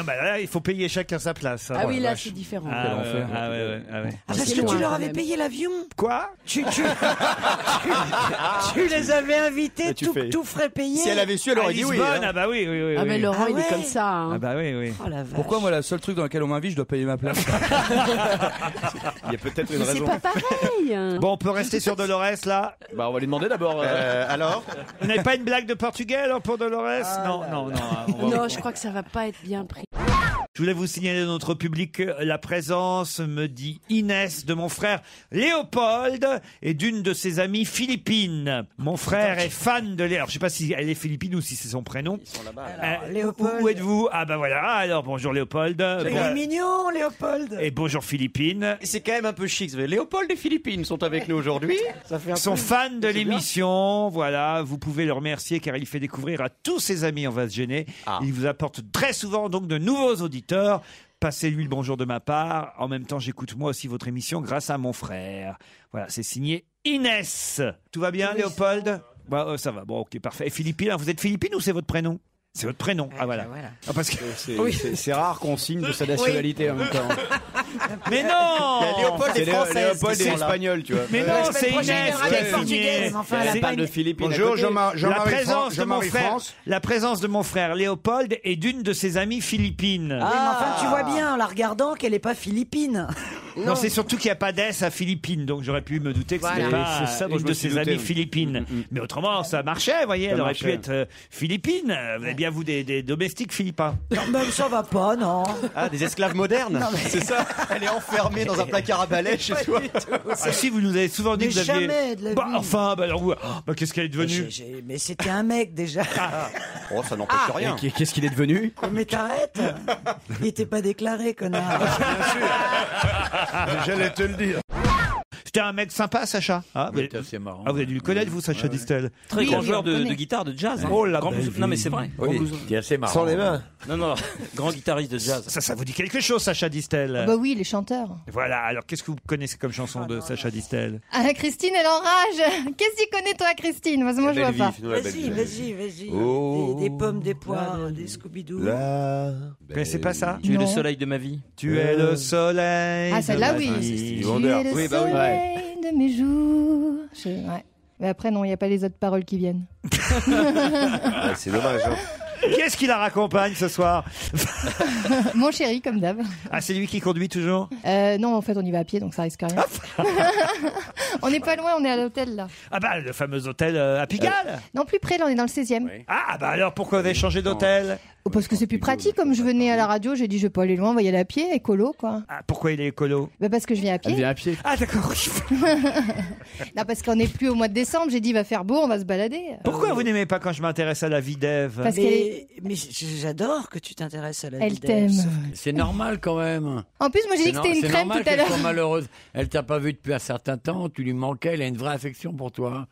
[SPEAKER 2] bah là, il faut payer chacun sa place. hein.
[SPEAKER 12] Ah oui, là, c'est différent.
[SPEAKER 2] Ah,
[SPEAKER 12] Quel
[SPEAKER 2] ouais,
[SPEAKER 12] enfer.
[SPEAKER 2] ah ouais, ouais, ah ouais.
[SPEAKER 1] Ah, parce que tu leur avais payé l'avion
[SPEAKER 2] Quoi
[SPEAKER 1] tu, tu, tu les avais invités,
[SPEAKER 2] Mais tu
[SPEAKER 1] tout,
[SPEAKER 2] fais-
[SPEAKER 1] tout frais payé.
[SPEAKER 2] À Lisbonne, Ah bah oui, oui, oui.
[SPEAKER 1] Ah,
[SPEAKER 2] oui.
[SPEAKER 1] mais Laurent, Ah il est ouais. comme ça, hein.
[SPEAKER 7] Ah
[SPEAKER 2] bah oui, oui.
[SPEAKER 7] Pourquoi moi, le seul truc dans lequel on m'invite, je dois payer ma place
[SPEAKER 10] Il y a peut-être une
[SPEAKER 12] Mais c'est
[SPEAKER 10] raison.
[SPEAKER 12] pas pareil.
[SPEAKER 2] Bon, on peut rester sur Dolores là
[SPEAKER 10] Bah, on va lui demander d'abord.
[SPEAKER 2] Euh,
[SPEAKER 10] alors
[SPEAKER 2] Vous n'avez pas une blague de portugais Ah, alors pour Dolores non, non, non, hein, on va-
[SPEAKER 12] Non, je crois que ça va pas être bien pris.
[SPEAKER 2] Je voulais vous signaler à notre public euh, la présence, me dit Inès, de mon frère Léopold et d'une de ses amies philippines. Mon frère est fan de Léopold. Alors, je sais pas si elle est philippine ou si c'est son prénom. Euh,
[SPEAKER 1] Léopold.
[SPEAKER 2] Où, où êtes-vous Ah bah voilà, alors bonjour Léopold.
[SPEAKER 1] Il
[SPEAKER 2] Bon-
[SPEAKER 1] est mignon, Léopold.
[SPEAKER 2] Et bonjour Philippines.
[SPEAKER 15] C'est quand même un peu chic. vous savez. Léopold des Philippines sont avec nous aujourd'hui. Ça fait un
[SPEAKER 2] Ils sont
[SPEAKER 15] peu-
[SPEAKER 2] fans de
[SPEAKER 15] C'est bien.
[SPEAKER 2] l'émission, voilà, vous pouvez le remercier car il fait découvrir à tous ses amis, on va se gêner.
[SPEAKER 15] Ah.
[SPEAKER 2] Il vous apporte très souvent donc de nouveaux auditeurs. Passez-lui le bonjour de ma part. En même temps, j'écoute moi aussi votre émission grâce à mon frère. Voilà, c'est signé Inès. Tout va bien, Léopold bah, euh, Ça va, bon, ok, parfait. Et Philippine, hein, vous êtes Philippine ou c'est votre prénom C'est votre prénom,
[SPEAKER 15] Eh
[SPEAKER 2] ah
[SPEAKER 15] ben
[SPEAKER 2] voilà. Ah, parce que...
[SPEAKER 10] C'est c'est- c'est rare qu'on signe de sa nationalité en même temps.
[SPEAKER 2] Mais non
[SPEAKER 10] Il y a Léopold
[SPEAKER 2] C'est
[SPEAKER 10] et
[SPEAKER 2] Lé-
[SPEAKER 10] Française
[SPEAKER 2] Léopold
[SPEAKER 10] qui
[SPEAKER 2] et
[SPEAKER 10] sont
[SPEAKER 2] là.
[SPEAKER 10] espagnols, tu vois.
[SPEAKER 2] Mais
[SPEAKER 10] Ouais.
[SPEAKER 2] non,
[SPEAKER 10] La semaine
[SPEAKER 2] c'est
[SPEAKER 10] prochaine,
[SPEAKER 2] Inès
[SPEAKER 10] elle
[SPEAKER 2] qui
[SPEAKER 10] est
[SPEAKER 2] a signé.
[SPEAKER 10] portugaise, mais enfin, elle a
[SPEAKER 2] C'est
[SPEAKER 10] pas de
[SPEAKER 2] Inès.
[SPEAKER 10] Philippines à Bonjour, côté. Jean-Mar-
[SPEAKER 2] la
[SPEAKER 10] Jean-Marie
[SPEAKER 2] présence
[SPEAKER 10] France-
[SPEAKER 2] de mon
[SPEAKER 10] Jean-Marie
[SPEAKER 2] frère,
[SPEAKER 10] France.
[SPEAKER 2] la présence de mon frère Léopold et d'une de ses amies philippines.
[SPEAKER 12] Ah.
[SPEAKER 1] Oui, Ah, mais enfin, tu vois bien en la regardant qu'elle n'est pas philippine.
[SPEAKER 2] Non, c'est surtout qu'il n'y a pas d'S à Philippines, donc j'aurais pu me douter que ce
[SPEAKER 1] Voilà.
[SPEAKER 2] n'était
[SPEAKER 1] Et
[SPEAKER 2] pas
[SPEAKER 1] c'est ça dont
[SPEAKER 2] une
[SPEAKER 1] je me
[SPEAKER 2] de
[SPEAKER 1] suis
[SPEAKER 2] ses
[SPEAKER 1] douté,
[SPEAKER 2] amies
[SPEAKER 1] oui.
[SPEAKER 2] philippines. Mais autrement, ça marchait, vous voyez,
[SPEAKER 1] Ça
[SPEAKER 2] elle aurait
[SPEAKER 1] marchait.
[SPEAKER 2] pu être euh, philippine. Euh, Vous avez bien, vous, des, des domestiques philippins.
[SPEAKER 1] Non, même ça va pas, non.
[SPEAKER 15] Ah, des esclaves modernes
[SPEAKER 1] Non, mais-
[SPEAKER 15] C'est ça Elle est enfermée dans un placard à balai chez toi.
[SPEAKER 2] Ah, si, vous nous avez souvent dit
[SPEAKER 1] Mais
[SPEAKER 2] que vous aviez...
[SPEAKER 1] jamais de la
[SPEAKER 2] Bah,
[SPEAKER 1] vie.
[SPEAKER 2] enfin, bah, alors, vous- Ah,
[SPEAKER 10] Oh,
[SPEAKER 2] bah, qu'est-ce qu'elle est devenue
[SPEAKER 1] J'ai- j'ai- Mais c'était un mec déjà.
[SPEAKER 10] ah,
[SPEAKER 15] Oh, ça n'empêche
[SPEAKER 1] Ah. Oh,
[SPEAKER 15] rien.
[SPEAKER 10] Et Qu'est-ce qu'il est devenu
[SPEAKER 1] Mais t'arrêtes Il était pas déclaré, connard.
[SPEAKER 8] J'allais te le dire.
[SPEAKER 2] C'était un mec sympa, Sacha. Ah, vous, avez... Ah, vous avez dû le connaître, vous, Sacha Distel.
[SPEAKER 23] Très
[SPEAKER 2] Oui,
[SPEAKER 23] grand
[SPEAKER 2] oui,
[SPEAKER 23] joueur
[SPEAKER 2] on
[SPEAKER 23] de,
[SPEAKER 2] connaît.
[SPEAKER 23] de guitare, de jazz. hein.
[SPEAKER 2] Oh la
[SPEAKER 23] Grand blues-
[SPEAKER 2] belle
[SPEAKER 23] Non, mais
[SPEAKER 2] vie.
[SPEAKER 23] c'est vrai.
[SPEAKER 15] Oui,
[SPEAKER 23] Grand blues-
[SPEAKER 15] c'est assez marrant.
[SPEAKER 23] Sans les mains. Non, non, grand guitariste de jazz.
[SPEAKER 2] Ça, ça vous dit quelque chose, Sacha Distel
[SPEAKER 12] Bah oui, les chanteurs.
[SPEAKER 2] Voilà, alors qu'est-ce que vous connaissez comme chanson de Sacha Distel
[SPEAKER 22] Ah, Christine, elle enrage. Qu'est-ce qu'il connaît, toi, Christine Parce que moi, je vois pas.
[SPEAKER 1] Vas-y, vas-y, vas-y.
[SPEAKER 15] Oh.
[SPEAKER 1] Des, des pommes, des poires, des Scooby-Doo.
[SPEAKER 15] Vous
[SPEAKER 2] connaissez pas ça
[SPEAKER 23] Tu es le
[SPEAKER 2] Non. Euh,
[SPEAKER 23] soleil de ma vie.
[SPEAKER 2] Tu es
[SPEAKER 15] Euh,
[SPEAKER 2] le soleil.
[SPEAKER 12] Ah, celle-là,
[SPEAKER 2] de
[SPEAKER 12] oui. bah
[SPEAKER 2] ma vie.
[SPEAKER 12] Tu es le
[SPEAKER 23] bah
[SPEAKER 12] soleil de mes jours. Je- ouais. Mais après, non, il n'y a pas les autres paroles qui viennent.
[SPEAKER 4] Ah, c'est dommage. hein.
[SPEAKER 2] Qu'est-ce qui la raccompagne ce soir
[SPEAKER 12] Mon chéri, comme d'hab.
[SPEAKER 2] Ah, c'est lui qui conduit toujours
[SPEAKER 12] Euh, non, en fait, on y va à pied, donc ça risque rien. on n'est pas loin, on est à l'hôtel, là.
[SPEAKER 2] Ah bah, le fameux hôtel euh, à Pigalle
[SPEAKER 12] Non, plus près, là, on est dans le 16e.
[SPEAKER 2] Ah bah alors, pourquoi vous avez changé d'hôtel
[SPEAKER 12] parce que c'est plus pratique, comme je venais à la radio, j'ai dit je peux aller loin, on va y aller à pied, écolo quoi.
[SPEAKER 14] Ah.
[SPEAKER 2] Pourquoi il est écolo
[SPEAKER 12] Bah, parce que je viens à pied.
[SPEAKER 2] vient à pied. Ah d'accord.
[SPEAKER 12] non, parce qu'on n'est plus au mois de décembre, j'ai dit il va faire beau, on va se balader.
[SPEAKER 4] Euh.
[SPEAKER 2] Pourquoi vous n'aimez pas quand je m'intéresse à la vie d'Ève
[SPEAKER 12] Parce qu'elle est-
[SPEAKER 1] Mais j- j'adore que tu t'intéresses à la
[SPEAKER 12] Elle
[SPEAKER 1] vie d'Ève,
[SPEAKER 12] t'aime.
[SPEAKER 1] sauf
[SPEAKER 14] C'est normal quand même.
[SPEAKER 12] En plus, moi j'ai
[SPEAKER 14] C'est
[SPEAKER 12] dit que
[SPEAKER 14] no-
[SPEAKER 12] c'était une
[SPEAKER 14] c'est
[SPEAKER 12] crème
[SPEAKER 14] normal
[SPEAKER 12] tout à
[SPEAKER 14] qu'elle
[SPEAKER 12] l'heure.
[SPEAKER 14] soit malheureuse. Elle t'a pas vue depuis un certain temps, tu lui manquais, elle a une vraie affection pour toi.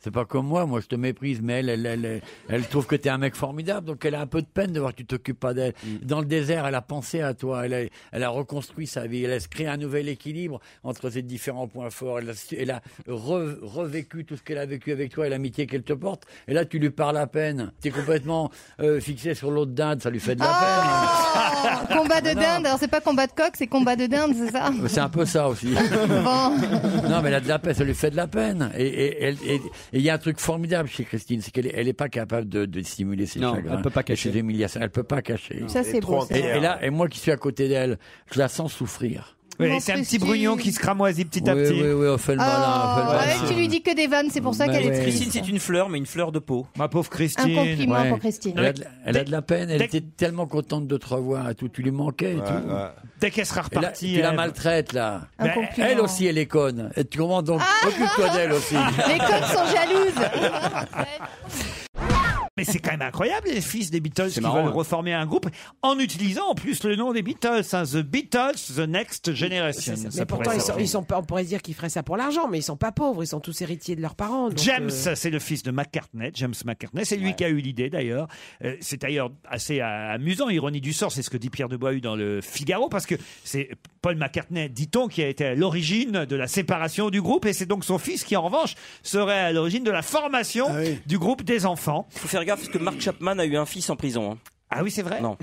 [SPEAKER 14] C'est pas comme moi, moi je te méprise, mais elle, elle, elle, elle- elle trouve que t'es un mec formidable, donc elle a un peu de peine de voir que tu t'occupes pas d'elle. Dans le désert, elle a pensé à toi, elle a, elle a reconstruit sa vie, elle a créé un nouvel équilibre entre ses différents points forts, elle a, su- elle a re- revécu tout ce qu'elle a vécu avec toi et l'amitié qu'elle te porte, et là tu lui parles à peine. T'es complètement euh, fixé sur l'autre dinde, ça lui fait de la
[SPEAKER 12] Oh,
[SPEAKER 14] peine.
[SPEAKER 12] combat de
[SPEAKER 14] Non.
[SPEAKER 12] dinde, alors c'est pas combat de coq, c'est combat de dinde, c'est ça
[SPEAKER 14] C'est un peu ça aussi. non, mais elle a de la peine, ça lui fait de la peine. Et- Et elle- et- et il y a un truc formidable chez Christine, c'est qu'elle n'est elle est pas capable de, de stimuler ses Non, chagrins. elle peut pas Et cacher. Chez Emilia, ça- elle peut pas cacher.
[SPEAKER 12] Ça, c'est Elle est beau, trop ça.
[SPEAKER 14] Et,
[SPEAKER 12] entière.
[SPEAKER 14] et là, et moi qui suis à côté d'elle, je la sens souffrir.
[SPEAKER 2] Oui, Mon c'est un petit Christine. brugnon qui se cramoisit petit à
[SPEAKER 14] Oui,
[SPEAKER 2] petit.
[SPEAKER 14] Oui, oui, on fait le malin, on fait le
[SPEAKER 12] Ah, Ouais,
[SPEAKER 14] malin.
[SPEAKER 12] tu lui dis que des vannes, c'est pour ça qu'elle est
[SPEAKER 23] Christine,
[SPEAKER 12] triste.
[SPEAKER 23] c'est une fleur, mais une fleur de peau.
[SPEAKER 2] Ma pauvre
[SPEAKER 12] Christine. compliment pour Christine.
[SPEAKER 14] Elle a, de, la- elle a de la peine, elle était tellement contente de te revoir et tout, tu lui manquais et tout.
[SPEAKER 2] Dès qu'elle sera
[SPEAKER 14] Et là,
[SPEAKER 2] repartie.
[SPEAKER 14] tu la
[SPEAKER 2] Ève.
[SPEAKER 14] maltraites là.
[SPEAKER 2] Un
[SPEAKER 14] Mais
[SPEAKER 2] compliment.
[SPEAKER 14] elle aussi, elle est conne. Et tu comprends donc,
[SPEAKER 1] Ah
[SPEAKER 14] occupe-toi d'elle aussi.
[SPEAKER 12] Les connes sont jalouses.
[SPEAKER 2] Mais c'est quand même incroyable, les fils des Beatles qui
[SPEAKER 14] marrant,
[SPEAKER 2] veulent
[SPEAKER 14] hein.
[SPEAKER 2] reformer un groupe en utilisant en plus le nom des Beatles, hein, The Beatles, The Next Generation. Ça
[SPEAKER 6] Mais pourtant,
[SPEAKER 2] pourrait
[SPEAKER 6] ils sont,
[SPEAKER 2] sortir.
[SPEAKER 6] ils sont pas- on pourrait dire qu'ils feraient ça pour l'argent, mais ils sont pas pauvres, ils sont tous héritiers de leurs parents. donc,
[SPEAKER 2] James,
[SPEAKER 6] euh,
[SPEAKER 2] c'est le fils de McCartney, James McCartney. C'est lui qui a eu l'idée d'ailleurs. Euh, c'est d'ailleurs assez euh, amusant, ironie du sort, c'est ce que dit Pierre de Boileau dans le Figaro, parce que c'est Paul McCartney, dit-on, qui a été à l'origine de la séparation du groupe, et c'est donc son fils qui, en revanche, serait à l'origine de la formation du groupe des enfants.
[SPEAKER 23] Faut faire gaffe parce que Mark Chapman a eu un fils en prison. hein.
[SPEAKER 2] Ah oui, c'est vrai
[SPEAKER 23] Non.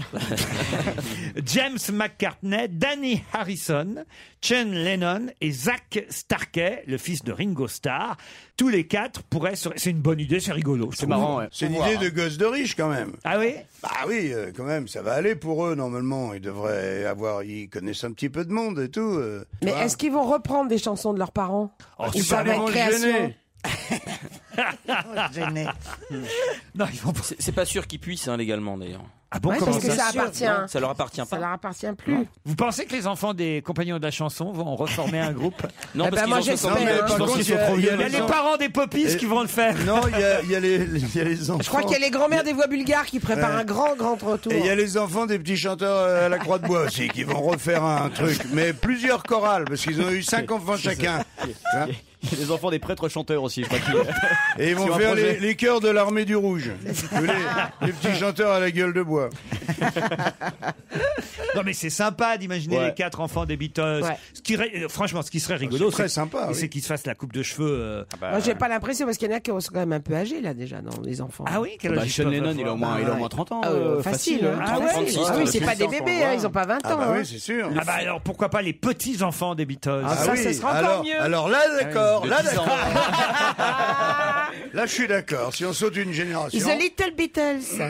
[SPEAKER 2] James McCartney, Danny Harrison, Chen Lennon et Zach Starkey, le fils de Ringo Starr. Tous les quatre pourraient se... C'est une bonne idée, c'est rigolo. je trouve.
[SPEAKER 8] C'est l'idée de gosse de riche quand même.
[SPEAKER 2] hein. Ah oui
[SPEAKER 8] Bah oui, euh, quand même, ça va aller pour eux normalement. Ils devraient avoir, ils connaissent un petit peu de monde et tout. euh, tu
[SPEAKER 6] Mais
[SPEAKER 8] vois.
[SPEAKER 6] est-ce qu'ils vont reprendre des chansons de leurs parents
[SPEAKER 8] Oh,
[SPEAKER 6] Ou
[SPEAKER 8] c'est
[SPEAKER 6] pas de la
[SPEAKER 8] vraiment
[SPEAKER 6] création
[SPEAKER 8] gêné.
[SPEAKER 2] Non, ils vont
[SPEAKER 23] C'est c'est pas sûr qu'ils puissent hein, légalement d'ailleurs.
[SPEAKER 2] Ah bon,
[SPEAKER 6] Ouais,
[SPEAKER 23] comment
[SPEAKER 6] parce que ça appartient.
[SPEAKER 23] Non, Ça leur appartient
[SPEAKER 6] Ça
[SPEAKER 23] pas.
[SPEAKER 6] leur appartient plus.
[SPEAKER 2] Hein Vous pensez que les enfants des compagnons de la chanson vont reformer un groupe
[SPEAKER 23] Non,
[SPEAKER 6] Eh parce ben, qu'ils moi, ont j'espère. 60 ans, je pense qu'ils sont trop
[SPEAKER 2] Euh, Il y a
[SPEAKER 6] vieux,
[SPEAKER 2] les
[SPEAKER 6] les gens.
[SPEAKER 2] parents des poppies
[SPEAKER 6] Et-
[SPEAKER 2] qui vont le faire.
[SPEAKER 8] Non, il y a, il y a les, il y a les enfants.
[SPEAKER 6] Je crois qu'il y a les grands-mères des voix bulgares qui préparent
[SPEAKER 8] Ouais.
[SPEAKER 6] un grand, grand retour.
[SPEAKER 8] Et il y a les enfants des petits chanteurs euh, à la Croix de Bois aussi qui vont refaire un truc, mais plusieurs chorales parce qu'ils ont eu cinq enfants chacun. Hein
[SPEAKER 3] Les enfants des prêtres chanteurs aussi.
[SPEAKER 8] Et ils vont faire les, les chœurs de l'armée du rouge. Vous voulez, les petits chanteurs à la gueule de bois.
[SPEAKER 2] Non, mais c'est sympa d'imaginer
[SPEAKER 8] Ouais.
[SPEAKER 2] les quatre enfants des Beatles. Ce qui, ré- euh, franchement, ce qui serait rigolo,
[SPEAKER 6] Ah, c'est très
[SPEAKER 2] que-
[SPEAKER 6] sympa, oui.
[SPEAKER 2] c'est qu'ils se fassent la coupe de cheveux. euh,
[SPEAKER 6] Moi, j'ai pas l'impression parce qu'il y en a qui sont quand même un peu âgés là déjà, non, les enfants.
[SPEAKER 2] Ah oui, quel âge Bah, ils Sean peuvent Lennon, avoir il a au moins- il a au moins 30 ans,
[SPEAKER 6] Ah,
[SPEAKER 2] euh,
[SPEAKER 6] facile.
[SPEAKER 2] facile, hein.
[SPEAKER 6] Ah ouais.
[SPEAKER 2] 36,
[SPEAKER 6] Ah oui, c'est pas
[SPEAKER 2] 36,
[SPEAKER 6] des
[SPEAKER 2] on le
[SPEAKER 6] bébés,
[SPEAKER 2] voit.
[SPEAKER 6] hein, ils ont pas 20 ans. hein.
[SPEAKER 2] Ah bah alors pourquoi pas les petits enfants des Beatles
[SPEAKER 6] Ah, ça, ce sera encore
[SPEAKER 8] alors,
[SPEAKER 6] mieux.
[SPEAKER 8] alors là,
[SPEAKER 6] Ah
[SPEAKER 8] d'accord,
[SPEAKER 6] oui,
[SPEAKER 8] là,
[SPEAKER 6] de 10 ans.
[SPEAKER 8] d'accord. là, je suis d'accord. Si on saute une génération.
[SPEAKER 2] hein.
[SPEAKER 6] The Little Beatles.
[SPEAKER 2] Oh.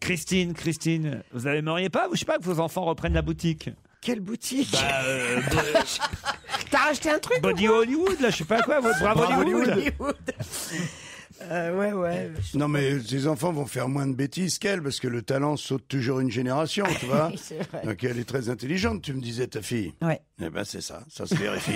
[SPEAKER 2] Christine, Christine, vous aimeriez pas, vous, je sais pas, que vos enfants reprennent la boutique
[SPEAKER 6] Quelle boutique
[SPEAKER 2] Bah, euh,
[SPEAKER 6] T'as racheté un truc ou
[SPEAKER 2] Body
[SPEAKER 6] quoi
[SPEAKER 2] Hollywood, là, je sais pas quoi, votre Bravo
[SPEAKER 8] Bravo
[SPEAKER 2] Hollywood.
[SPEAKER 6] Hollywood. Euh, ouais, ouais.
[SPEAKER 8] Non, mais ces enfants vont faire moins de bêtises qu'elle parce que le talent saute toujours une génération, tu vois.
[SPEAKER 6] Oui, c'est vrai.
[SPEAKER 8] Donc elle est très intelligente, tu me disais, ta fille.
[SPEAKER 6] Ouais.
[SPEAKER 8] Eh ben, c'est ça, ça se vérifie.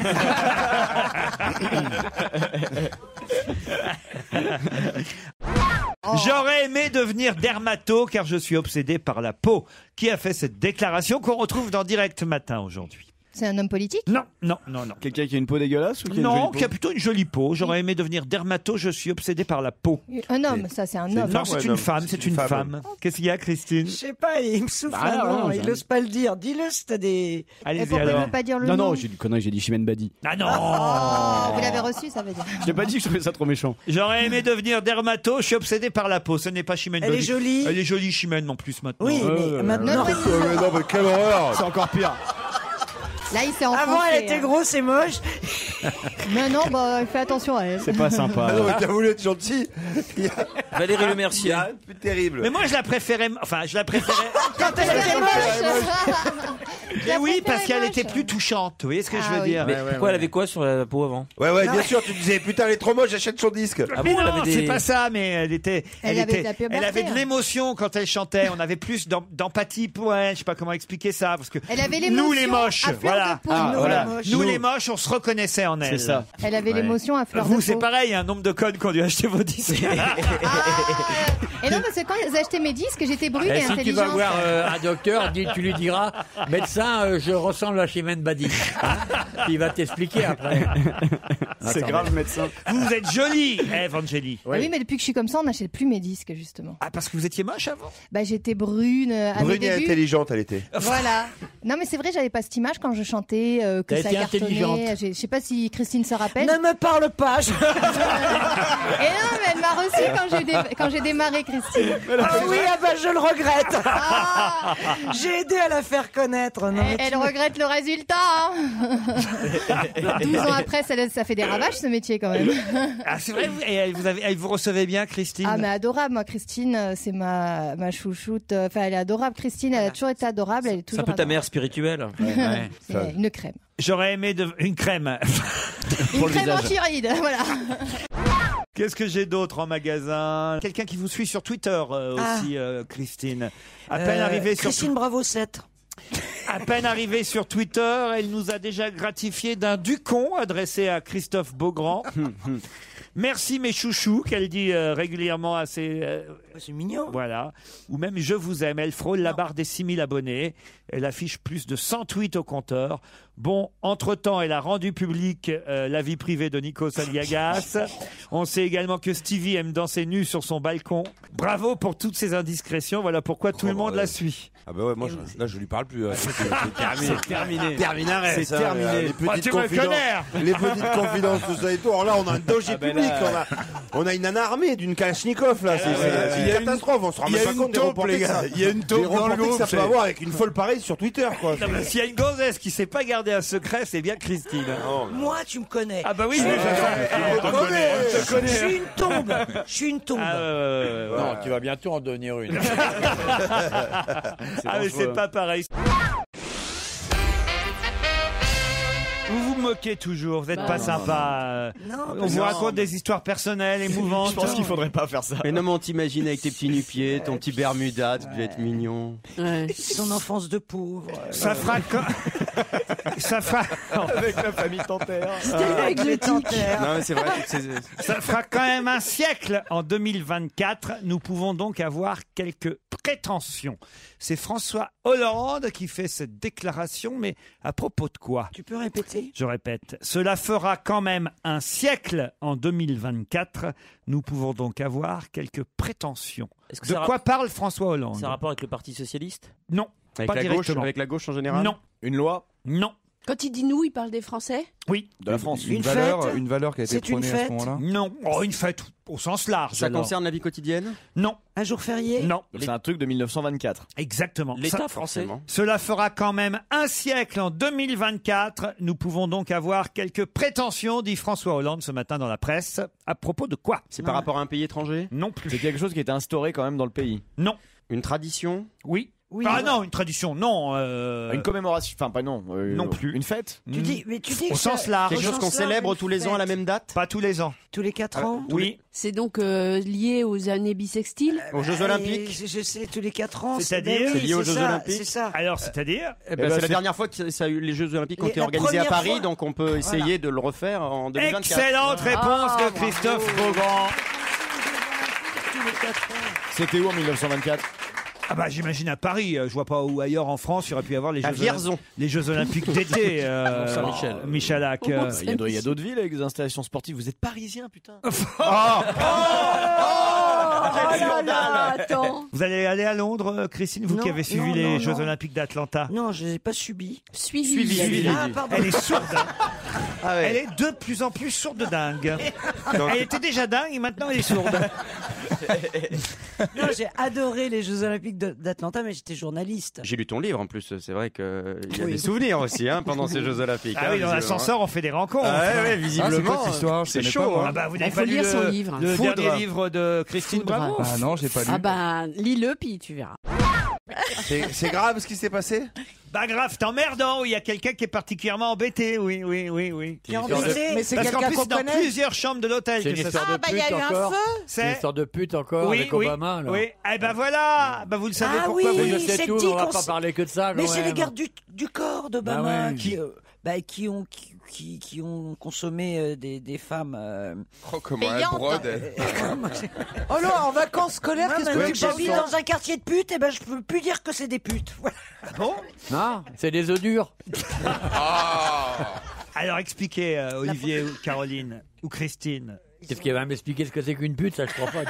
[SPEAKER 2] J'aurais aimé devenir dermato car je suis obsédé par la peau. Qui a fait cette déclaration qu'on retrouve dans Direct Matin aujourd'hui
[SPEAKER 12] C'est un homme politique
[SPEAKER 2] Non, non, non, non.
[SPEAKER 10] Quelqu'un qui a une peau dégueulasse ou qui a une jolie
[SPEAKER 2] Non,
[SPEAKER 10] peau
[SPEAKER 2] qui a plutôt une jolie peau. J'aurais aimé devenir dermato, je suis obsédé par la peau.
[SPEAKER 12] Un homme, ça c'est un homme.
[SPEAKER 2] Non, c'est une femme, c'est une femme. Qu'est-ce qu'il y a, Christine
[SPEAKER 1] Je sais pas, il me souffle
[SPEAKER 10] Bah,
[SPEAKER 1] un
[SPEAKER 10] non,
[SPEAKER 1] nom,
[SPEAKER 10] non,
[SPEAKER 1] il
[SPEAKER 10] j'ai-
[SPEAKER 1] n'ose pas le dire. Dis-le si t'as des.
[SPEAKER 10] Allez-y
[SPEAKER 1] pourquoi
[SPEAKER 10] alors.
[SPEAKER 1] il veut pas dire le
[SPEAKER 10] non,
[SPEAKER 1] nom
[SPEAKER 10] non, j'ai dit connerie, j'ai dit Chimène Badi.
[SPEAKER 2] Ah
[SPEAKER 12] Ah,
[SPEAKER 2] Oh.
[SPEAKER 10] non
[SPEAKER 12] Vous l'avez reçu, ça veut dire.
[SPEAKER 10] Je t'ai pas dit que je trouvais ça trop méchant.
[SPEAKER 2] J'aurais aimé devenir dermato, je suis obsédé par la peau. Ce n'est pas Chimène.
[SPEAKER 10] Elle
[SPEAKER 2] Badi.
[SPEAKER 10] est jolie.
[SPEAKER 2] Elle est jolie, Chimène, en plus, maintenant.
[SPEAKER 10] Oui, mais Euh, maintenant-
[SPEAKER 24] Oh, mais non, mais quelle horreur
[SPEAKER 10] C'est encore pire.
[SPEAKER 12] Là, il s'est enfoncé.
[SPEAKER 1] Avant, elle était
[SPEAKER 12] hein.
[SPEAKER 1] grosse et moche.
[SPEAKER 12] Non, non, bah, fais attention à elle.
[SPEAKER 10] Ah non, mais t'as
[SPEAKER 19] voulu être gentil.
[SPEAKER 23] Valérie Le Mercier.
[SPEAKER 19] Terrible.
[SPEAKER 2] Mais moi, je la préférais. Enfin, je la préférais.
[SPEAKER 10] Ah,
[SPEAKER 11] Quand elle était
[SPEAKER 2] Mais Eh oui, parce qu'elle était plus touchante. Vous voyez ce que je veux dire
[SPEAKER 23] Mais pourquoi elle avait quoi sur la peau avant Ah
[SPEAKER 19] Ouais, ouais,
[SPEAKER 2] Non,
[SPEAKER 19] bien
[SPEAKER 2] mais-
[SPEAKER 19] sûr, tu disais, putain, elle est trop moche, j'achète son disque.
[SPEAKER 2] mais non, c'est pas ça, mais elle était,
[SPEAKER 19] Elle
[SPEAKER 2] elle,
[SPEAKER 19] avait
[SPEAKER 2] était-
[SPEAKER 19] de la puberté,
[SPEAKER 2] elle avait de
[SPEAKER 19] hein.
[SPEAKER 2] l'émotion quand elle chantait. On avait plus d'em- d'empathie pour elle. Je sais pas comment expliquer ça, parce que
[SPEAKER 12] Elle avait l'émotion
[SPEAKER 2] nous les moches,
[SPEAKER 12] à fleur
[SPEAKER 2] voilà,
[SPEAKER 12] de peau. Ah,
[SPEAKER 2] nous,
[SPEAKER 12] voilà.
[SPEAKER 2] nous
[SPEAKER 12] Nous.
[SPEAKER 2] les moches, on se reconnaissait en elle.
[SPEAKER 12] C'est ça. Elle avait l'émotion à fleur de
[SPEAKER 2] Vous,
[SPEAKER 12] peau.
[SPEAKER 2] c'est pareil, il y a un nombre de codes qu'on dû acheter vos disques.
[SPEAKER 12] Et non, parce que quand j'ai acheté mes disques, j'étais brune
[SPEAKER 14] Eh,
[SPEAKER 12] et
[SPEAKER 14] si
[SPEAKER 12] intelligente.
[SPEAKER 14] tu vas voir euh, un docteur, dis- tu lui diras Médecin, euh, je ressemble à Chimène Badi. Hein Il va t'expliquer après.
[SPEAKER 2] C'est
[SPEAKER 14] Attends.
[SPEAKER 2] grave, médecin. Vous êtes jolie, Eve Angélie.
[SPEAKER 12] Ah oui, mais depuis que je suis comme ça, on n'achète plus mes disques, justement.
[SPEAKER 2] Ah, parce que vous étiez moche avant
[SPEAKER 12] Bah, j'étais brune euh, à mes
[SPEAKER 19] Brune et
[SPEAKER 12] débuts.
[SPEAKER 19] intelligente, elle était.
[SPEAKER 12] Voilà. Non, mais c'est vrai, j'avais pas cette image quand je chantais, euh, que
[SPEAKER 19] T'as
[SPEAKER 12] ça
[SPEAKER 19] été
[SPEAKER 12] cartonnait.
[SPEAKER 19] intelligente.
[SPEAKER 12] J'ai- Je sais pas si Christine se rappelle. Ne me parle pas. et non, mais elle m'a reçue quand j'ai, dé- quand j'ai démarré, Christine.
[SPEAKER 1] Ah oui, ah bah je le regrette.
[SPEAKER 12] Ah.
[SPEAKER 1] J'ai aidé à la faire connaître. non, mais
[SPEAKER 12] elle
[SPEAKER 1] tu-
[SPEAKER 12] regrette le résultat. hein. 12 ans après, ça, laisse- ça fait des ravages, ce métier, quand même.
[SPEAKER 2] Ah, c'est vrai, vous- et elle vous, avez- elle vous recevez bien, Christine
[SPEAKER 12] Ah mais adorable, moi Christine, euh, c'est ma, ma chouchoute. euh, Enfin, elle est adorable, Christine, elle a toujours été adorable, elle est
[SPEAKER 23] C'est un
[SPEAKER 12] toujours
[SPEAKER 23] peu ta mère spirituelle.
[SPEAKER 12] adorable. C'est une crème.
[SPEAKER 2] J'aurais aimé de- une crème.
[SPEAKER 12] Une crème anti-rides, voilà.
[SPEAKER 2] Qu'est-ce que j'ai d'autre en magasin Quelqu'un qui vous suit sur Twitter euh,
[SPEAKER 1] Ah.
[SPEAKER 2] aussi, euh, Christine. À peine
[SPEAKER 1] Euh,
[SPEAKER 2] arrivée sur
[SPEAKER 1] Christine Bravo 7.
[SPEAKER 2] à peine arrivée sur Twitter, elle nous a déjà gratifié d'un ducon adressé à Christophe Beaugrand. Merci mes chouchous qu'elle dit euh, régulièrement à ses c'est mignon. Voilà. Ou même je vous aime, elle frôle la barre des 6000 abonnés, elle affiche plus de 100 tweets au compteur. Bon, entre-temps, elle a rendu public euh, la vie privée de Nico Saliagas. On sait également que Stevie aime danser nu sur son balcon. Bravo pour toutes ces indiscrétions, voilà pourquoi tout le monde la suit.
[SPEAKER 19] Ah bah
[SPEAKER 2] Eh
[SPEAKER 19] ouais, moi, je, là, je lui parle plus. euh, c'est-
[SPEAKER 2] C'est terminé.
[SPEAKER 19] Terminaret,
[SPEAKER 2] C'est
[SPEAKER 19] ça,
[SPEAKER 2] terminé.
[SPEAKER 19] euh, Les
[SPEAKER 2] Ah, tu
[SPEAKER 19] petites
[SPEAKER 2] me
[SPEAKER 19] confidences.
[SPEAKER 2] connard
[SPEAKER 19] Les petites confidences, tout ça et tout. Alors là, on a un danger
[SPEAKER 2] Ah ben
[SPEAKER 19] public.
[SPEAKER 2] là.
[SPEAKER 19] On a, on a une nana armée d'une Kalachnikov, là. C'est
[SPEAKER 8] ouais,
[SPEAKER 19] c'est- c'est
[SPEAKER 8] il y a
[SPEAKER 19] une catastrophe. On se rend
[SPEAKER 8] il y a
[SPEAKER 19] même pas
[SPEAKER 8] une
[SPEAKER 19] compte des
[SPEAKER 8] taupe,
[SPEAKER 19] reportages
[SPEAKER 8] les
[SPEAKER 19] que
[SPEAKER 8] gars.
[SPEAKER 19] ça-
[SPEAKER 8] Il y a une taupe
[SPEAKER 19] des
[SPEAKER 8] dans le
[SPEAKER 19] reportages que ça
[SPEAKER 8] groupe,
[SPEAKER 19] peut
[SPEAKER 8] c'est-
[SPEAKER 19] avoir avec une folle pareille sur Twitter, quoi.
[SPEAKER 2] Non, mais S'il y a une gonzesse qui sait pas garder un secret, c'est bien Christine.
[SPEAKER 1] Moi, tu me connais.
[SPEAKER 2] Ah bah oui,
[SPEAKER 1] je,
[SPEAKER 2] mais-
[SPEAKER 1] je-
[SPEAKER 2] On te connaît, on te connaît.
[SPEAKER 1] je suis une tombe. Je suis une tombe.
[SPEAKER 14] Ah, Non, tu vas bientôt en devenir une.
[SPEAKER 2] Ah mais c'est
[SPEAKER 14] dangereux.
[SPEAKER 2] pas pareil. Vous vous moquez toujours, vous n'êtes
[SPEAKER 19] Bah
[SPEAKER 2] pas
[SPEAKER 19] non,
[SPEAKER 2] sympa.
[SPEAKER 19] non, non. Non,
[SPEAKER 2] Euh, On
[SPEAKER 19] parce
[SPEAKER 2] vous
[SPEAKER 19] que-
[SPEAKER 2] raconte des histoires personnelles, émouvantes.
[SPEAKER 19] Je pense qu'il
[SPEAKER 2] faudrait pas faire ça.
[SPEAKER 15] Mais non, mais on t'imagine avec tes petits nu-pieds, ton petit Bermuda, tu devais être mignon.
[SPEAKER 1] Son enfance de pauvre. Euh,
[SPEAKER 2] Ça fera Ça fera.
[SPEAKER 10] Avec la famille Tanterre.
[SPEAKER 2] Non,
[SPEAKER 10] mais c'est vrai, c'est- c'est-
[SPEAKER 2] Ça fera quand même un siècle en 2024. Nous pouvons donc avoir quelques prétentions. C'est François Hollande qui fait cette déclaration, mais à propos de quoi
[SPEAKER 1] Tu peux répéter
[SPEAKER 2] Je répète, cela fera quand même un siècle en 2024. Nous pouvons donc avoir quelques prétentions.
[SPEAKER 23] que
[SPEAKER 2] De
[SPEAKER 23] ça
[SPEAKER 2] quoi
[SPEAKER 23] rap-
[SPEAKER 2] parle François Hollande
[SPEAKER 23] C'est un rapport avec le Parti Socialiste
[SPEAKER 2] Non,
[SPEAKER 23] Avec
[SPEAKER 2] pas
[SPEAKER 23] la gauche,
[SPEAKER 2] directement.
[SPEAKER 23] avec la gauche en général
[SPEAKER 2] Non.
[SPEAKER 10] Une loi
[SPEAKER 2] Non.
[SPEAKER 16] Quand il dit nous, il parle des Français
[SPEAKER 2] Oui.
[SPEAKER 10] De la France.
[SPEAKER 2] Une fête
[SPEAKER 10] valeur qui a été prônée à ce moment-là.
[SPEAKER 2] Non, Oh, une fête au sens large.
[SPEAKER 15] Ça
[SPEAKER 2] alors.
[SPEAKER 15] concerne la vie quotidienne
[SPEAKER 2] Non.
[SPEAKER 1] Un jour férié
[SPEAKER 2] Non.
[SPEAKER 10] Donc c'est un truc de 1924.
[SPEAKER 2] Exactement.
[SPEAKER 10] L'État
[SPEAKER 2] Ça-
[SPEAKER 10] français.
[SPEAKER 15] Forcément.
[SPEAKER 2] Cela fera quand même un siècle en 2024. Nous pouvons donc avoir quelques prétentions, dit François Hollande ce matin dans la presse. À propos de quoi
[SPEAKER 15] C'est par rapport à un pays étranger
[SPEAKER 2] Non plus.
[SPEAKER 10] C'est quelque chose qui était instauré quand même dans le pays.
[SPEAKER 2] Non.
[SPEAKER 15] Une tradition
[SPEAKER 2] Oui. Ah non, une tradition, non. euh,
[SPEAKER 10] Une commémoration, enfin pas non. euh,
[SPEAKER 2] Non plus.
[SPEAKER 10] Une fête
[SPEAKER 2] Tu dis-
[SPEAKER 1] mais tu dis
[SPEAKER 2] Au
[SPEAKER 1] que ça-
[SPEAKER 2] sens large.
[SPEAKER 1] Quelque chose Au qu'on sens large, célèbre une tous les fête. ans à la
[SPEAKER 15] même date
[SPEAKER 2] Pas tous les ans. Euh,
[SPEAKER 1] Tous les 4
[SPEAKER 15] Ah,
[SPEAKER 1] ans
[SPEAKER 15] tous les-
[SPEAKER 16] C'est donc euh, lié aux années bissextiles
[SPEAKER 15] Aux Jeux
[SPEAKER 6] Euh,
[SPEAKER 1] Ah,
[SPEAKER 15] Olympiques
[SPEAKER 1] et Je, je sais, tous les 4 ans.
[SPEAKER 15] C'est-à-dire
[SPEAKER 1] ben oui,
[SPEAKER 15] C'est lié aux
[SPEAKER 1] c'est
[SPEAKER 15] Jeux
[SPEAKER 1] ça,
[SPEAKER 15] Olympiques
[SPEAKER 1] C'est ça.
[SPEAKER 2] Alors, c'est-à-dire
[SPEAKER 15] Eh ben, c'est la dernière fois que ça a eu les Jeux Olympiques ont
[SPEAKER 1] Les-
[SPEAKER 15] été
[SPEAKER 1] la
[SPEAKER 15] organisés à
[SPEAKER 1] première
[SPEAKER 15] Paris,
[SPEAKER 1] fois.
[SPEAKER 15] donc on peut essayer de le refaire en 2024.
[SPEAKER 4] Ah.
[SPEAKER 2] Excellente réponse de Christophe Beaugrand.
[SPEAKER 10] C'était où en 1924
[SPEAKER 2] Ah bah j'imagine à Paris, euh, je vois pas où ailleurs en France il y aurait pu y avoir les,
[SPEAKER 15] À
[SPEAKER 2] Jeux, Olym-
[SPEAKER 15] Vierzon.
[SPEAKER 2] les Jeux Olympiques d'été. euh,
[SPEAKER 10] Mont-Saint-Michel.
[SPEAKER 1] Oh,
[SPEAKER 2] Michalak. euh.
[SPEAKER 10] Il y a, d'autres- il y a d'autres villes avec des installations sportives. Vous êtes parisien, putain.
[SPEAKER 11] Oh
[SPEAKER 16] attends.
[SPEAKER 2] Vous allez aller à Londres, euh, Christine, vous
[SPEAKER 1] Non,
[SPEAKER 2] qui avez suivi
[SPEAKER 1] non,
[SPEAKER 2] les
[SPEAKER 1] non,
[SPEAKER 2] Jeux
[SPEAKER 1] non.
[SPEAKER 2] Olympiques d'Atlanta
[SPEAKER 1] Non, je n'ai pas subi.
[SPEAKER 16] Suivi.
[SPEAKER 1] Ah, pardon.
[SPEAKER 2] Elle est sourde. hein.
[SPEAKER 10] Ah
[SPEAKER 2] Elle est de plus en plus sourde de dingue. Elle était déjà dingue et maintenant elle est sourde.
[SPEAKER 1] Non, j'ai adoré les Jeux Olympiques de- d'Atlanta, mais j'étais journaliste.
[SPEAKER 15] J'ai lu ton livre en plus, c'est vrai qu'il y a
[SPEAKER 1] Oui.
[SPEAKER 15] des souvenirs aussi hein, pendant ces Jeux Olympiques.
[SPEAKER 2] Ah oui, dans l'ascenseur, on fait des rencontres.
[SPEAKER 15] Ah ouais, ouais, visiblement.
[SPEAKER 2] c'est chaud.
[SPEAKER 15] hein.
[SPEAKER 2] Ah bah, vous n'avez
[SPEAKER 16] Il
[SPEAKER 2] pas
[SPEAKER 16] faut
[SPEAKER 2] lu
[SPEAKER 16] lire
[SPEAKER 2] le,
[SPEAKER 16] son livre.
[SPEAKER 2] le
[SPEAKER 16] Foudre.
[SPEAKER 2] dernier livre de Christine Bravo
[SPEAKER 16] Ah
[SPEAKER 7] non, j'ai pas
[SPEAKER 16] Ah bah, lis-le, puis tu verras.
[SPEAKER 15] Ah,
[SPEAKER 6] Ah,
[SPEAKER 2] C'est grave ce qui s'est passé Bah grave, t'es emmerdant. où Il y a quelqu'un qui est particulièrement embêté. Oui, oui, oui, oui.
[SPEAKER 1] Qui est embêté
[SPEAKER 14] Mais c'est
[SPEAKER 2] Parce qu'en
[SPEAKER 14] quelqu'un
[SPEAKER 2] plus,
[SPEAKER 14] qu'on
[SPEAKER 2] dans
[SPEAKER 14] connaît Ah bah,
[SPEAKER 2] plusieurs chambres de l'hôtel.
[SPEAKER 14] C'est une
[SPEAKER 2] que ça
[SPEAKER 14] histoire
[SPEAKER 1] Ah,
[SPEAKER 2] se-
[SPEAKER 14] de
[SPEAKER 1] bah,
[SPEAKER 14] pute encore. C'est une histoire de pute encore
[SPEAKER 2] Oui,
[SPEAKER 14] avec
[SPEAKER 2] oui,
[SPEAKER 14] Obama. là.
[SPEAKER 2] Oui. Eh ben voilà. Bah vous le savez
[SPEAKER 1] Ah
[SPEAKER 2] pourquoi
[SPEAKER 1] oui,
[SPEAKER 2] vous
[SPEAKER 14] Je sais
[SPEAKER 1] c'est
[SPEAKER 14] tout,
[SPEAKER 1] dit
[SPEAKER 14] mais on va
[SPEAKER 1] qu'on
[SPEAKER 14] pas
[SPEAKER 1] s-
[SPEAKER 14] parler que de ça.
[SPEAKER 1] Mais
[SPEAKER 14] quand
[SPEAKER 1] c'est les
[SPEAKER 14] même.
[SPEAKER 1] gardes du, du corps d'Obama
[SPEAKER 14] Bah ouais.
[SPEAKER 1] qui, euh, bah, qui, ont, qui, qui, qui ont consommé euh, des, des femmes. euh,
[SPEAKER 21] Comment elle
[SPEAKER 1] payantes.
[SPEAKER 21] brode
[SPEAKER 1] Oh là, en vacances scolaires,
[SPEAKER 6] qu'est-ce que tu penses,
[SPEAKER 1] J'habite
[SPEAKER 6] toi
[SPEAKER 1] dans un quartier de putes, et ben je peux plus dire que c'est des putes. Voilà.
[SPEAKER 6] Ah
[SPEAKER 2] Bon
[SPEAKER 14] Non, c'est des œufs durs.
[SPEAKER 2] Ah. Alors expliquez, euh, Olivier ou Caroline ou Christine.
[SPEAKER 14] Qu'est-ce qu'il va m'expliquer ce que c'est qu'une pute Ça, je crois pas.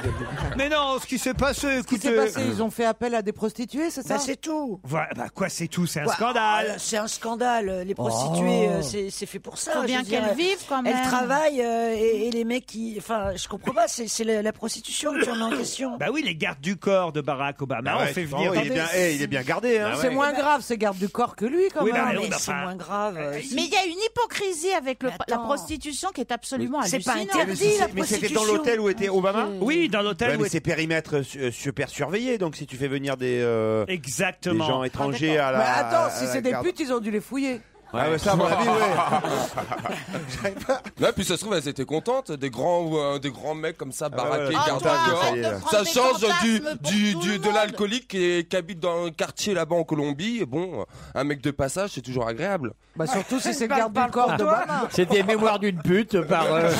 [SPEAKER 2] Mais non, ce qui s'est passé,
[SPEAKER 6] qui
[SPEAKER 2] écoutez. euh,
[SPEAKER 6] s'est passé Ils ont fait appel à des prostituées, c'est ça
[SPEAKER 1] Bah, c'est tout.
[SPEAKER 2] Voilà, bah quoi, c'est tout, c'est un
[SPEAKER 1] Bah,
[SPEAKER 2] scandale.
[SPEAKER 1] euh, C'est un scandale. Les
[SPEAKER 6] Oh.
[SPEAKER 1] prostituées, euh, c'est c'est fait pour ça.
[SPEAKER 13] Faut
[SPEAKER 1] je
[SPEAKER 13] bien
[SPEAKER 1] veux dire,
[SPEAKER 13] qu'elles
[SPEAKER 1] euh,
[SPEAKER 13] vivent, quand même.
[SPEAKER 1] Elles travaillent euh, et, et les mecs qui. Enfin, je comprends pas, c'est c'est la, la prostitution qui en est en question.
[SPEAKER 2] Bah oui, les gardes du corps de Barack Obama,
[SPEAKER 4] Ah ouais,
[SPEAKER 2] on fait
[SPEAKER 4] tu-
[SPEAKER 2] venir.
[SPEAKER 4] oh, il est bien- eh, il est bien gardé, hein. Bah
[SPEAKER 1] Ah
[SPEAKER 6] C'est moins grave, ces gardes du corps que lui, quand
[SPEAKER 2] Oui,
[SPEAKER 6] même.
[SPEAKER 2] bah, oui, bah, enfin,
[SPEAKER 1] grave. euh,
[SPEAKER 13] Mais il y a une hypocrisie avec le- la prostitution qui est absolument
[SPEAKER 1] C'est pas
[SPEAKER 13] hallucinante.
[SPEAKER 1] interdit, la
[SPEAKER 4] Mais c'était dans l'hôtel où était Obama
[SPEAKER 2] Oui, dans l'hôtel
[SPEAKER 4] où
[SPEAKER 2] où
[SPEAKER 4] mais
[SPEAKER 2] était-
[SPEAKER 4] c'est périmètre su- euh, super surveillé, donc si tu fais venir des, euh,
[SPEAKER 2] Exactement. Ah,
[SPEAKER 4] des gens étrangers à la.
[SPEAKER 6] Ah, Mais attends,
[SPEAKER 4] à
[SPEAKER 6] si
[SPEAKER 4] la
[SPEAKER 6] c'est des
[SPEAKER 4] garde-
[SPEAKER 6] putes, ils ont dû les fouiller.
[SPEAKER 4] Ah ouais, ça, à mon avis, ouais.
[SPEAKER 21] Là, puis ça se trouve, elles étaient contentes. Des grands, euh, des grands mecs comme ça, baraqués,
[SPEAKER 4] Ah bah ouais,
[SPEAKER 21] garde
[SPEAKER 4] ouais,
[SPEAKER 21] à corps.
[SPEAKER 4] ça y est, là.
[SPEAKER 21] Ça
[SPEAKER 4] Prendre des
[SPEAKER 21] change du,
[SPEAKER 4] fantasmes pour
[SPEAKER 21] du,
[SPEAKER 4] tout
[SPEAKER 21] du-
[SPEAKER 4] le
[SPEAKER 21] de l'alcoolique qui, qui habite dans un quartier là-bas en Colombie. Et bon, un mec de passage, c'est toujours agréable.
[SPEAKER 6] Bah, surtout si c'est le garde du corps d'Obama.
[SPEAKER 14] C'est des mémoires d'une pute par euh,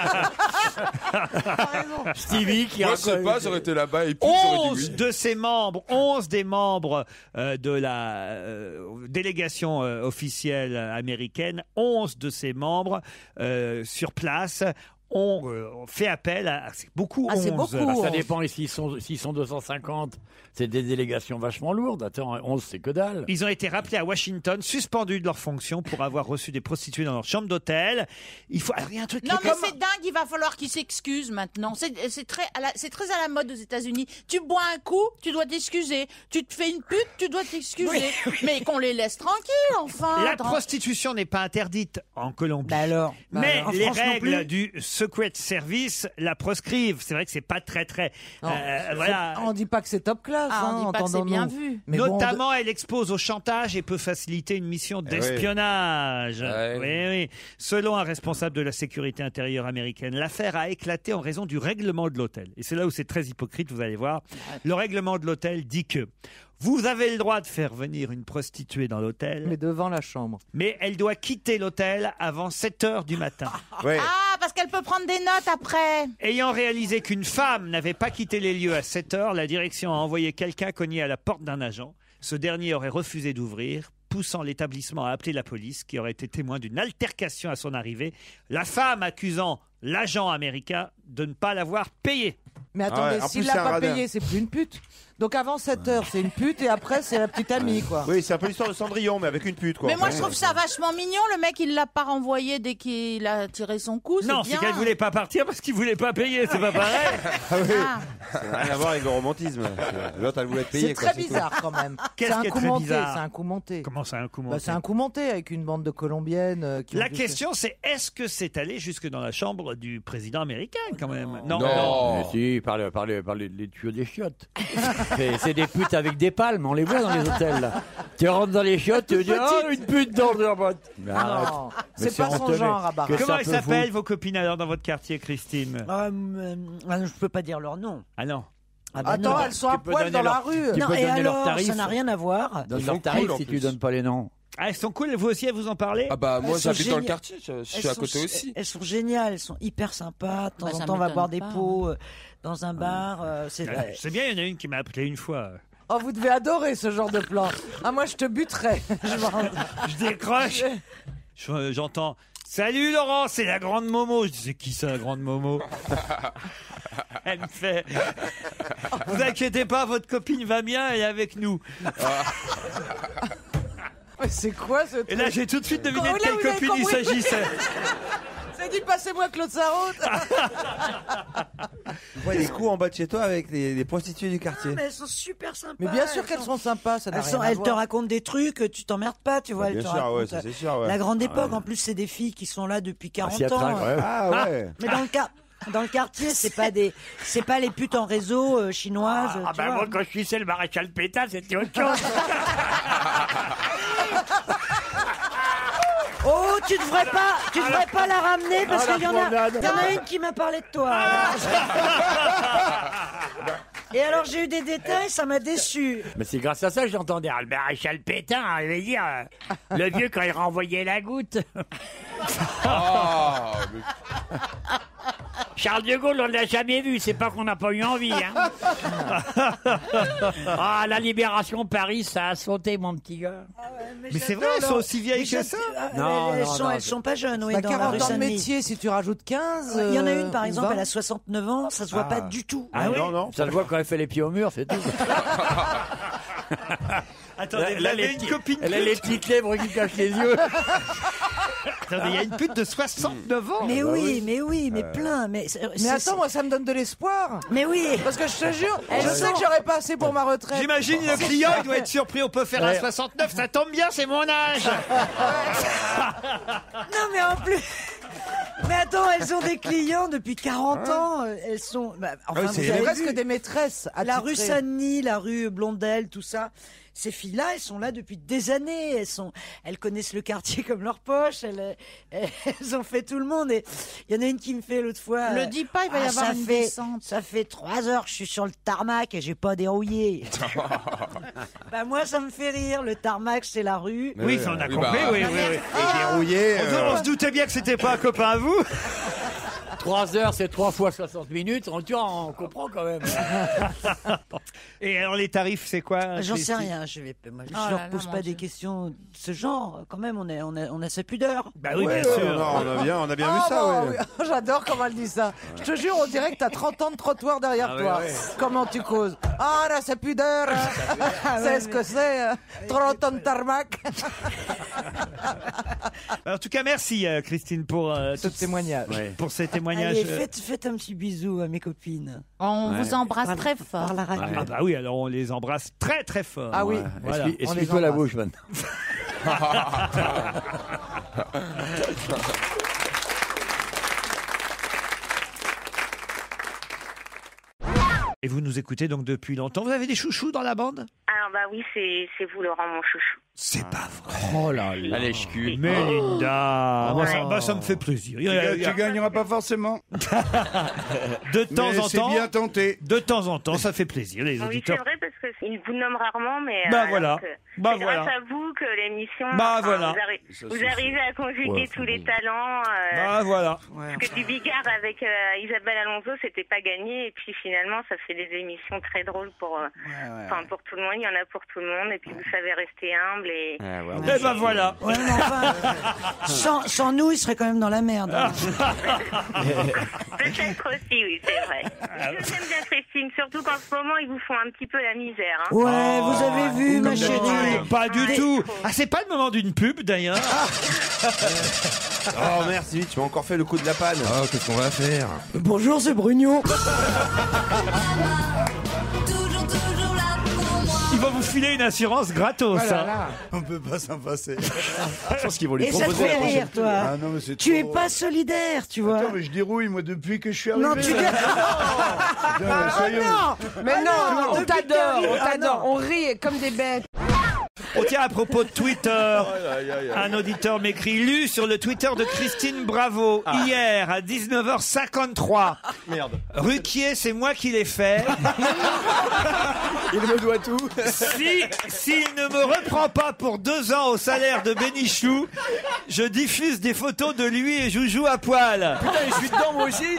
[SPEAKER 14] Stevie qui
[SPEAKER 21] Moi, je
[SPEAKER 14] raconte-
[SPEAKER 21] sais pas, j'aurais été là-bas et puis j'aurais dit
[SPEAKER 2] 11
[SPEAKER 21] oui.
[SPEAKER 2] de ses membres, 11 des membres euh, de la euh, délégation euh, officielle américaine, 11 de ses membres euh, sur place ont euh, fait appel à. à- Ah, C'est beaucoup, 11.
[SPEAKER 14] Bah, ça dépend. Et s'ils sont, s'ils sont 250, c'est des délégations vachement lourdes. Attends, 11, c'est que dalle.
[SPEAKER 2] Ils ont été rappelés à Washington, suspendus de leurs fonctions pour avoir reçu des prostituées dans leur chambre d'hôtel. Il faut. alors, il y a un truc qui
[SPEAKER 13] Non
[SPEAKER 2] est
[SPEAKER 13] mais
[SPEAKER 2] comme-
[SPEAKER 13] c'est dingue, il va falloir qu'ils s'excusent maintenant. C'est c'est très, à la- c'est très à la mode aux États-Unis. Tu bois un coup, tu dois t'excuser. Tu te fais une pute, tu dois t'excuser. Mais qu'on les laisse tranquilles enfin.
[SPEAKER 2] La
[SPEAKER 13] Tran-
[SPEAKER 2] prostitution n'est pas interdite en Colombie.
[SPEAKER 6] Bah
[SPEAKER 2] Mais
[SPEAKER 6] alors. En
[SPEAKER 2] les
[SPEAKER 6] France non
[SPEAKER 2] règles
[SPEAKER 6] plus.
[SPEAKER 2] du secret service la proscrivent. C'est vrai que c'est pas très très.
[SPEAKER 6] Non,
[SPEAKER 2] euh,
[SPEAKER 6] c'est-
[SPEAKER 2] voilà.
[SPEAKER 6] On dit pas que c'est top class.
[SPEAKER 13] Ah, on
[SPEAKER 6] hein,
[SPEAKER 13] dit pas que c'est
[SPEAKER 6] entendons-nous.
[SPEAKER 13] bien vu.
[SPEAKER 6] Mais bon, Ah
[SPEAKER 2] Notamment, elle expose au chantage et peut faciliter une mission d'espionnage. Oui, oui. Selon un responsable de la sécurité intérieure américaine, l'affaire a éclaté en raison du règlement de l'hôtel. Et c'est là où c'est très hypocrite, vous allez voir. Le règlement de l'hôtel dit que vous avez le droit de faire venir une prostituée dans l'hôtel. Mais
[SPEAKER 6] devant la chambre.
[SPEAKER 2] Mais elle doit quitter l'hôtel avant 7 heures du matin.
[SPEAKER 13] Ah parce qu'elle peut prendre des notes après.
[SPEAKER 2] Ayant réalisé qu'une femme n'avait pas quitté les lieux à 7 heures, la direction a envoyé quelqu'un cogner à la porte d'un agent. Ce dernier aurait refusé d'ouvrir, poussant l'établissement à appeler la police, qui aurait été témoin d'une altercation à son arrivée. La femme accusant l'agent américain de ne pas l'avoir payé.
[SPEAKER 1] Ah
[SPEAKER 6] Mais
[SPEAKER 4] Ah
[SPEAKER 6] attendez, s'il l'a pas payé, c'est plus une pute. Donc avant 7 heures, c'est une pute et après, c'est la petite amie, quoi.
[SPEAKER 4] Oui, c'est un peu l'histoire de Cendrillon, mais avec une pute, quoi.
[SPEAKER 13] Mais moi je trouve ça vachement mignon. Le mec il l'a pas renvoyé dès qu'il a tiré son coup.
[SPEAKER 2] Non, c'est
[SPEAKER 13] bien.
[SPEAKER 2] qu'elle voulait pas partir parce qu'il voulait pas payer, c'est pas pareil.
[SPEAKER 13] Ah.
[SPEAKER 4] Ça n'a rien à voir avec le romantisme. L'autre, elle voulait être payée.
[SPEAKER 6] C'est
[SPEAKER 4] quoi,
[SPEAKER 6] très
[SPEAKER 4] tout.
[SPEAKER 6] bizarre quand même.
[SPEAKER 4] Ah, Qu'est-ce
[SPEAKER 6] C'est un
[SPEAKER 4] qui est
[SPEAKER 6] coup
[SPEAKER 4] très
[SPEAKER 6] monté, c'est
[SPEAKER 4] bizarre
[SPEAKER 6] un coup monté.
[SPEAKER 2] Comment c'est un coup
[SPEAKER 6] Bah,
[SPEAKER 2] monté
[SPEAKER 6] C'est un coup monté avec une bande de Colombiennes. euh, qui ont
[SPEAKER 2] La
[SPEAKER 6] dû-
[SPEAKER 2] question, c'est est-ce que c'est allé jusque dans la chambre du président américain, quand même Non,
[SPEAKER 14] Mais si, par, le- par, le- par les, les tuyaux des chiottes. c'est, c'est des putes avec des palmes, on les voit dans les hôtels. là. Tu rentres dans les chiottes, tu dis Oh, une pute dans le boîte.
[SPEAKER 21] Ah
[SPEAKER 14] Mais arrête. Mais honteux, mais que
[SPEAKER 2] Comment
[SPEAKER 14] ça
[SPEAKER 2] elles
[SPEAKER 14] peut
[SPEAKER 2] s'appellent
[SPEAKER 14] vous-
[SPEAKER 2] vos copines alors dans votre quartier, Christine
[SPEAKER 1] Euh, euh, ah, je peux pas dire leur nom.
[SPEAKER 2] Ah non.
[SPEAKER 1] bah
[SPEAKER 6] Attends,
[SPEAKER 1] non.
[SPEAKER 6] elles sont à Tu peux poil donner dans la leur- rue. tu
[SPEAKER 1] Non,
[SPEAKER 6] peux
[SPEAKER 1] et
[SPEAKER 6] donner leurs
[SPEAKER 1] alors, ça
[SPEAKER 6] tarifs.
[SPEAKER 1] n'a rien à voir.
[SPEAKER 14] Donne leur tarif si tu donnes pas les noms.
[SPEAKER 2] Ah, elles sont cool, vous aussi, elles vous en parlez
[SPEAKER 21] Ah bah, moi,
[SPEAKER 1] Elles sont
[SPEAKER 21] j'habite dans le
[SPEAKER 1] géniales.
[SPEAKER 21] quartier. Je, je suis
[SPEAKER 1] Elles
[SPEAKER 21] à
[SPEAKER 1] sont-
[SPEAKER 21] côté aussi.
[SPEAKER 1] Elles sont géniales, elles sont hyper sympas. De temps
[SPEAKER 21] Bah,
[SPEAKER 1] en
[SPEAKER 21] ça
[SPEAKER 1] temps, on va
[SPEAKER 21] m'étonne
[SPEAKER 1] boire des
[SPEAKER 21] pas.
[SPEAKER 1] pots euh, dans un bar. euh, c'est
[SPEAKER 2] Ah, C'est bien, il y en a une qui m'a appelé une fois.
[SPEAKER 6] Oh, vous devez adorer ce genre de plan. Ah, moi, je te buterais. Je m'en-
[SPEAKER 2] Je décroche. Je- euh, J'entends Salut Laurent, c'est la grande Momo. Je dis C'est qui ça, la grande Momo Elle me fait Vous inquiétez pas, votre copine va bien, elle est avec nous.
[SPEAKER 6] Mais c'est quoi ce truc
[SPEAKER 2] Et là, j'ai tout de suite deviné
[SPEAKER 6] Oh,
[SPEAKER 2] de
[SPEAKER 6] là,
[SPEAKER 2] quelle
[SPEAKER 6] vous avez
[SPEAKER 2] copine il
[SPEAKER 6] compris.
[SPEAKER 1] Ah,
[SPEAKER 2] s'agissait.
[SPEAKER 6] J'ai dit passez-moi Claude Sarraute.
[SPEAKER 19] Ouais, des coups en bas de chez toi avec les, les prostituées du quartier.
[SPEAKER 1] Ah, Mais elles sont super sympas.
[SPEAKER 6] Mais bien sûr
[SPEAKER 1] elles
[SPEAKER 6] qu'elles
[SPEAKER 1] sont-
[SPEAKER 6] sont sympas, ça n'a
[SPEAKER 1] Elles,
[SPEAKER 6] rien
[SPEAKER 1] sont-
[SPEAKER 6] à
[SPEAKER 1] elles te
[SPEAKER 6] voir.
[SPEAKER 1] racontent des trucs, tu t'emmerdes pas, tu vois.
[SPEAKER 6] Bah,
[SPEAKER 1] elles
[SPEAKER 6] bien
[SPEAKER 1] te
[SPEAKER 6] sûr,
[SPEAKER 1] racontent,
[SPEAKER 6] ouais, ça,
[SPEAKER 1] euh,
[SPEAKER 6] c'est sûr, ouais.
[SPEAKER 1] La grande
[SPEAKER 6] Ah,
[SPEAKER 1] époque,
[SPEAKER 6] ouais.
[SPEAKER 1] en plus, c'est des filles qui sont là depuis
[SPEAKER 6] Ah,
[SPEAKER 1] 40
[SPEAKER 6] s'y
[SPEAKER 1] ans. euh.
[SPEAKER 6] attraque, ouais. Ah, ouais.
[SPEAKER 1] Mais dans le, car- dans le quartier, c'est pas des, c'est pas les putes en réseau euh, chinoises.
[SPEAKER 25] Ah
[SPEAKER 1] tu
[SPEAKER 6] ben,
[SPEAKER 25] bah
[SPEAKER 1] vois.
[SPEAKER 25] moi quand je suis le maréchal Pétain, c'était autre chose.
[SPEAKER 1] Oh, tu devrais pas, tu devrais pas la ramener parce
[SPEAKER 11] Ah, la
[SPEAKER 1] qu'il y en a,
[SPEAKER 11] promenade.
[SPEAKER 1] y en a une qui m'a parlé de toi.
[SPEAKER 6] Ah
[SPEAKER 1] Et alors j'ai eu des détails, ça m'a déçu.
[SPEAKER 25] Mais c'est grâce à ça que j'entendais ah, le maréchal Pétain, hein, je veux dire, euh, le vieux quand il renvoyait la goutte. Ah, Charles de Gaulle, on ne l'a jamais vu, c'est pas qu'on n'a pas eu envie. hein. Ah, la libération Paris, ça a sauté, mon petit gars.
[SPEAKER 2] Mais c'est vrai, elles sont aussi vieilles que ça
[SPEAKER 25] Non,
[SPEAKER 1] elles,
[SPEAKER 25] non,
[SPEAKER 1] sont,
[SPEAKER 25] non,
[SPEAKER 1] elles
[SPEAKER 25] je-
[SPEAKER 1] sont pas jeunes, oui,
[SPEAKER 6] Bah,
[SPEAKER 1] dans
[SPEAKER 6] 40
[SPEAKER 1] la rue
[SPEAKER 6] ans de
[SPEAKER 1] Saint-Denis.
[SPEAKER 6] métier, si tu rajoutes 15.
[SPEAKER 1] Il y en a une, par
[SPEAKER 6] euh,
[SPEAKER 1] exemple,
[SPEAKER 6] ou 20.
[SPEAKER 1] elle a 69 ans, ça se voit pas du tout.
[SPEAKER 14] Ah, non, non. Ça se voit quand elle fait les pieds au mur, c'est tout.
[SPEAKER 2] Attendez,
[SPEAKER 14] Elle a
[SPEAKER 2] vous avez
[SPEAKER 14] les
[SPEAKER 2] une
[SPEAKER 14] petits-
[SPEAKER 2] copine
[SPEAKER 14] Elle a
[SPEAKER 2] pute.
[SPEAKER 14] les petites lèvres qui cachent les yeux.
[SPEAKER 2] Attendez, il y a une pute de 69 ans.
[SPEAKER 1] Mais
[SPEAKER 2] Ah bah
[SPEAKER 1] oui, mais oui, mais
[SPEAKER 2] Euh.
[SPEAKER 1] plein. Mais,
[SPEAKER 6] Mais attends, moi ça me donne de l'espoir.
[SPEAKER 1] Mais oui.
[SPEAKER 6] Parce que je te jure,
[SPEAKER 2] Elles
[SPEAKER 6] je sais
[SPEAKER 2] sont-
[SPEAKER 6] que j'aurais pas assez pour ma retraite.
[SPEAKER 2] J'imagine le client, il doit être surpris, on peut faire un
[SPEAKER 6] Ouais.
[SPEAKER 2] 69, ça tombe bien, c'est mon âge
[SPEAKER 1] Non, mais en plus. Mais attends, elles ont des clients depuis 40 ans. euh, Elles sont. bah, enfin,
[SPEAKER 6] Ah oui,
[SPEAKER 1] vous
[SPEAKER 6] c'est-
[SPEAKER 1] avez
[SPEAKER 6] presque
[SPEAKER 1] vu,
[SPEAKER 6] des maîtresses.
[SPEAKER 1] La
[SPEAKER 6] attitrées.
[SPEAKER 1] rue Saint-Denis, la rue Blondel, tout ça. Ces filles-là, elles sont là depuis des années. Elles sont, elles connaissent le quartier comme leur poche. Elles, elles ont fait tout le monde. Et il y en a une qui me fait l'autre fois.
[SPEAKER 13] Le
[SPEAKER 1] euh,
[SPEAKER 13] dis pas, il va y
[SPEAKER 1] Ah,
[SPEAKER 13] avoir
[SPEAKER 1] ça
[SPEAKER 13] une
[SPEAKER 1] fait,
[SPEAKER 13] descente.
[SPEAKER 1] Ça fait trois heures que je suis sur le tarmac et j'ai pas dérouillé. bah moi, ça me fait rire. Le tarmac, c'est la rue.
[SPEAKER 2] Oui, ça, on a
[SPEAKER 1] Oui,
[SPEAKER 2] compris,
[SPEAKER 1] bah,
[SPEAKER 2] oui,
[SPEAKER 8] ah,
[SPEAKER 2] oui, oui.
[SPEAKER 1] Et dérouillé,
[SPEAKER 2] On,
[SPEAKER 1] euh,
[SPEAKER 2] on se doutait bien que c'était pas un copain à vous
[SPEAKER 14] 3 heures, c'est 3 fois 60 minutes. On, tu vois, on comprend quand même.
[SPEAKER 2] Et alors, les tarifs, c'est quoi
[SPEAKER 1] Euh, J'en sais
[SPEAKER 2] Ah, Christine
[SPEAKER 1] rien, je vais moi, je
[SPEAKER 14] Oh là
[SPEAKER 1] leur
[SPEAKER 14] là,
[SPEAKER 1] pose
[SPEAKER 14] mon
[SPEAKER 1] pas des questions de ce genre. Quand même, on a, on a, on a sa pudeur.
[SPEAKER 2] Bah
[SPEAKER 6] oui,
[SPEAKER 2] bien
[SPEAKER 6] sûr.
[SPEAKER 4] Non, on a bien, on a bien
[SPEAKER 6] Ah,
[SPEAKER 4] vu ça,
[SPEAKER 6] bon,
[SPEAKER 4] ouais.
[SPEAKER 6] oui. J'adore comment elle dit ça. Je te jure, on dirait que t'as 30 ans de trottoir derrière
[SPEAKER 4] Ah, ouais,
[SPEAKER 6] toi.
[SPEAKER 4] ouais.
[SPEAKER 6] Comment tu causes Ah là, c'est pudeur. c'est ce que c'est.
[SPEAKER 1] hein.
[SPEAKER 6] euh, 30 ans de tarmac.
[SPEAKER 1] Ah.
[SPEAKER 2] En tout cas, merci euh, Christine pour euh, tout- Pour ces
[SPEAKER 1] Ah,
[SPEAKER 2] témoignages.
[SPEAKER 1] Allez,
[SPEAKER 2] euh,
[SPEAKER 1] faites, faites un petit bisou à mes copines.
[SPEAKER 13] On
[SPEAKER 2] Ouais.
[SPEAKER 13] vous embrasse
[SPEAKER 1] Par-
[SPEAKER 13] très fort.
[SPEAKER 1] par la radio.
[SPEAKER 2] Ah bah oui, alors on les embrasse très très fort.
[SPEAKER 13] Ah oui.
[SPEAKER 2] Ouais.
[SPEAKER 13] Essuie-
[SPEAKER 2] Voilà.
[SPEAKER 14] Essuie- Essuie-toi la bouche maintenant.
[SPEAKER 2] Et vous nous écoutez donc depuis longtemps. Vous avez des chouchous dans la bande
[SPEAKER 5] Alors bah oui, c'est c'est vous Laurent mon chouchou.
[SPEAKER 2] C'est pas vrai. Oh là là.
[SPEAKER 15] Allez, je cul.
[SPEAKER 2] Mélinda,
[SPEAKER 5] Oh.
[SPEAKER 2] Ah, moi, ça,
[SPEAKER 5] Ouais.
[SPEAKER 2] moi, ça me fait plaisir.
[SPEAKER 5] Tu gagnes- tu
[SPEAKER 2] gagneras pas forcément. de temps
[SPEAKER 5] Mais
[SPEAKER 2] en
[SPEAKER 5] c'est
[SPEAKER 2] temps.
[SPEAKER 5] bien
[SPEAKER 2] tenté. De temps en temps, ça fait plaisir les
[SPEAKER 5] Ah Oui, c'est
[SPEAKER 2] auditeurs.
[SPEAKER 5] vrai parce que il vous nomme rarement, mais euh,
[SPEAKER 2] Bah
[SPEAKER 5] alors
[SPEAKER 2] voilà.
[SPEAKER 5] que
[SPEAKER 2] Bah
[SPEAKER 5] c'est
[SPEAKER 2] voilà.
[SPEAKER 5] grâce à vous que l'émission.
[SPEAKER 2] Bah
[SPEAKER 5] enfin,
[SPEAKER 2] voilà.
[SPEAKER 5] Vous, arri-
[SPEAKER 2] Ça,
[SPEAKER 5] vous
[SPEAKER 2] c'est-
[SPEAKER 5] arrivez à conjuguer
[SPEAKER 2] Ouais,
[SPEAKER 5] tous les talents. euh,
[SPEAKER 2] Bah voilà.
[SPEAKER 5] Parce que du Bigard avec euh, Isabelle Alonso, c'était pas gagné. Et puis finalement, ça fait des émissions très drôles pour, euh, enfin, pour tout le monde. Il y en a pour tout le monde. Et puis vous savez rester humble. Et,
[SPEAKER 2] Eh ben voilà.
[SPEAKER 1] Ouais, mais enfin, sans, sans nous, ils seraient quand même dans la merde.
[SPEAKER 5] Peut-être aussi, oui, c'est vrai. J'aime bien Christine, surtout qu'en ce moment, ils vous font un petit peu la misère. hein.
[SPEAKER 1] Ouais, vous avez
[SPEAKER 2] Ah,
[SPEAKER 1] vu, ma chérie.
[SPEAKER 2] Pas du tout. Ah, c'est pas le moment d'une pub d'ailleurs. Ah.
[SPEAKER 4] Oh merci, tu m'as encore fait le coup de la panne. Oh, qu'est-ce qu'on va faire
[SPEAKER 1] Bonjour, c'est Brugnon.
[SPEAKER 2] Ils vont vous filer une assurance gratos.
[SPEAKER 8] Oh là
[SPEAKER 2] hein.
[SPEAKER 8] là. On peut pas s'en passer.
[SPEAKER 2] Je pense qu'ils vont
[SPEAKER 1] Et ça te fait rire, toi.
[SPEAKER 8] Ah non, mais c'est
[SPEAKER 1] tu es
[SPEAKER 8] trop-
[SPEAKER 1] pas solidaire, tu vois.
[SPEAKER 8] Attends, mais je dérouille, moi, depuis que je suis arrivé. Ah
[SPEAKER 1] Non, tu- Ah
[SPEAKER 15] bah,
[SPEAKER 8] Putain, mais sérieux.
[SPEAKER 6] oh Mais
[SPEAKER 8] Ah
[SPEAKER 6] non,
[SPEAKER 8] non,
[SPEAKER 6] on
[SPEAKER 8] depuis
[SPEAKER 6] t'adore,
[SPEAKER 8] qu'il
[SPEAKER 6] on
[SPEAKER 8] arrive- Ah
[SPEAKER 6] t'adore,
[SPEAKER 8] non.
[SPEAKER 6] on rit comme des bêtes.
[SPEAKER 2] On tient à propos de Twitter.
[SPEAKER 8] aïe, aïe, aïe.
[SPEAKER 2] Un auditeur m'écrit lu sur le Twitter de Christine Bravo hier à 19h53.
[SPEAKER 11] Merde.
[SPEAKER 2] Ruquier, c'est moi qui l'ai fait. Il me doit tout. Si, s'il ne me reprend pas pour deux ans au salaire de Bénichou, je diffuse des photos de lui et Joujou à poil.
[SPEAKER 11] Putain, et je suis dedans, moi aussi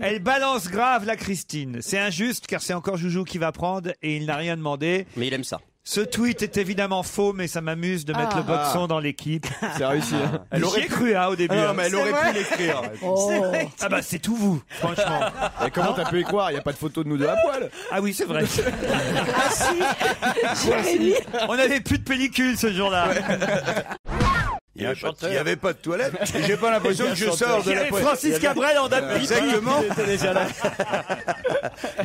[SPEAKER 2] Elle balance grave la Christine. C'est injuste car c'est encore Joujou qui va prendre et il n'a rien demandé. Mais il aime ça. Ce tweet est évidemment faux, mais ça m'amuse de mettre
[SPEAKER 10] Ah.
[SPEAKER 2] le boxon
[SPEAKER 10] Ah.
[SPEAKER 2] dans l'équipe.
[SPEAKER 10] C'est réussi, hein. Elle
[SPEAKER 2] J'y
[SPEAKER 10] aurait
[SPEAKER 2] ai
[SPEAKER 10] pu-
[SPEAKER 2] cru hein, au début.
[SPEAKER 10] Ah non,
[SPEAKER 2] hein.
[SPEAKER 10] mais elle
[SPEAKER 2] C'est
[SPEAKER 10] aurait pu
[SPEAKER 2] vrai.
[SPEAKER 10] l'écrire. Oh. C'est vrai.
[SPEAKER 2] Ah bah c'est tout vous, franchement.
[SPEAKER 10] Et comment t'as pu y croire Il n'y a pas de photo de nous deux à poil.
[SPEAKER 2] Ah oui, c'est vrai.
[SPEAKER 11] Ah si
[SPEAKER 2] On n'avait plus de pellicule ce jour-là.
[SPEAKER 8] Il n'y avait, pas de- il y avait pas de toilette. Et J'ai pas l'impression que je sors de la
[SPEAKER 2] Il y avait
[SPEAKER 8] poêle.
[SPEAKER 2] Francis
[SPEAKER 8] Il y avait-
[SPEAKER 2] Cabrel en date
[SPEAKER 8] Exactement.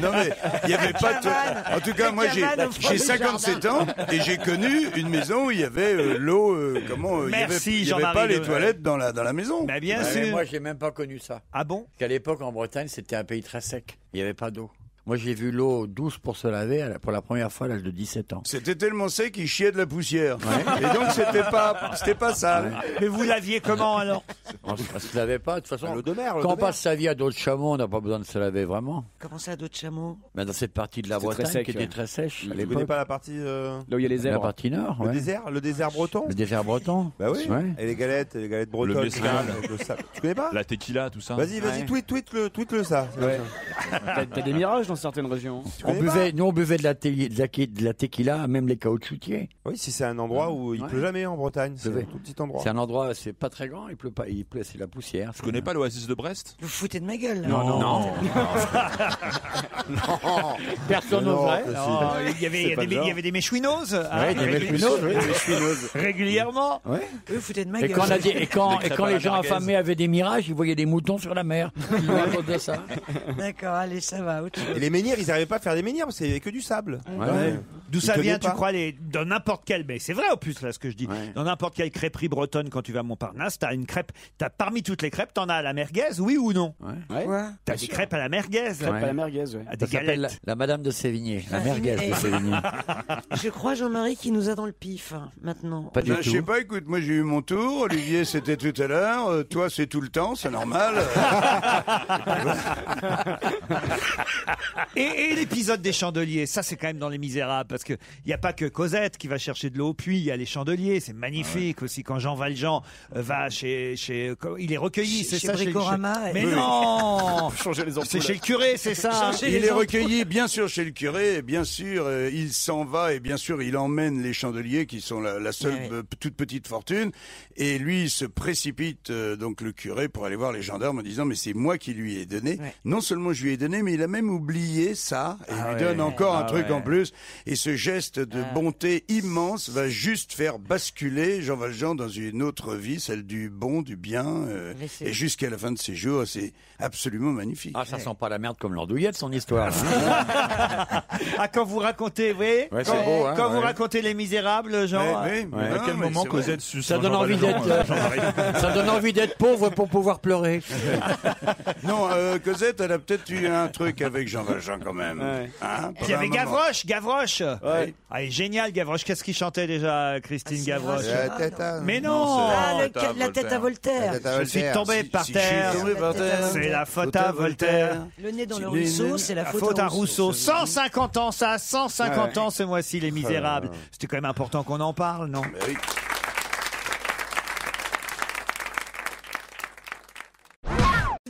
[SPEAKER 8] Non mais il n'y avait pas de En tout cas,
[SPEAKER 2] La
[SPEAKER 8] moi j'ai
[SPEAKER 2] cabane au fond
[SPEAKER 8] j'ai
[SPEAKER 2] du
[SPEAKER 8] 57 ans
[SPEAKER 2] jardin.
[SPEAKER 8] et j'ai connu une maison où il y avait euh, l'eau euh, comment euh, il y avait-
[SPEAKER 14] Merci,
[SPEAKER 8] il y avait
[SPEAKER 14] Jean-Marie
[SPEAKER 8] pas les
[SPEAKER 14] Le-
[SPEAKER 8] toilettes dans la dans la maison.
[SPEAKER 2] Bah,
[SPEAKER 14] Ouais, mais Moi, j'ai même pas connu ça.
[SPEAKER 2] Ah bon
[SPEAKER 14] Qu'à l'époque, en Bretagne, c'était un pays très sec. Il n'y avait pas d'eau. Moi, j'ai vu l'eau douce pour se laver à la- pour la première fois à l'âge de 17 ans.
[SPEAKER 8] C'était tellement sec qu'il chiait de la poussière. Et donc c'était pas c'était pas sale.
[SPEAKER 2] Mais vous l'aviez comment alors
[SPEAKER 14] On se, on se lavait pas, de toute façon.
[SPEAKER 8] de mer, l'eau
[SPEAKER 14] quand
[SPEAKER 8] de
[SPEAKER 14] on
[SPEAKER 8] mer.
[SPEAKER 14] passe sa vie à d'autres chameaux, on n'a pas besoin de se laver vraiment.
[SPEAKER 1] Comment ça, d'autres chameaux
[SPEAKER 14] Mais dans cette partie de la
[SPEAKER 8] C'est
[SPEAKER 14] Bretagne
[SPEAKER 8] très sec,
[SPEAKER 14] qui était
[SPEAKER 8] ouais.
[SPEAKER 14] très sèche. à
[SPEAKER 8] Tu
[SPEAKER 14] l'époque.
[SPEAKER 8] connais pas la
[SPEAKER 4] partie. euh,
[SPEAKER 14] Là où il y a les airs. La partie nord,
[SPEAKER 4] Le
[SPEAKER 14] ouais.
[SPEAKER 4] désert, le désert breton.
[SPEAKER 14] Le désert breton.
[SPEAKER 4] Bah oui.
[SPEAKER 14] Ouais.
[SPEAKER 4] Et les galettes, les galettes bretonnes.
[SPEAKER 10] Le
[SPEAKER 4] etc.,
[SPEAKER 10] mezcal.
[SPEAKER 4] avec le sable. Tu connais pas
[SPEAKER 10] La tequila, tout ça.
[SPEAKER 4] Vas-y, vas-y, tweet, tweet le, tweet le ça.
[SPEAKER 14] T'as- t'as des
[SPEAKER 10] mirages dans certaines régions.
[SPEAKER 14] On buvait, nous, on buvait de la, te- de la, de la tequila, même les caoutchoutiers.
[SPEAKER 4] Oui, si c'est un endroit où il
[SPEAKER 14] Ouais.
[SPEAKER 4] pleut jamais en Bretagne, c'est
[SPEAKER 14] Pleuvait.
[SPEAKER 4] un tout petit endroit.
[SPEAKER 14] C'est un endroit, c'est pas très grand, il pleut pas, il pleut, c'est la poussière. Je
[SPEAKER 10] connais pas l'oasis de Brest
[SPEAKER 1] Vous vous foutez de ma gueule là.
[SPEAKER 14] Non, non, non.
[SPEAKER 2] Personne n'oserait.
[SPEAKER 14] Non,
[SPEAKER 2] Non, bah,
[SPEAKER 14] si.
[SPEAKER 2] Il y avait- il y
[SPEAKER 14] C'est
[SPEAKER 2] avait
[SPEAKER 14] pas le
[SPEAKER 2] des-
[SPEAKER 14] genre.
[SPEAKER 2] il y avait des méchouinoses. hein,
[SPEAKER 14] Ouais, des
[SPEAKER 2] régul-
[SPEAKER 14] méchouinoses, oui. Des méchouinoses.
[SPEAKER 2] Régulièrement.
[SPEAKER 14] Ouais.
[SPEAKER 1] Vous vous foutez de ma
[SPEAKER 14] Et
[SPEAKER 1] gueule.
[SPEAKER 14] quand, on a dit- et quand,
[SPEAKER 1] Dès
[SPEAKER 14] et
[SPEAKER 1] que ça
[SPEAKER 14] quand
[SPEAKER 1] parle
[SPEAKER 14] les
[SPEAKER 1] à
[SPEAKER 14] gens
[SPEAKER 1] merguez.
[SPEAKER 14] affamés avaient des mirages, ils voyaient des moutons sur la mer. Ils nous racontaient ça.
[SPEAKER 1] D'accord, allez, ça va. Autre chose.
[SPEAKER 4] Et les menhirs, ils n'arrivaient pas à faire des menhirs parce qu'il y avait que du sable.
[SPEAKER 2] Ouais. D'où
[SPEAKER 4] Ils
[SPEAKER 2] ça
[SPEAKER 4] tenaient
[SPEAKER 2] vient, tu
[SPEAKER 4] pas.
[SPEAKER 2] crois, les, dans n'importe quelle, mais c'est vrai en plus là ce que je dis, dans n'importe quelle crêperie bretonne quand tu vas à Montparnasse, t'as une crêpe, t'as parmi toutes les crêpes, t'en as à la merguez, oui ou non T'as des crêpes à la merguez.
[SPEAKER 14] Crêpes à la
[SPEAKER 2] merguez,
[SPEAKER 14] Ça
[SPEAKER 2] Des
[SPEAKER 14] s'appelle la,
[SPEAKER 2] galettes.
[SPEAKER 14] la Madame de Sévigné,
[SPEAKER 1] Ah,
[SPEAKER 14] la merguez
[SPEAKER 1] mais-
[SPEAKER 14] de Sévigné.
[SPEAKER 1] Je crois, Jean-Marie, qui nous a dans le pif hein, maintenant.
[SPEAKER 14] Pas du
[SPEAKER 8] Non,
[SPEAKER 2] Bah,
[SPEAKER 14] tout.
[SPEAKER 8] Ben, Je sais pas, écoute, moi j'ai eu mon tour, Olivier c'était tout à l'heure, Euh, toi c'est tout le temps, c'est normal.
[SPEAKER 2] Et, et l'épisode des chandeliers, ça c'est quand même dans Les Misérables, parce qu'il n'y a pas que Cosette qui va chercher de l'eau au puits, il y a les chandeliers, c'est
[SPEAKER 14] Ah
[SPEAKER 2] magnifique aussi quand Jean Valjean euh, va chez... chez il est recueilli,
[SPEAKER 1] Chez-
[SPEAKER 2] c'est
[SPEAKER 1] chez
[SPEAKER 2] ça
[SPEAKER 1] Bricorama,
[SPEAKER 2] chez, Mais
[SPEAKER 1] et-
[SPEAKER 2] non C'est chez le curé, c'est ça
[SPEAKER 8] Il est recueilli, bien sûr, chez le curé, et bien sûr, euh, il s'en va, et bien sûr, il emmène les chandeliers, qui sont la, la
[SPEAKER 21] Eh
[SPEAKER 8] seule
[SPEAKER 1] Ouais, ouais.
[SPEAKER 8] euh, toute petite fortune, et lui, il se précipite, euh, donc le curé, pour aller voir les gendarmes en disant, mais c'est moi qui lui ai donné. Non seulement je lui ai donné, mais il a même oublié ça, et il lui donne
[SPEAKER 21] ouais.
[SPEAKER 8] encore un
[SPEAKER 21] Ah
[SPEAKER 8] truc
[SPEAKER 21] ouais.
[SPEAKER 8] en plus, et ce geste de
[SPEAKER 14] Ah.
[SPEAKER 8] bonté immense va juste faire basculer Jean Valjean dans une autre vie, celle du bon, du bien, euh,
[SPEAKER 14] Mais c'est-
[SPEAKER 8] et jusqu'à la fin de ses jours, c'est absolument magnifique.
[SPEAKER 14] Ah, ça sent pas la merde comme l'andouillette, son histoire. hein. là.
[SPEAKER 2] Ah, quand vous racontez, vous voyez
[SPEAKER 14] Ouais, c'est
[SPEAKER 2] Quand,
[SPEAKER 14] beau, hein,
[SPEAKER 2] quand vous
[SPEAKER 14] ouais.
[SPEAKER 2] racontez Les Misérables, genre...
[SPEAKER 8] Mais- mais- mais-
[SPEAKER 2] euh,
[SPEAKER 8] À quel non, mais moment c'est vrai. Cosette suce
[SPEAKER 14] Ça
[SPEAKER 8] un
[SPEAKER 14] donne
[SPEAKER 8] Jean
[SPEAKER 14] envie
[SPEAKER 8] Valjean,
[SPEAKER 14] d'être,
[SPEAKER 8] euh,
[SPEAKER 14] euh,
[SPEAKER 8] Jean-Marie
[SPEAKER 14] ça donne envie d'être pauvre pour pouvoir pleurer.
[SPEAKER 8] Non, euh, Cosette, elle a peut-être eu un truc avec Jean Valjean quand même. Hein,
[SPEAKER 2] Il y avait
[SPEAKER 8] pendant un moment.
[SPEAKER 2] Gavroche, Gavroche Ah, il est génial Gavroche, qu'est-ce qu'il chantait déjà Christine Gavroche
[SPEAKER 8] La tête à-
[SPEAKER 2] Mais
[SPEAKER 8] Non,
[SPEAKER 2] non
[SPEAKER 8] c'est
[SPEAKER 1] Ah, le ca- la tête à Voltaire.
[SPEAKER 2] Je suis tombé
[SPEAKER 8] Si-
[SPEAKER 2] par
[SPEAKER 8] si je suis
[SPEAKER 2] terre,
[SPEAKER 8] tombé par terre,
[SPEAKER 2] c'est la faute à Voltaire.
[SPEAKER 1] Le nez dans le
[SPEAKER 2] Les-
[SPEAKER 1] ruisseau, c'est la faute
[SPEAKER 2] à Rousseau. 150 ans, ça, 150
[SPEAKER 1] Ouais.
[SPEAKER 2] ans ce mois-ci, Les Misérables. C'était quand même important qu'on en parle, non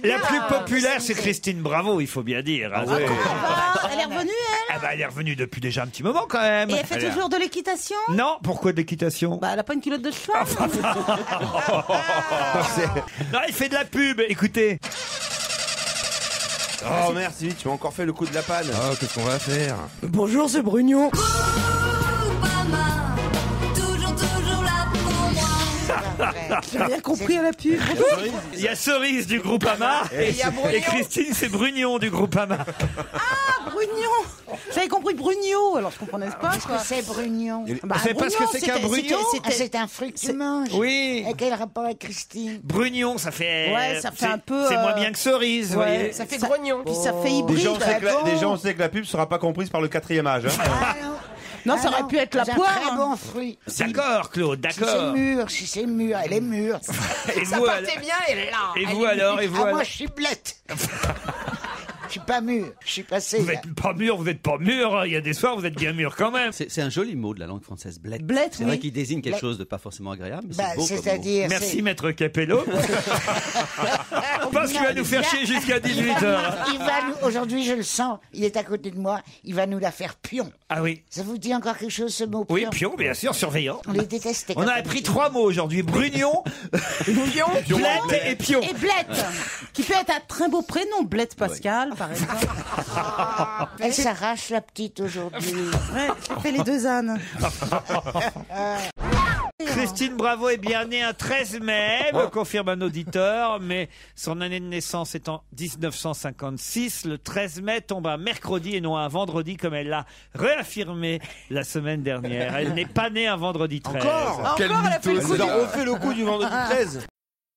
[SPEAKER 2] La plus
[SPEAKER 1] Ah.
[SPEAKER 2] populaire, c'est Christine Bravo, il faut bien dire. hein.
[SPEAKER 10] ouais.
[SPEAKER 13] Ah, elle est revenue,
[SPEAKER 2] Ah bah, elle est revenue depuis déjà un petit moment quand même.
[SPEAKER 13] elle Et elle fait
[SPEAKER 2] est-
[SPEAKER 13] toujours de l'équitation
[SPEAKER 2] Non, pourquoi de l'équitation Ah, bah,
[SPEAKER 13] Bah, elle a pas une culotte de cheval
[SPEAKER 2] Non, il fait de la pub, écoutez.
[SPEAKER 4] Oh merde, Sylvie, tu m'as encore fait le coup de la panne. Oh, qu'est-ce qu'on va faire
[SPEAKER 1] Bonjour, c'est Brugnon.
[SPEAKER 11] Toujours, toujours là pour moi.
[SPEAKER 1] J'ai rien compris à la pub.
[SPEAKER 2] Il y a Cerise du groupe Ama
[SPEAKER 1] Et il y a Brugnon.
[SPEAKER 2] et Christine, c'est Brugnon du groupe Ama.
[SPEAKER 16] Ah, Brugnon J'avais compris Brugno, alors je comprenais
[SPEAKER 9] Ah,
[SPEAKER 16] pas. Qu'est-ce que c'est Brugnon
[SPEAKER 2] Bah, C'est parce que c'est qu'un brugnon.
[SPEAKER 16] Ah, C'est un fruit que tu manges.
[SPEAKER 2] Oui.
[SPEAKER 16] Et quel rapport avec Christine
[SPEAKER 2] Brugnon, ça fait.
[SPEAKER 16] Ouais, ça fait
[SPEAKER 2] c'est-
[SPEAKER 16] un peu,
[SPEAKER 2] C'est moins
[SPEAKER 16] euh,
[SPEAKER 2] bien que Cerise, vous
[SPEAKER 16] ouais,
[SPEAKER 2] voyez.
[SPEAKER 16] ça fait grognon. Puis ça fait
[SPEAKER 15] Oh.
[SPEAKER 4] Des
[SPEAKER 16] hybride.
[SPEAKER 4] gens, on sait que la,
[SPEAKER 16] Ah
[SPEAKER 4] des
[SPEAKER 16] bon
[SPEAKER 4] gens, on sait que la pub sera pas comprise par le quatrième âge. hein.
[SPEAKER 16] Non, ça aurait pu être la
[SPEAKER 9] c'est un
[SPEAKER 16] poire.
[SPEAKER 9] très
[SPEAKER 16] hein.
[SPEAKER 9] bon fruit.
[SPEAKER 2] D'accord, Claude,
[SPEAKER 9] Si c'est
[SPEAKER 2] d'accord.
[SPEAKER 9] mûr, si c'est mûr, elle est mûre.
[SPEAKER 2] Et
[SPEAKER 9] ça
[SPEAKER 2] vous,
[SPEAKER 9] partait
[SPEAKER 2] alors
[SPEAKER 9] bien, elle est là.
[SPEAKER 2] Et
[SPEAKER 9] Elle
[SPEAKER 2] vous,
[SPEAKER 9] est
[SPEAKER 2] alors,
[SPEAKER 9] mûre.
[SPEAKER 2] et vous,
[SPEAKER 9] Ah,
[SPEAKER 2] alors
[SPEAKER 9] moi, je suis blette. Je suis pas mûr, je suis passé.
[SPEAKER 2] Vous êtes pas mûr, vous êtes pas mûr. hein. Il y a des soirs, vous êtes bien mûr quand même.
[SPEAKER 22] C'est c'est un joli mot de la langue française, blette.
[SPEAKER 9] Blette,
[SPEAKER 22] c'est vrai
[SPEAKER 9] oui.
[SPEAKER 22] qu'il désigne quelque
[SPEAKER 9] Blette.
[SPEAKER 22] chose de pas forcément agréable, mais
[SPEAKER 9] Bah,
[SPEAKER 22] c'est beau. comme
[SPEAKER 9] c'est-à-dire,
[SPEAKER 22] mot.
[SPEAKER 2] Merci, maître Capello.
[SPEAKER 9] On
[SPEAKER 2] pense qu'il va nous faire chier jusqu'à 18 heures.
[SPEAKER 9] Il va nous- Aujourd'hui, je le sens, il est à côté de moi, il va nous la faire pion.
[SPEAKER 2] Ah oui.
[SPEAKER 9] Ça vous dit encore quelque chose, ce mot pion
[SPEAKER 2] Oui, pion, bien sûr, surveillant.
[SPEAKER 9] On les détestait.
[SPEAKER 2] On
[SPEAKER 9] quand
[SPEAKER 2] a
[SPEAKER 9] on
[SPEAKER 2] appris
[SPEAKER 9] était-
[SPEAKER 2] trois mots aujourd'hui brugnon,
[SPEAKER 16] Pion,
[SPEAKER 2] Pion, Blette Blette. et Pion.
[SPEAKER 16] Et Blette, qui peut être un très beau prénom, Blette Pascal, par exemple.
[SPEAKER 9] Elle s'arrache la petite aujourd'hui.
[SPEAKER 16] Ouais, ça fait les deux ânes.
[SPEAKER 2] Christine Bravo est bien née un 13 mai,
[SPEAKER 9] Hein
[SPEAKER 2] me confirme un auditeur, mais son année de naissance est en 1956. Le 13 mai tombe un mercredi et non un vendredi, comme elle l'a réaffirmé la semaine dernière. Elle n'est pas née un vendredi 13.
[SPEAKER 4] Encore Ah, Quel encore, elle a fait le mytho, coup celle-là. du- Ah. Elle a refait le coup du vendredi 13.